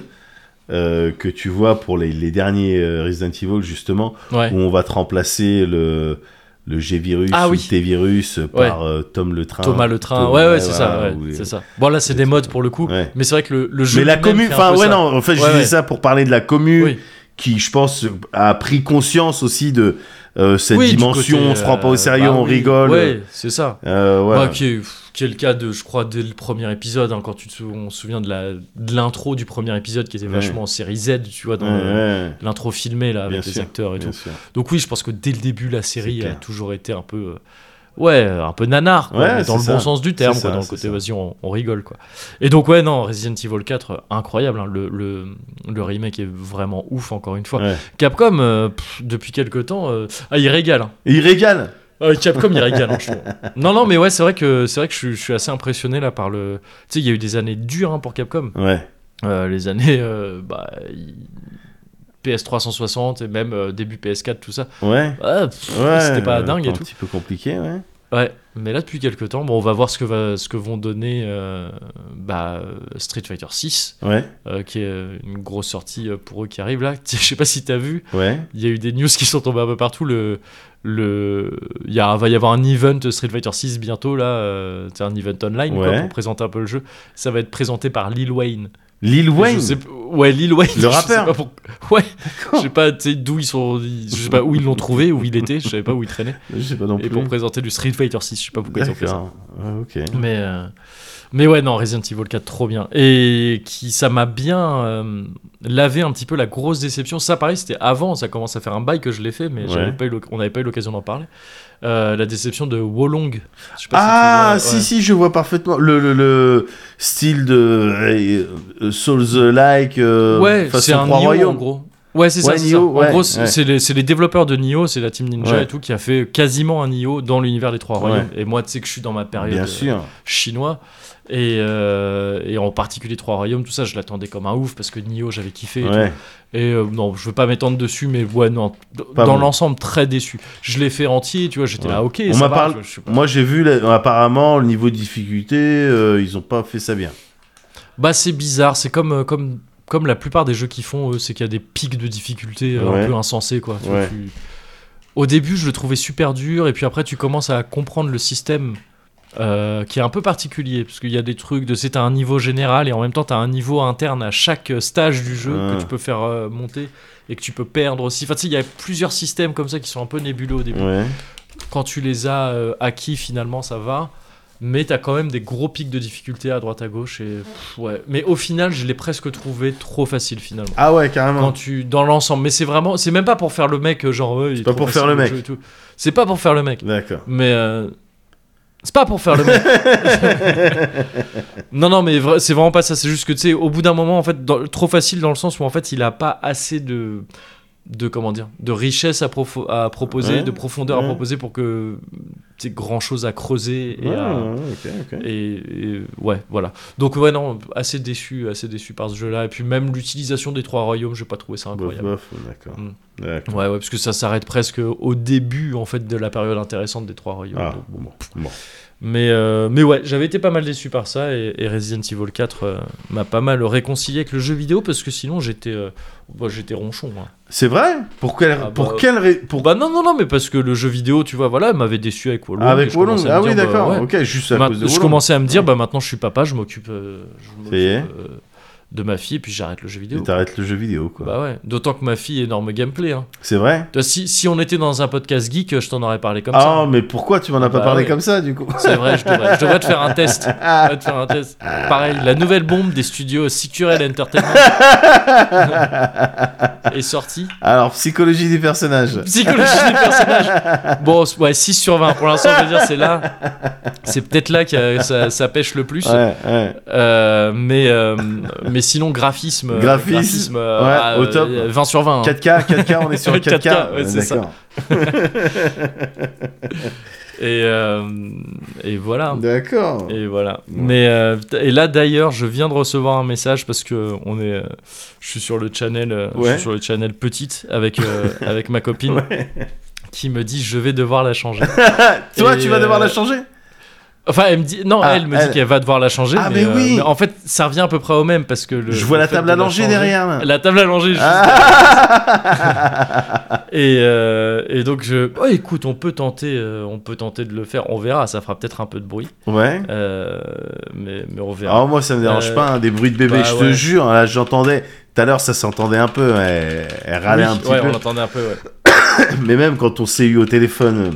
Speaker 1: euh, que tu vois pour les, les derniers euh, Resident Evil, justement,
Speaker 2: Ouais.
Speaker 1: où on va te remplacer le, le G-Virus
Speaker 2: Ah
Speaker 1: ou
Speaker 2: oui.
Speaker 1: le T-Virus par euh, Tom le train.
Speaker 2: Thomas le train.
Speaker 1: Thomas,
Speaker 2: ouais, ouais, c'est ça.
Speaker 1: voilà,
Speaker 2: ouais,
Speaker 1: ou les-
Speaker 2: c'est ça. Bon, là, c'est des modes pour le coup.
Speaker 1: Ouais.
Speaker 2: Mais c'est vrai que le, le jeu.
Speaker 1: Mais la
Speaker 2: lui-même
Speaker 1: commune,
Speaker 2: fait un
Speaker 1: enfin
Speaker 2: peu
Speaker 1: ouais
Speaker 2: ça.
Speaker 1: non, en fait je
Speaker 2: Ouais,
Speaker 1: disais
Speaker 2: ouais.
Speaker 1: ça pour parler de la commune
Speaker 2: Oui.
Speaker 1: qui je pense a pris conscience aussi de euh, cette
Speaker 2: Oui, du
Speaker 1: dimension,
Speaker 2: côté,
Speaker 1: on se prend pas au
Speaker 2: euh,
Speaker 1: sérieux,
Speaker 2: bah
Speaker 1: on
Speaker 2: oui,
Speaker 1: rigole.
Speaker 2: Ouais, c'est ça.
Speaker 1: Euh, ouais.
Speaker 2: Bah, qui, est, pff, qui est le cas de, je crois, dès le premier épisode, hein, quand tu te sou- on se souvient de la- de l'intro du premier épisode qui était
Speaker 1: Ouais.
Speaker 2: vachement en série Z, tu vois, dans
Speaker 1: Ouais,
Speaker 2: le-
Speaker 1: ouais,
Speaker 2: l'intro filmée là,
Speaker 1: Bien
Speaker 2: avec les
Speaker 1: sûr,
Speaker 2: acteurs et
Speaker 1: bien
Speaker 2: euh, tout.
Speaker 1: sûr.
Speaker 2: Donc oui, je pense que dès le début, la série a
Speaker 1: clair.
Speaker 2: toujours été un peu, euh, ouais, euh, un peu nanar, quoi,
Speaker 1: Ouais,
Speaker 2: mais dans le
Speaker 1: c'est
Speaker 2: bon
Speaker 1: ça.
Speaker 2: sens du terme,
Speaker 1: C'est
Speaker 2: quoi,
Speaker 1: ça,
Speaker 2: dans le
Speaker 1: c'est
Speaker 2: côté
Speaker 1: ça.
Speaker 2: vas-y, on, on rigole quoi. Et donc ouais, non, Resident Evil 4, euh, incroyable, hein, le, le, le remake est vraiment ouf encore une fois.
Speaker 1: Ouais.
Speaker 2: Capcom, euh, pff, depuis quelque temps, euh, ah, il régale. hein.
Speaker 1: Et il régale.
Speaker 2: Euh, Capcom, il régale. hein, je trouve. non, non, mais ouais, c'est vrai que c'est vrai que je, suis- je suis assez impressionné là par le. Tu sais, il y a eu des années dures hein, pour Capcom.
Speaker 1: Ouais.
Speaker 2: Euh, les années euh, bah, y- PS360 et même euh, début PS4, tout ça.
Speaker 1: Ouais.
Speaker 2: Ah, pff,
Speaker 1: Ouais.
Speaker 2: C'était pas
Speaker 1: euh,
Speaker 2: dingue et
Speaker 1: Un
Speaker 2: tout.
Speaker 1: petit peu compliqué, ouais.
Speaker 2: Ouais, mais là depuis quelques temps, bon, on va voir ce que, va, ce que vont donner euh, bah, euh, Street Fighter 6,
Speaker 1: Ouais.
Speaker 2: qui est euh, une grosse sortie euh, pour eux qui arrive là. Je sais pas si t'as vu,
Speaker 1: Ouais.
Speaker 2: il y a eu des news qui sont tombées un peu partout. Le, le, il y a, va y avoir un event Street Fighter 6 bientôt là, euh, c'est un event online quoi,
Speaker 1: Ouais.
Speaker 2: pour présenter un peu le jeu. Ça va être présenté par Lil Wayne.
Speaker 1: Lil Wayne.
Speaker 2: Je sais p- ouais, Lil Wayne.
Speaker 1: Le
Speaker 2: je
Speaker 1: rappeur.
Speaker 2: sais pas pour- Ouais. Je sais pas, tu sais, d'où ils sont. ils- Je sais pas où ils l'ont trouvé, où il était. Je savais pas où il traînait.
Speaker 1: Je sais pas non
Speaker 2: Et
Speaker 1: plus.
Speaker 2: pour présenter du Street Fighter 6, je sais pas pourquoi ils ont fait ça.
Speaker 1: D'accord. Ouais, ok.
Speaker 2: Mais, euh, mais ouais, non, Resident Evil 4, trop bien. Et qui, ça m'a bien euh, lavé un petit peu la grosse déception. Ça, pareil, c'était avant, ça commence à faire un bail que je l'ai fait, mais
Speaker 1: Ouais.
Speaker 2: j'avais pas eu l'oc- on n'avait pas eu l'occasion d'en parler. Euh, la déception de Wolong. Je sais pas
Speaker 1: Ah,
Speaker 2: tu vois,
Speaker 1: si,
Speaker 2: ouais.
Speaker 1: si, je vois parfaitement le, le, le style de euh, euh, Souls-like euh,
Speaker 2: ouais,
Speaker 1: façon
Speaker 2: c'est un
Speaker 1: Roi
Speaker 2: Nioh en
Speaker 1: Royaume.
Speaker 2: gros. Ouais, c'est
Speaker 1: Ouais,
Speaker 2: ça. c'est
Speaker 1: Nioh,
Speaker 2: ça.
Speaker 1: ouais,
Speaker 2: en gros, c'est
Speaker 1: ouais.
Speaker 2: c'est les, c'est les développeurs de Nioh, c'est la team Ninja
Speaker 1: Ouais.
Speaker 2: et tout, qui a fait quasiment un Nioh dans l'univers des Trois Royaumes. Et moi, tu sais que je suis dans ma période
Speaker 1: Bien
Speaker 2: euh,
Speaker 1: sûr.
Speaker 2: chinois. Et, euh, et en particulier Trois Royaumes, tout ça, je l'attendais comme un ouf parce que Nioh, j'avais kiffé. Et, tout.
Speaker 1: Ouais.
Speaker 2: Et, euh, non, je veux pas m'étendre dessus, mais ouais, non. d-
Speaker 1: Pas
Speaker 2: dans
Speaker 1: bon.
Speaker 2: l'ensemble, très déçu. Je l'ai fait entier, tu vois, j'étais
Speaker 1: Ouais.
Speaker 2: là, ok.
Speaker 1: On
Speaker 2: ça
Speaker 1: m'a
Speaker 2: va,
Speaker 1: parlé-
Speaker 2: tu vois, je suis pas-
Speaker 1: Moi, j'ai vu là, apparemment le niveau de difficulté, euh, ils ont pas fait ça bien.
Speaker 2: Bah, c'est bizarre, c'est comme. euh, comme comme la plupart des jeux qu'ils font, eux, c'est qu'il y a des pics de difficulté euh,
Speaker 1: Ouais.
Speaker 2: un peu insensés, quoi. Tu vois,
Speaker 1: Ouais.
Speaker 2: tu- Au début, je le trouvais super dur, et puis après, tu commences à comprendre le système euh, qui est un peu particulier, parce qu'il y a des trucs de c'est à un niveau général, et en même temps, tu as un niveau interne à chaque euh, stage du jeu
Speaker 1: Ah.
Speaker 2: que tu peux faire euh, monter et que tu peux perdre aussi. Enfin, tu sais, il y a plusieurs systèmes comme ça qui sont un peu nébuleux au début
Speaker 1: Ouais.
Speaker 2: quand tu les as euh, acquis finalement ça va mais t'as quand même des gros pics de difficulté à droite à gauche et pff, ouais mais au final je l'ai presque trouvé trop facile finalement
Speaker 1: Ah ouais,
Speaker 2: quand
Speaker 1: carrément.
Speaker 2: tu dans l'ensemble mais c'est vraiment c'est même pas pour faire le mec euh, genre ouais, il est
Speaker 1: pas
Speaker 2: trop
Speaker 1: pour
Speaker 2: facile,
Speaker 1: faire le mec.
Speaker 2: jeu et tout. c'est pas pour faire le mec
Speaker 1: D'accord.
Speaker 2: mais euh, c'est pas pour faire le mec non non mais vra- c'est vraiment pas ça c'est juste que tu sais au bout d'un moment en fait dans- trop facile dans le sens où en fait il a pas assez de de comment dire de richesse à, profo- à proposer
Speaker 1: Ouais,
Speaker 2: de profondeur
Speaker 1: ouais.
Speaker 2: à proposer pour que tu aies grand chose à creuser et euh,
Speaker 1: Ouais,
Speaker 2: à-
Speaker 1: ouais, Ah, ok, ok.
Speaker 2: et, et ouais voilà donc ouais non assez déçu assez déçu par ce jeu là et puis même l'utilisation des trois royaumes j'ai pas trouvé ça
Speaker 1: Bof,
Speaker 2: incroyable
Speaker 1: bof, d'accord.
Speaker 2: Mm.
Speaker 1: D'accord.
Speaker 2: ouais ouais parce que ça s'arrête presque au début en fait de la période intéressante des trois royaumes
Speaker 1: Ah,
Speaker 2: Donc, bon.
Speaker 1: bon, bon.
Speaker 2: mais, euh, mais ouais, j'avais été pas mal déçu par ça et, et Resident Evil 4 euh, m'a pas mal réconcilié avec le jeu vidéo parce que sinon j'étais euh, bah, j'étais ronchon. hein.
Speaker 1: C'est vrai Pour quelle,
Speaker 2: Ah
Speaker 1: pour
Speaker 2: bah,
Speaker 1: quelle ra- pour...
Speaker 2: Bah non, non, non, mais parce que le jeu vidéo, tu vois, voilà, m'avait déçu avec Wolong. et
Speaker 1: Avec
Speaker 2: je commençais
Speaker 1: Wolong
Speaker 2: à
Speaker 1: Ah
Speaker 2: me
Speaker 1: oui,
Speaker 2: dire, bah,
Speaker 1: d'accord.
Speaker 2: ouais.
Speaker 1: Ok, juste à
Speaker 2: Ma-
Speaker 1: cause de
Speaker 2: je
Speaker 1: Wolong.
Speaker 2: commençais à me dire, bah maintenant je suis papa, je m'occupe euh, je m'occupe,
Speaker 1: y est.
Speaker 2: euh, de ma fille et puis j'arrête le jeu
Speaker 1: Et
Speaker 2: vidéo.
Speaker 1: t'arrêtes le jeu vidéo, quoi.
Speaker 2: Bah ouais, d'autant que ma fille est énorme gameplay. Hein.
Speaker 1: C'est vrai
Speaker 2: Tu vois, Si, si on était dans un podcast geek, je t'en aurais parlé comme
Speaker 1: Ah, mais pourquoi tu m'en as pas
Speaker 2: Bah
Speaker 1: parlé
Speaker 2: ouais.
Speaker 1: comme ça, du coup
Speaker 2: ça. C'est vrai, je devrais, je devrais te faire un test. Je devrais te faire un test. Pareil, la nouvelle bombe des studios Securel Entertainment est sortie.
Speaker 1: Alors, psychologie des personnages.
Speaker 2: Psychologie des personnages. Bon, ouais, 6 sur 20. Pour l'instant, je veux dire, c'est là. C'est peut-être là que euh, ça, ça pêche le plus.
Speaker 1: Ouais, ouais.
Speaker 2: Euh, mais, euh, mais sinon, graphisme. euh,
Speaker 1: Graphisme,
Speaker 2: euh,
Speaker 1: ouais,
Speaker 2: ah,
Speaker 1: au
Speaker 2: euh,
Speaker 1: top.
Speaker 2: 20 sur 20. hein.
Speaker 1: 4K, 4K, on est sur 4K.
Speaker 2: 4K, ouais, c'est ça.
Speaker 1: D'accord.
Speaker 2: Et, euh, et voilà.
Speaker 1: D'accord.
Speaker 2: Ah. Et voilà. Mais euh, et là d'ailleurs, je viens de recevoir un message parce que on est, euh, je suis sur le channel, euh, je
Speaker 1: Ouais.
Speaker 2: suis sur le channel petite avec euh, avec ma copine qui me dit je vais devoir la changer.
Speaker 1: Toi,
Speaker 2: Et,
Speaker 1: tu vas devoir
Speaker 2: euh,
Speaker 1: la changer
Speaker 2: Enfin, elle me dit. Non,
Speaker 1: Ah,
Speaker 2: elle me
Speaker 1: elle.
Speaker 2: dit qu'elle va devoir la changer.
Speaker 1: Ah,
Speaker 2: mais,
Speaker 1: mais oui.
Speaker 2: en fait, ça revient à peu près au même parce que. Le,
Speaker 1: Je vois
Speaker 2: le
Speaker 1: la
Speaker 2: fait
Speaker 1: table
Speaker 2: de
Speaker 1: allongée
Speaker 2: changer-
Speaker 1: derrière. Ah. là.
Speaker 2: La table allongée, juste
Speaker 1: Ah
Speaker 2: Et, euh, et donc je, oh, écoute, on peut tenter, euh, on peut tenter de le faire. On verra, ça fera peut-être un peu de bruit,
Speaker 1: ouais.
Speaker 2: Euh, mais, mais on verra.
Speaker 1: Alors moi ça me dérange
Speaker 2: Euh,
Speaker 1: pas, hein, des bruits de bébé,
Speaker 2: bah
Speaker 1: je
Speaker 2: ouais.
Speaker 1: te jure. hein, Là j'entendais, tout à l'heure ça s'entendait un peu, elle, elle râlait
Speaker 2: Oui,
Speaker 1: un petit
Speaker 2: ouais, on
Speaker 1: peu.
Speaker 2: entendait un peu. Ouais.
Speaker 1: Mais même quand on s'est eu au téléphone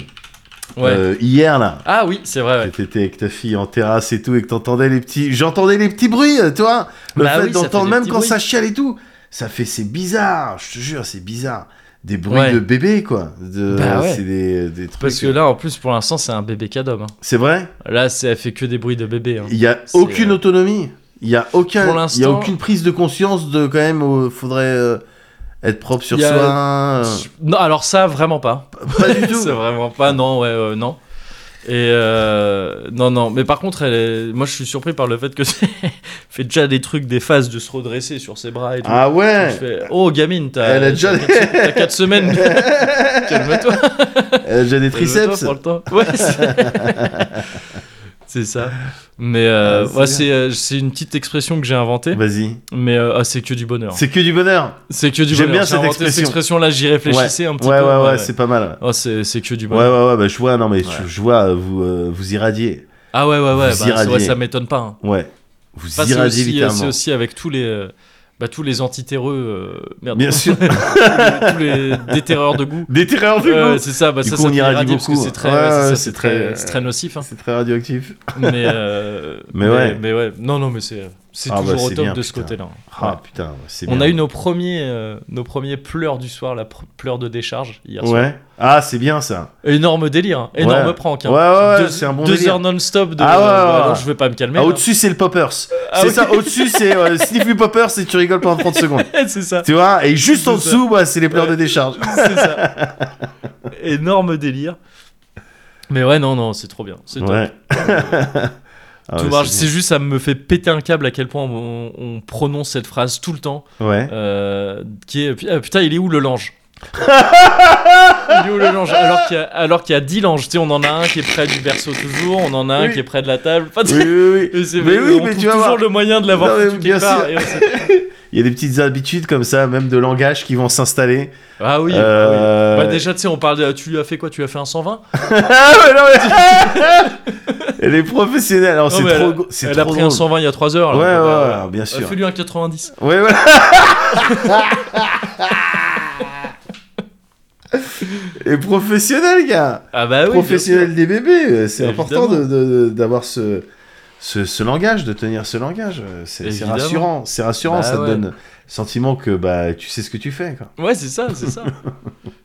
Speaker 2: Ouais.
Speaker 1: euh, hier là,
Speaker 2: Ah oui, c'est vrai.
Speaker 1: que
Speaker 2: ouais.
Speaker 1: t'étais avec ta fille en terrasse et tout et que t'entendais les petits, j'entendais les petits bruits, euh, toi. Le
Speaker 2: Bah
Speaker 1: fait
Speaker 2: oui, ça fait
Speaker 1: d'entendre
Speaker 2: des
Speaker 1: même
Speaker 2: petits
Speaker 1: quand
Speaker 2: bruits.
Speaker 1: ça chiale et tout, ça fait c'est bizarre. Je te jure, c'est bizarre. Des bruits
Speaker 2: Ouais.
Speaker 1: de bébé quoi. De,
Speaker 2: Bah ouais.
Speaker 1: C'est des, des trucs.
Speaker 2: Parce que là, en plus, pour l'instant, c'est un bébé cadom. hein.
Speaker 1: C'est vrai.
Speaker 2: Là, c'est- elle fait que des bruits de bébé. hein.
Speaker 1: Il y a
Speaker 2: C'est,
Speaker 1: aucune
Speaker 2: euh,
Speaker 1: autonomie. Il y a
Speaker 2: Pour
Speaker 1: aucun. Il y a
Speaker 2: l'instant-
Speaker 1: aucune prise de conscience de quand même. euh, faudrait euh, être propre sur
Speaker 2: Il y a-
Speaker 1: soi. euh,
Speaker 2: Non, alors ça, vraiment pas.
Speaker 1: Pas du tout.
Speaker 2: c'est vraiment pas. Non, ouais, euh, non. Et euh, non, non. Mais par contre, elle est- moi, je suis surpris par le fait que c'est fait déjà des trucs, des phases de se redresser sur ses bras et tout.
Speaker 1: Ah
Speaker 2: Je
Speaker 1: ouais.
Speaker 2: fais, oh gamine, t'as
Speaker 1: Elle a déjà-
Speaker 2: t'as quatre- t'as 4 semaines. Calme-toi.
Speaker 1: Elle a déjà euh, des
Speaker 2: Calme-toi,
Speaker 1: triceps.
Speaker 2: prends le temps. Ouais, c'est- c'est ça. Mais euh,
Speaker 1: Ah, c'est bien.
Speaker 2: ouais, c'est euh, c'est une petite expression que j'ai inventée.
Speaker 1: Vas-y.
Speaker 2: Mais euh, ah, c'est que du bonheur.
Speaker 1: C'est que du bonheur.
Speaker 2: C'est que du
Speaker 1: J'aime
Speaker 2: bonheur.
Speaker 1: bien
Speaker 2: J'ai
Speaker 1: cette
Speaker 2: inventé
Speaker 1: expression.
Speaker 2: là, j'y réfléchissais un petit
Speaker 1: ouais,
Speaker 2: peu.
Speaker 1: ouais, ouais, c'est pas mal.
Speaker 2: Oh, c'est c'est que du
Speaker 1: Ouais, ouais,
Speaker 2: bonheur.
Speaker 1: ouais, bah, je vois, non, mais je-
Speaker 2: Ouais.
Speaker 1: je, vois, euh, vous, euh, vous irradiez.
Speaker 2: Ah ouais, ouais, ouais.
Speaker 1: Vous
Speaker 2: bah, c'est- ouais,
Speaker 1: irradiez.
Speaker 2: ça m'étonne pas. hein.
Speaker 1: Ouais. Vous
Speaker 2: Enfin, c'est
Speaker 1: irradiez
Speaker 2: aussi, euh, c'est
Speaker 1: littéralement.
Speaker 2: aussi avec tous les. euh, Bah, tous les antiterreux, euh, merde,
Speaker 1: Bien sûr.
Speaker 2: tous les déterreurs de goût,
Speaker 1: Des terreurs du
Speaker 2: Ouais,
Speaker 1: coup.
Speaker 2: c'est ça, bah,
Speaker 1: hein. Du
Speaker 2: ça,
Speaker 1: coup,
Speaker 2: ça
Speaker 1: on
Speaker 2: peut
Speaker 1: irradie
Speaker 2: irradier parce que
Speaker 1: beaucoup. hein.
Speaker 2: c'est très,
Speaker 1: Ouais,
Speaker 2: ouais, c'est ça,
Speaker 1: ouais,
Speaker 2: c'est
Speaker 1: c'est
Speaker 2: très,
Speaker 1: très-
Speaker 2: c'est très nocif. hein.
Speaker 1: C'est très radioactif.
Speaker 2: Mais, euh,
Speaker 1: Mais ouais.
Speaker 2: mais ouais. Non, non, mais c'est, c'est
Speaker 1: Ah bah,
Speaker 2: toujours au
Speaker 1: c'est
Speaker 2: top
Speaker 1: bien,
Speaker 2: de ce
Speaker 1: putain.
Speaker 2: côté-là.
Speaker 1: Ah
Speaker 2: Ouais.
Speaker 1: putain, c'est
Speaker 2: On
Speaker 1: bien.
Speaker 2: a eu nos premiers, euh, nos premiers pleurs du soir, la pr- pleurs de décharge hier soir.
Speaker 1: Ouais. Ah, c'est bien ça.
Speaker 2: Énorme délire, hein. énorme
Speaker 1: Ouais.
Speaker 2: prank. hein.
Speaker 1: Ouais, ouais, ouais,
Speaker 2: deux,
Speaker 1: c'est un bon
Speaker 2: deux
Speaker 1: délire.
Speaker 2: heures non-stop de.
Speaker 1: Ah ouais, ouais,
Speaker 2: bah,
Speaker 1: ouais.
Speaker 2: non, je vais pas me calmer.
Speaker 1: Ah,
Speaker 2: là.
Speaker 1: au-dessus, c'est le poppers.
Speaker 2: Ah
Speaker 1: c'est
Speaker 2: oui.
Speaker 1: ça, au-dessus, c'est euh, sniff you poppers et tu rigoles pendant 30 secondes.
Speaker 2: c'est ça.
Speaker 1: Tu vois, et juste
Speaker 2: C'est
Speaker 1: en
Speaker 2: ça.
Speaker 1: dessous, bah, c'est les pleurs
Speaker 2: Ouais.
Speaker 1: de décharge.
Speaker 2: C'est ça. énorme délire. Mais ouais, non, non, c'est trop bien. C'est top.
Speaker 1: Ouais. Ah,
Speaker 2: Tout
Speaker 1: ouais,
Speaker 2: marche.
Speaker 1: c'est
Speaker 2: C'est juste, ça me fait péter un câble à quel point on- on prononce cette phrase tout le temps.
Speaker 1: bien. Ouais.
Speaker 2: Euh, qui est pu- ah, putain il est où le linge il est où le linge alors qu'il y a alors qu'il y a 10 langes tu sais on en a un qui est près du berceau toujours on en a un
Speaker 1: Oui.
Speaker 2: qui est près de la table Enfin, tu-
Speaker 1: Oui, oui, oui.
Speaker 2: et c'est-
Speaker 1: Mais oui,
Speaker 2: on
Speaker 1: mais
Speaker 2: trouve
Speaker 1: tu vas
Speaker 2: toujours
Speaker 1: voir.
Speaker 2: le moyen de l'avoir
Speaker 1: Non, mais
Speaker 2: foutu
Speaker 1: bien
Speaker 2: quelque part,
Speaker 1: sûr.
Speaker 2: et on sait-
Speaker 1: Il y a des petites habitudes comme ça, même de langage, qui vont s'installer.
Speaker 2: ah oui, ah oui.
Speaker 1: Euh,
Speaker 2: Bah déjà tu sais on parle de, tu lui as fait quoi tu lui as fait un 120
Speaker 1: Ah, mais non, mais... Les professionnels, alors
Speaker 2: Non,
Speaker 1: Ah, c'est
Speaker 2: mais
Speaker 1: trop.
Speaker 2: elle,
Speaker 1: go- c'est
Speaker 2: elle a
Speaker 1: trop
Speaker 2: pris un
Speaker 1: drôle.
Speaker 2: 120 il y a 3 heures
Speaker 1: Ouais,
Speaker 2: là.
Speaker 1: ouais,
Speaker 2: Bah,
Speaker 1: ouais,
Speaker 2: ouais.
Speaker 1: bien sûr.
Speaker 2: fais lui un 90
Speaker 1: Ouais, voilà. Et professionnel, gars.
Speaker 2: ah bah oui bien sûr.
Speaker 1: Professionnel des bébés. euh, C'est
Speaker 2: Évidemment.
Speaker 1: important de- de- de- d'avoir ce, ce, ce langage, de tenir ce langage. euh, C'est c'est
Speaker 2: Évidemment.
Speaker 1: rassurant. C'est rassurant.
Speaker 2: Bah
Speaker 1: ça
Speaker 2: ouais.
Speaker 1: te donne le sentiment que bah tu sais ce que tu fais. Quoi.
Speaker 2: Ouais, c'est ça, c'est ça.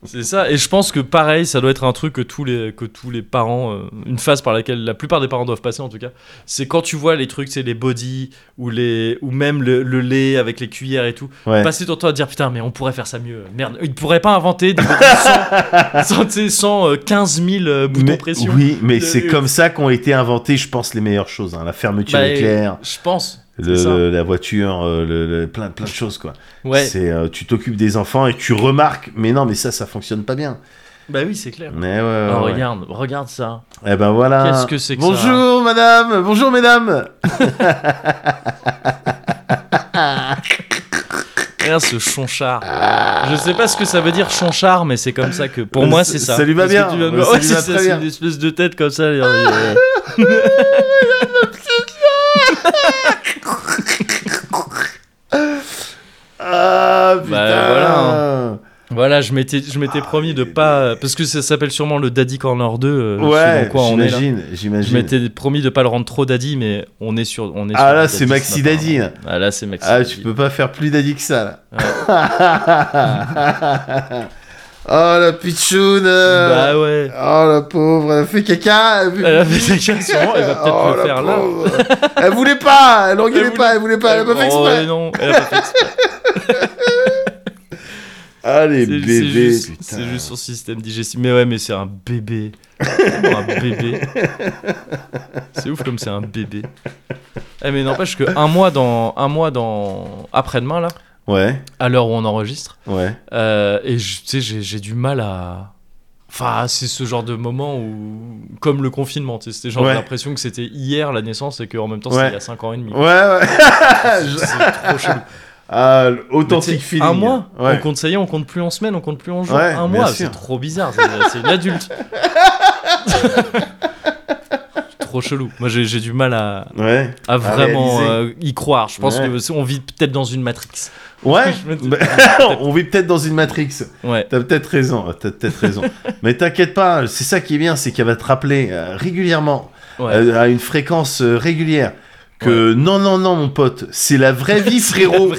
Speaker 2: c'est ça. Et je pense que pareil, ça doit être un truc que tous les, que tous les parents, euh, une phase par laquelle la plupart des parents doivent passer en tout cas, c'est quand tu vois les trucs, c'est les body ou, les, ou même le, le lait avec les cuillères et tout,
Speaker 1: Ouais.
Speaker 2: passer ton temps à dire putain, mais on pourrait faire ça mieux. Merde, ils pourraient pas inventer des body sans, sans, tu sais, sans, euh, 15 000 euh, boutons
Speaker 1: Mais-
Speaker 2: pression. Euh,
Speaker 1: oui, mais
Speaker 2: De-
Speaker 1: c'est comme ça qu'ont été inventées, je pense, les meilleures choses. hein. La fermeture
Speaker 2: Bah,
Speaker 1: éclair,
Speaker 2: Je pense. c'est
Speaker 1: le-
Speaker 2: ça.
Speaker 1: le- la voiture, euh, le- le- plein, plein de choses. Quoi.
Speaker 2: Ouais,
Speaker 1: C'est, euh, tu t'occupes des enfants et tu remarques, mais non, mais ça, ça fonctionne pas bien.
Speaker 2: bah oui, c'est clair.
Speaker 1: Mais ouais, ouais,
Speaker 2: Ah,
Speaker 1: Euh, ouais.
Speaker 2: Regarde, regarde ça.
Speaker 1: Eh ben voilà.
Speaker 2: Qu'est-ce que c'est que ça
Speaker 1: Bonjour madame, bonjour mesdames.
Speaker 2: Regarde ce chonchard. Je sais pas ce que ça veut dire chonchard, mais c'est comme ça que pour
Speaker 1: Ah. Euh,
Speaker 2: moi
Speaker 1: ça-
Speaker 2: c'est ça.
Speaker 1: ça lui va
Speaker 2: Parce que
Speaker 1: bien.
Speaker 2: tu viens de-
Speaker 1: Euh, ça
Speaker 2: Ouais,
Speaker 1: lui
Speaker 2: c'est
Speaker 1: va
Speaker 2: ça,
Speaker 1: très
Speaker 2: c'est
Speaker 1: bien.
Speaker 2: une espèce de tête comme ça. elle- euh,
Speaker 1: Ah putain.
Speaker 2: Bah, voilà, Voilà, je m'étais, je
Speaker 1: Ah,
Speaker 2: m'étais promis de
Speaker 1: mais-
Speaker 2: pas, parce que ça s'appelle sûrement le Daddy Corner 2. euh,
Speaker 1: ouais,
Speaker 2: selon quoi on est là.
Speaker 1: j'imagine,
Speaker 2: Je
Speaker 1: j'imagine.
Speaker 2: m'étais promis de pas le rendre trop daddy, mais on est sur, on est.
Speaker 1: Ah,
Speaker 2: sur
Speaker 1: là,
Speaker 2: le
Speaker 1: c'est
Speaker 2: daddy
Speaker 1: Maxi
Speaker 2: ce matin,
Speaker 1: Daddy,
Speaker 2: hein. Ah là c'est Maxi.
Speaker 1: Ah
Speaker 2: Daddy.
Speaker 1: tu peux pas faire plus d'addict que ça là.
Speaker 2: Ouais.
Speaker 1: oh la pichoune.
Speaker 2: Bah ouais.
Speaker 1: Oh la pauvre, elle a fait caca. Elle,
Speaker 2: Elle a fait caca, sûrement, elle va peut-être
Speaker 1: Oh,
Speaker 2: le
Speaker 1: la
Speaker 2: faire là.
Speaker 1: pauvre. elle voulait pas, elle engueulait
Speaker 2: Elle
Speaker 1: pas, elle voulait pas, elle a pas fait
Speaker 2: Oh,
Speaker 1: exprès.
Speaker 2: non, elle a pas fait exprès.
Speaker 1: Ah les
Speaker 2: C'est-
Speaker 1: bébés,
Speaker 2: C'est juste,
Speaker 1: putain.
Speaker 2: c'est juste son système digestif. Mais ouais, mais c'est un bébé. Vraiment un bébé. C'est ouf comme c'est un bébé. Eh, mais n'empêche que un mois dans un mois dans après-demain là,
Speaker 1: Ouais,
Speaker 2: à l'heure où on enregistre,
Speaker 1: ouais.
Speaker 2: euh, et je- tu sais j'ai j'ai du mal à Enfin, c'est ce genre de moment où, comme le confinement, tu sais, c'était genre
Speaker 1: Ouais.
Speaker 2: l'impression que c'était hier la naissance et qu'en même temps
Speaker 1: Ouais.
Speaker 2: c'était il y a 5 ans et demi.
Speaker 1: Ouais, ouais.
Speaker 2: C'est-
Speaker 1: Je-
Speaker 2: c'est trop chelou.
Speaker 1: Ah,
Speaker 2: Mais
Speaker 1: authentique
Speaker 2: tu sais,
Speaker 1: feeling.
Speaker 2: Un mois On
Speaker 1: Ouais.
Speaker 2: compte ça y est, on compte plus en semaine, on compte plus en jour.
Speaker 1: Ouais,
Speaker 2: un
Speaker 1: bien
Speaker 2: mois,
Speaker 1: sûr.
Speaker 2: c'est trop bizarre. C'est c'est une adulte. trop chelou. Moi, j'ai j'ai du mal à,
Speaker 1: Ouais.
Speaker 2: à vraiment
Speaker 1: réaliser.
Speaker 2: euh, y croire. Je pense
Speaker 1: Ouais.
Speaker 2: que on vit peut-être dans une matrix.
Speaker 1: Ouais.
Speaker 2: Je me dis-
Speaker 1: Bah, on vit peut-être dans une Matrix.
Speaker 2: Ouais.
Speaker 1: T'as peut-être raison. T'as peut-être raison. Mais t'inquiète pas. C'est ça qui est bien, c'est qu'elle va te rappeler euh, régulièrement.
Speaker 2: ouais.
Speaker 1: euh, à une fréquence euh, régulière que non non non mon pote c'est la vraie vie frérot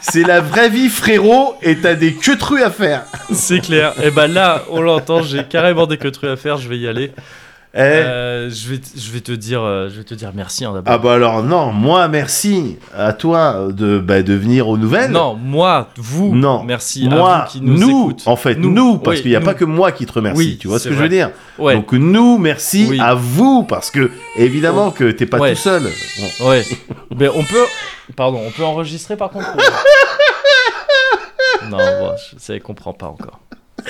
Speaker 1: c'est la vraie vie frérot et t'as des queutrues à faire
Speaker 2: C'est clair. Et ben là, on l'entend. J'ai carrément des que trucs à faire. Je vais y aller.
Speaker 1: Eh,
Speaker 2: Euh, je vais, je vais te dire, euh, je vais te dire merci hein, d'abord.
Speaker 1: ah bah alors non moi merci à toi de bah, de venir aux nouvelles
Speaker 2: Non, moi, vous.
Speaker 1: Non.
Speaker 2: Merci à
Speaker 1: moi
Speaker 2: vous qui nous,
Speaker 1: nous
Speaker 2: écoutez.
Speaker 1: en fait nous, parce
Speaker 2: Oui,
Speaker 1: qu'il n'y a
Speaker 2: nous.
Speaker 1: pas que moi qui te remercie
Speaker 2: Oui,
Speaker 1: tu vois ce
Speaker 2: c'est
Speaker 1: que je
Speaker 2: vrai.
Speaker 1: veux dire
Speaker 2: Ouais.
Speaker 1: donc nous merci
Speaker 2: Oui.
Speaker 1: à vous parce que évidemment que t'es pas
Speaker 2: Ouais.
Speaker 1: tout seul Bon.
Speaker 2: Ouais. Mais on peut. Pardon, on peut enregistrer par contre. ou- Non, bon, je- ça elle comprend pas encore.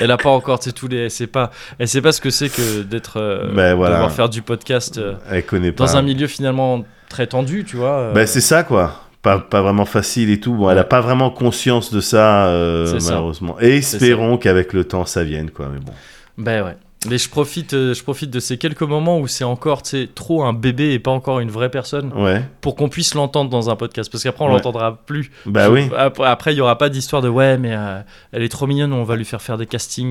Speaker 2: Elle a pas encore, c'est tous les. Elle sait pas. Elle sait pas ce que c'est que d'être. euh,
Speaker 1: Ben, voilà.
Speaker 2: Devoir faire du podcast euh,
Speaker 1: elle connaît pas
Speaker 2: dans un milieu finalement très tendu, tu vois. euh,
Speaker 1: Bah, c'est ça, quoi. Pas, pas vraiment facile et tout. Bon, elle n'a pas vraiment conscience de ça, euh,
Speaker 2: C'est ça.
Speaker 1: malheureusement. Et espérons qu'avec le temps, ça vienne, quoi. Mais bon.
Speaker 2: Ben ouais. Mais je profite, euh, je profite de ces quelques moments où c'est encore, tu sais, trop un bébé et pas encore une vraie personne
Speaker 1: Ouais.
Speaker 2: pour qu'on puisse l'entendre dans un podcast. Parce qu'après, on
Speaker 1: Ouais.
Speaker 2: l'entendra plus.
Speaker 1: Bah
Speaker 2: Je-
Speaker 1: oui.
Speaker 2: ap- Après, il y aura pas d'histoire de ouais, mais euh, elle est trop mignonne, on va lui faire faire des castings.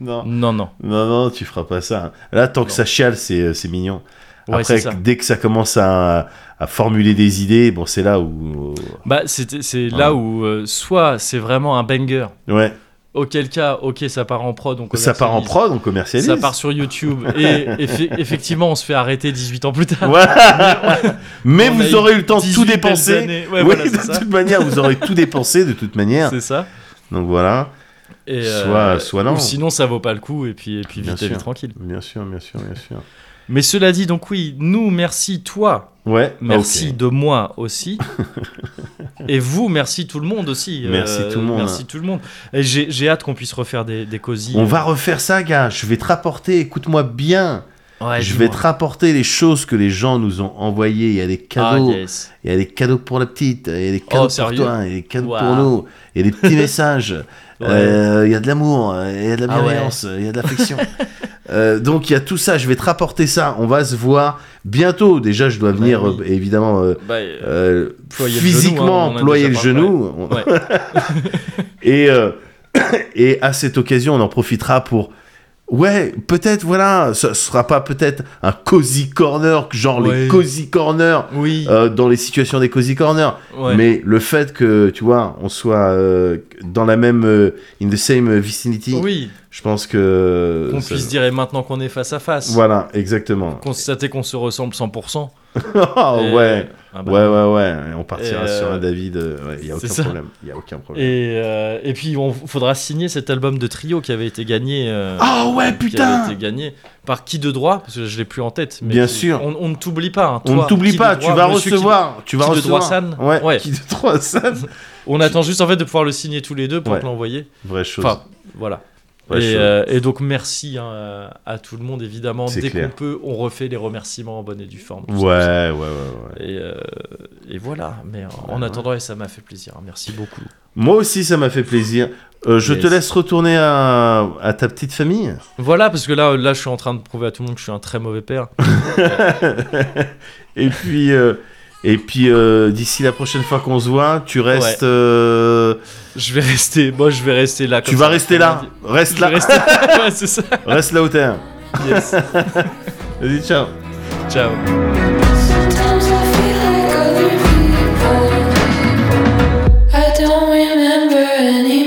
Speaker 1: non.
Speaker 2: non, non.
Speaker 1: non, non, tu feras pas ça. Là, tant que
Speaker 2: Non.
Speaker 1: ça chiale, c'est euh, c'est mignon.
Speaker 2: Ouais,
Speaker 1: Après,
Speaker 2: c'est ça.
Speaker 1: dès que ça commence à, à formuler des idées, bon, c'est là où.
Speaker 2: Bah, c'est c'est là où euh, soit c'est vraiment un banger,
Speaker 1: Ouais.
Speaker 2: auquel cas, ok, ça part en prod, donc
Speaker 1: Ça part en prod, on commercialise.
Speaker 2: ça part sur YouTube, et effe- effectivement, on se fait arrêter 18 ans plus tard.
Speaker 1: Voilà. Mais
Speaker 2: On a
Speaker 1: vous
Speaker 2: eu
Speaker 1: aurez eu le temps de
Speaker 2: 18
Speaker 1: tout
Speaker 2: belles
Speaker 1: dépenser.
Speaker 2: années. Ouais,
Speaker 1: Oui,
Speaker 2: voilà, c'est
Speaker 1: de
Speaker 2: ça.
Speaker 1: toute manière, vous aurez tout dépensé, de toute manière.
Speaker 2: C'est ça.
Speaker 1: Donc voilà.
Speaker 2: Et, euh,
Speaker 1: Soit- soit non.
Speaker 2: Ou sinon, ça vaut pas le coup, et puis, et puis
Speaker 1: Bien
Speaker 2: vite, et
Speaker 1: sûr.
Speaker 2: tranquille.
Speaker 1: Bien sûr, bien sûr, bien sûr.
Speaker 2: Mais cela dit, donc oui, nous, merci toi,
Speaker 1: Ouais.
Speaker 2: merci
Speaker 1: ok.
Speaker 2: de moi aussi, et vous, merci tout le monde aussi. euh,
Speaker 1: Merci tout le monde.
Speaker 2: Merci tout le monde. Et J'ai j'ai hâte qu'on puisse refaire des, des cosy. euh,
Speaker 1: On va refaire ça, gars. Je vais te rapporter, écoute-moi bien.
Speaker 2: Ouais,
Speaker 1: je vais te
Speaker 2: dis-moi.
Speaker 1: rapporter les choses que les gens nous ont envoyées. Il y a des
Speaker 2: Ah,
Speaker 1: cadeaux.
Speaker 2: yes.
Speaker 1: Il y a des cadeaux pour la petite. Il y a des cadeaux pour
Speaker 2: sérieux
Speaker 1: toi. Il y a des cadeaux
Speaker 2: Waouh.
Speaker 1: pour nous. Il y a des petits messages.
Speaker 2: Ouais.
Speaker 1: Euh, il y a de l'amour. Il y a de la
Speaker 2: Ah ouais.
Speaker 1: bienveillance. Il y a de l'affection. Euh, donc il y a tout ça. Je vais te rapporter ça. On va se voir bientôt. Déjà, je dois
Speaker 2: Bah
Speaker 1: venir,
Speaker 2: oui.
Speaker 1: euh, évidemment. euh,
Speaker 2: Bah, euh,
Speaker 1: euh,
Speaker 2: Ployer le genou, hein,
Speaker 1: physiquement
Speaker 2: on en a
Speaker 1: ployer le
Speaker 2: déjà parlé.
Speaker 1: genou. On-
Speaker 2: ouais.
Speaker 1: Et, euh, et à cette occasion, on en profitera pour. Ouais, peut-être, voilà, ce sera pas peut-être un cozy corner, genre
Speaker 2: Ouais.
Speaker 1: les cozy corners
Speaker 2: Oui.
Speaker 1: euh, dans les situations des cozy corners.
Speaker 2: ouais.
Speaker 1: euh, Mais le fait que, tu vois, on soit euh, dans la même. euh, in the same vicinity,
Speaker 2: oui.
Speaker 1: je pense que.
Speaker 2: Qu'on
Speaker 1: euh, ça-
Speaker 2: puisse dire et maintenant qu'on est face à face.
Speaker 1: Voilà, exactement.
Speaker 2: Constater qu'on se ressemble 100%.
Speaker 1: Oh,
Speaker 2: Et-
Speaker 1: ouais,
Speaker 2: Ah bah.
Speaker 1: ouais, ouais, ouais. Et on partira
Speaker 2: Et, euh,
Speaker 1: sur un David, euh, ouais, il y a
Speaker 2: c'est
Speaker 1: aucun
Speaker 2: ça.
Speaker 1: problème. Il y a aucun problème.
Speaker 2: Et, euh, et puis on faudra signer cet album de trio qui avait été gagné. euh,
Speaker 1: Ah ouais,
Speaker 2: qui
Speaker 1: putain
Speaker 2: avait été gagné par qui de droit Parce que je l'ai plus en tête. mais
Speaker 1: Bien
Speaker 2: qui-
Speaker 1: sûr.
Speaker 2: On, on ne t'oublie pas. hein,
Speaker 1: On
Speaker 2: toi,
Speaker 1: ne t'oublie
Speaker 2: qui de
Speaker 1: pas,
Speaker 2: droit,
Speaker 1: tu vas
Speaker 2: monsieur qui-
Speaker 1: recevoir. tu vas
Speaker 2: qui de
Speaker 1: recevoir.
Speaker 2: Droitsan
Speaker 1: ouais,
Speaker 2: Ouais.
Speaker 1: Qui de Droitsan
Speaker 2: On attend juste en fait de pouvoir le signer tous les deux pour
Speaker 1: Ouais.
Speaker 2: te l'envoyer.
Speaker 1: Vraie chose.
Speaker 2: Enfin, voilà.
Speaker 1: vraie
Speaker 2: et,
Speaker 1: chose.
Speaker 2: euh, et donc merci hein, à tout le monde évidemment.
Speaker 1: C'est
Speaker 2: Dès qu'on
Speaker 1: clair.
Speaker 2: peut, on refait les remerciements en bonne et due forme. tout ça, tout ça.
Speaker 1: ouais, ouais, ouais, ouais.
Speaker 2: Et, euh, et voilà, mais en, en
Speaker 1: Ouais, ouais.
Speaker 2: attendant, et ça m'a fait plaisir, hein. merci beaucoup.
Speaker 1: Moi aussi, ça m'a fait plaisir. Euh, je
Speaker 2: Yes.
Speaker 1: te laisse retourner à, à ta petite famille.
Speaker 2: Voilà, parce que là, là, je suis en train de prouver à tout le monde que je suis un très mauvais père.
Speaker 1: et puis, euh, et puis euh, d'ici la prochaine fois qu'on se voit, tu restes. euh,
Speaker 2: Je vais rester, moi je vais rester là. comme
Speaker 1: tu
Speaker 2: ça,
Speaker 1: vas rester là.
Speaker 2: comme on dit.
Speaker 1: Reste
Speaker 2: Je vais
Speaker 1: là.
Speaker 2: rester là, ouais, c'est ça.
Speaker 1: Reste là où t'es.
Speaker 2: Yes.
Speaker 1: Vas-y, ciao.
Speaker 2: Ciao.
Speaker 3: Sometimes I feel like other people. I don't remember any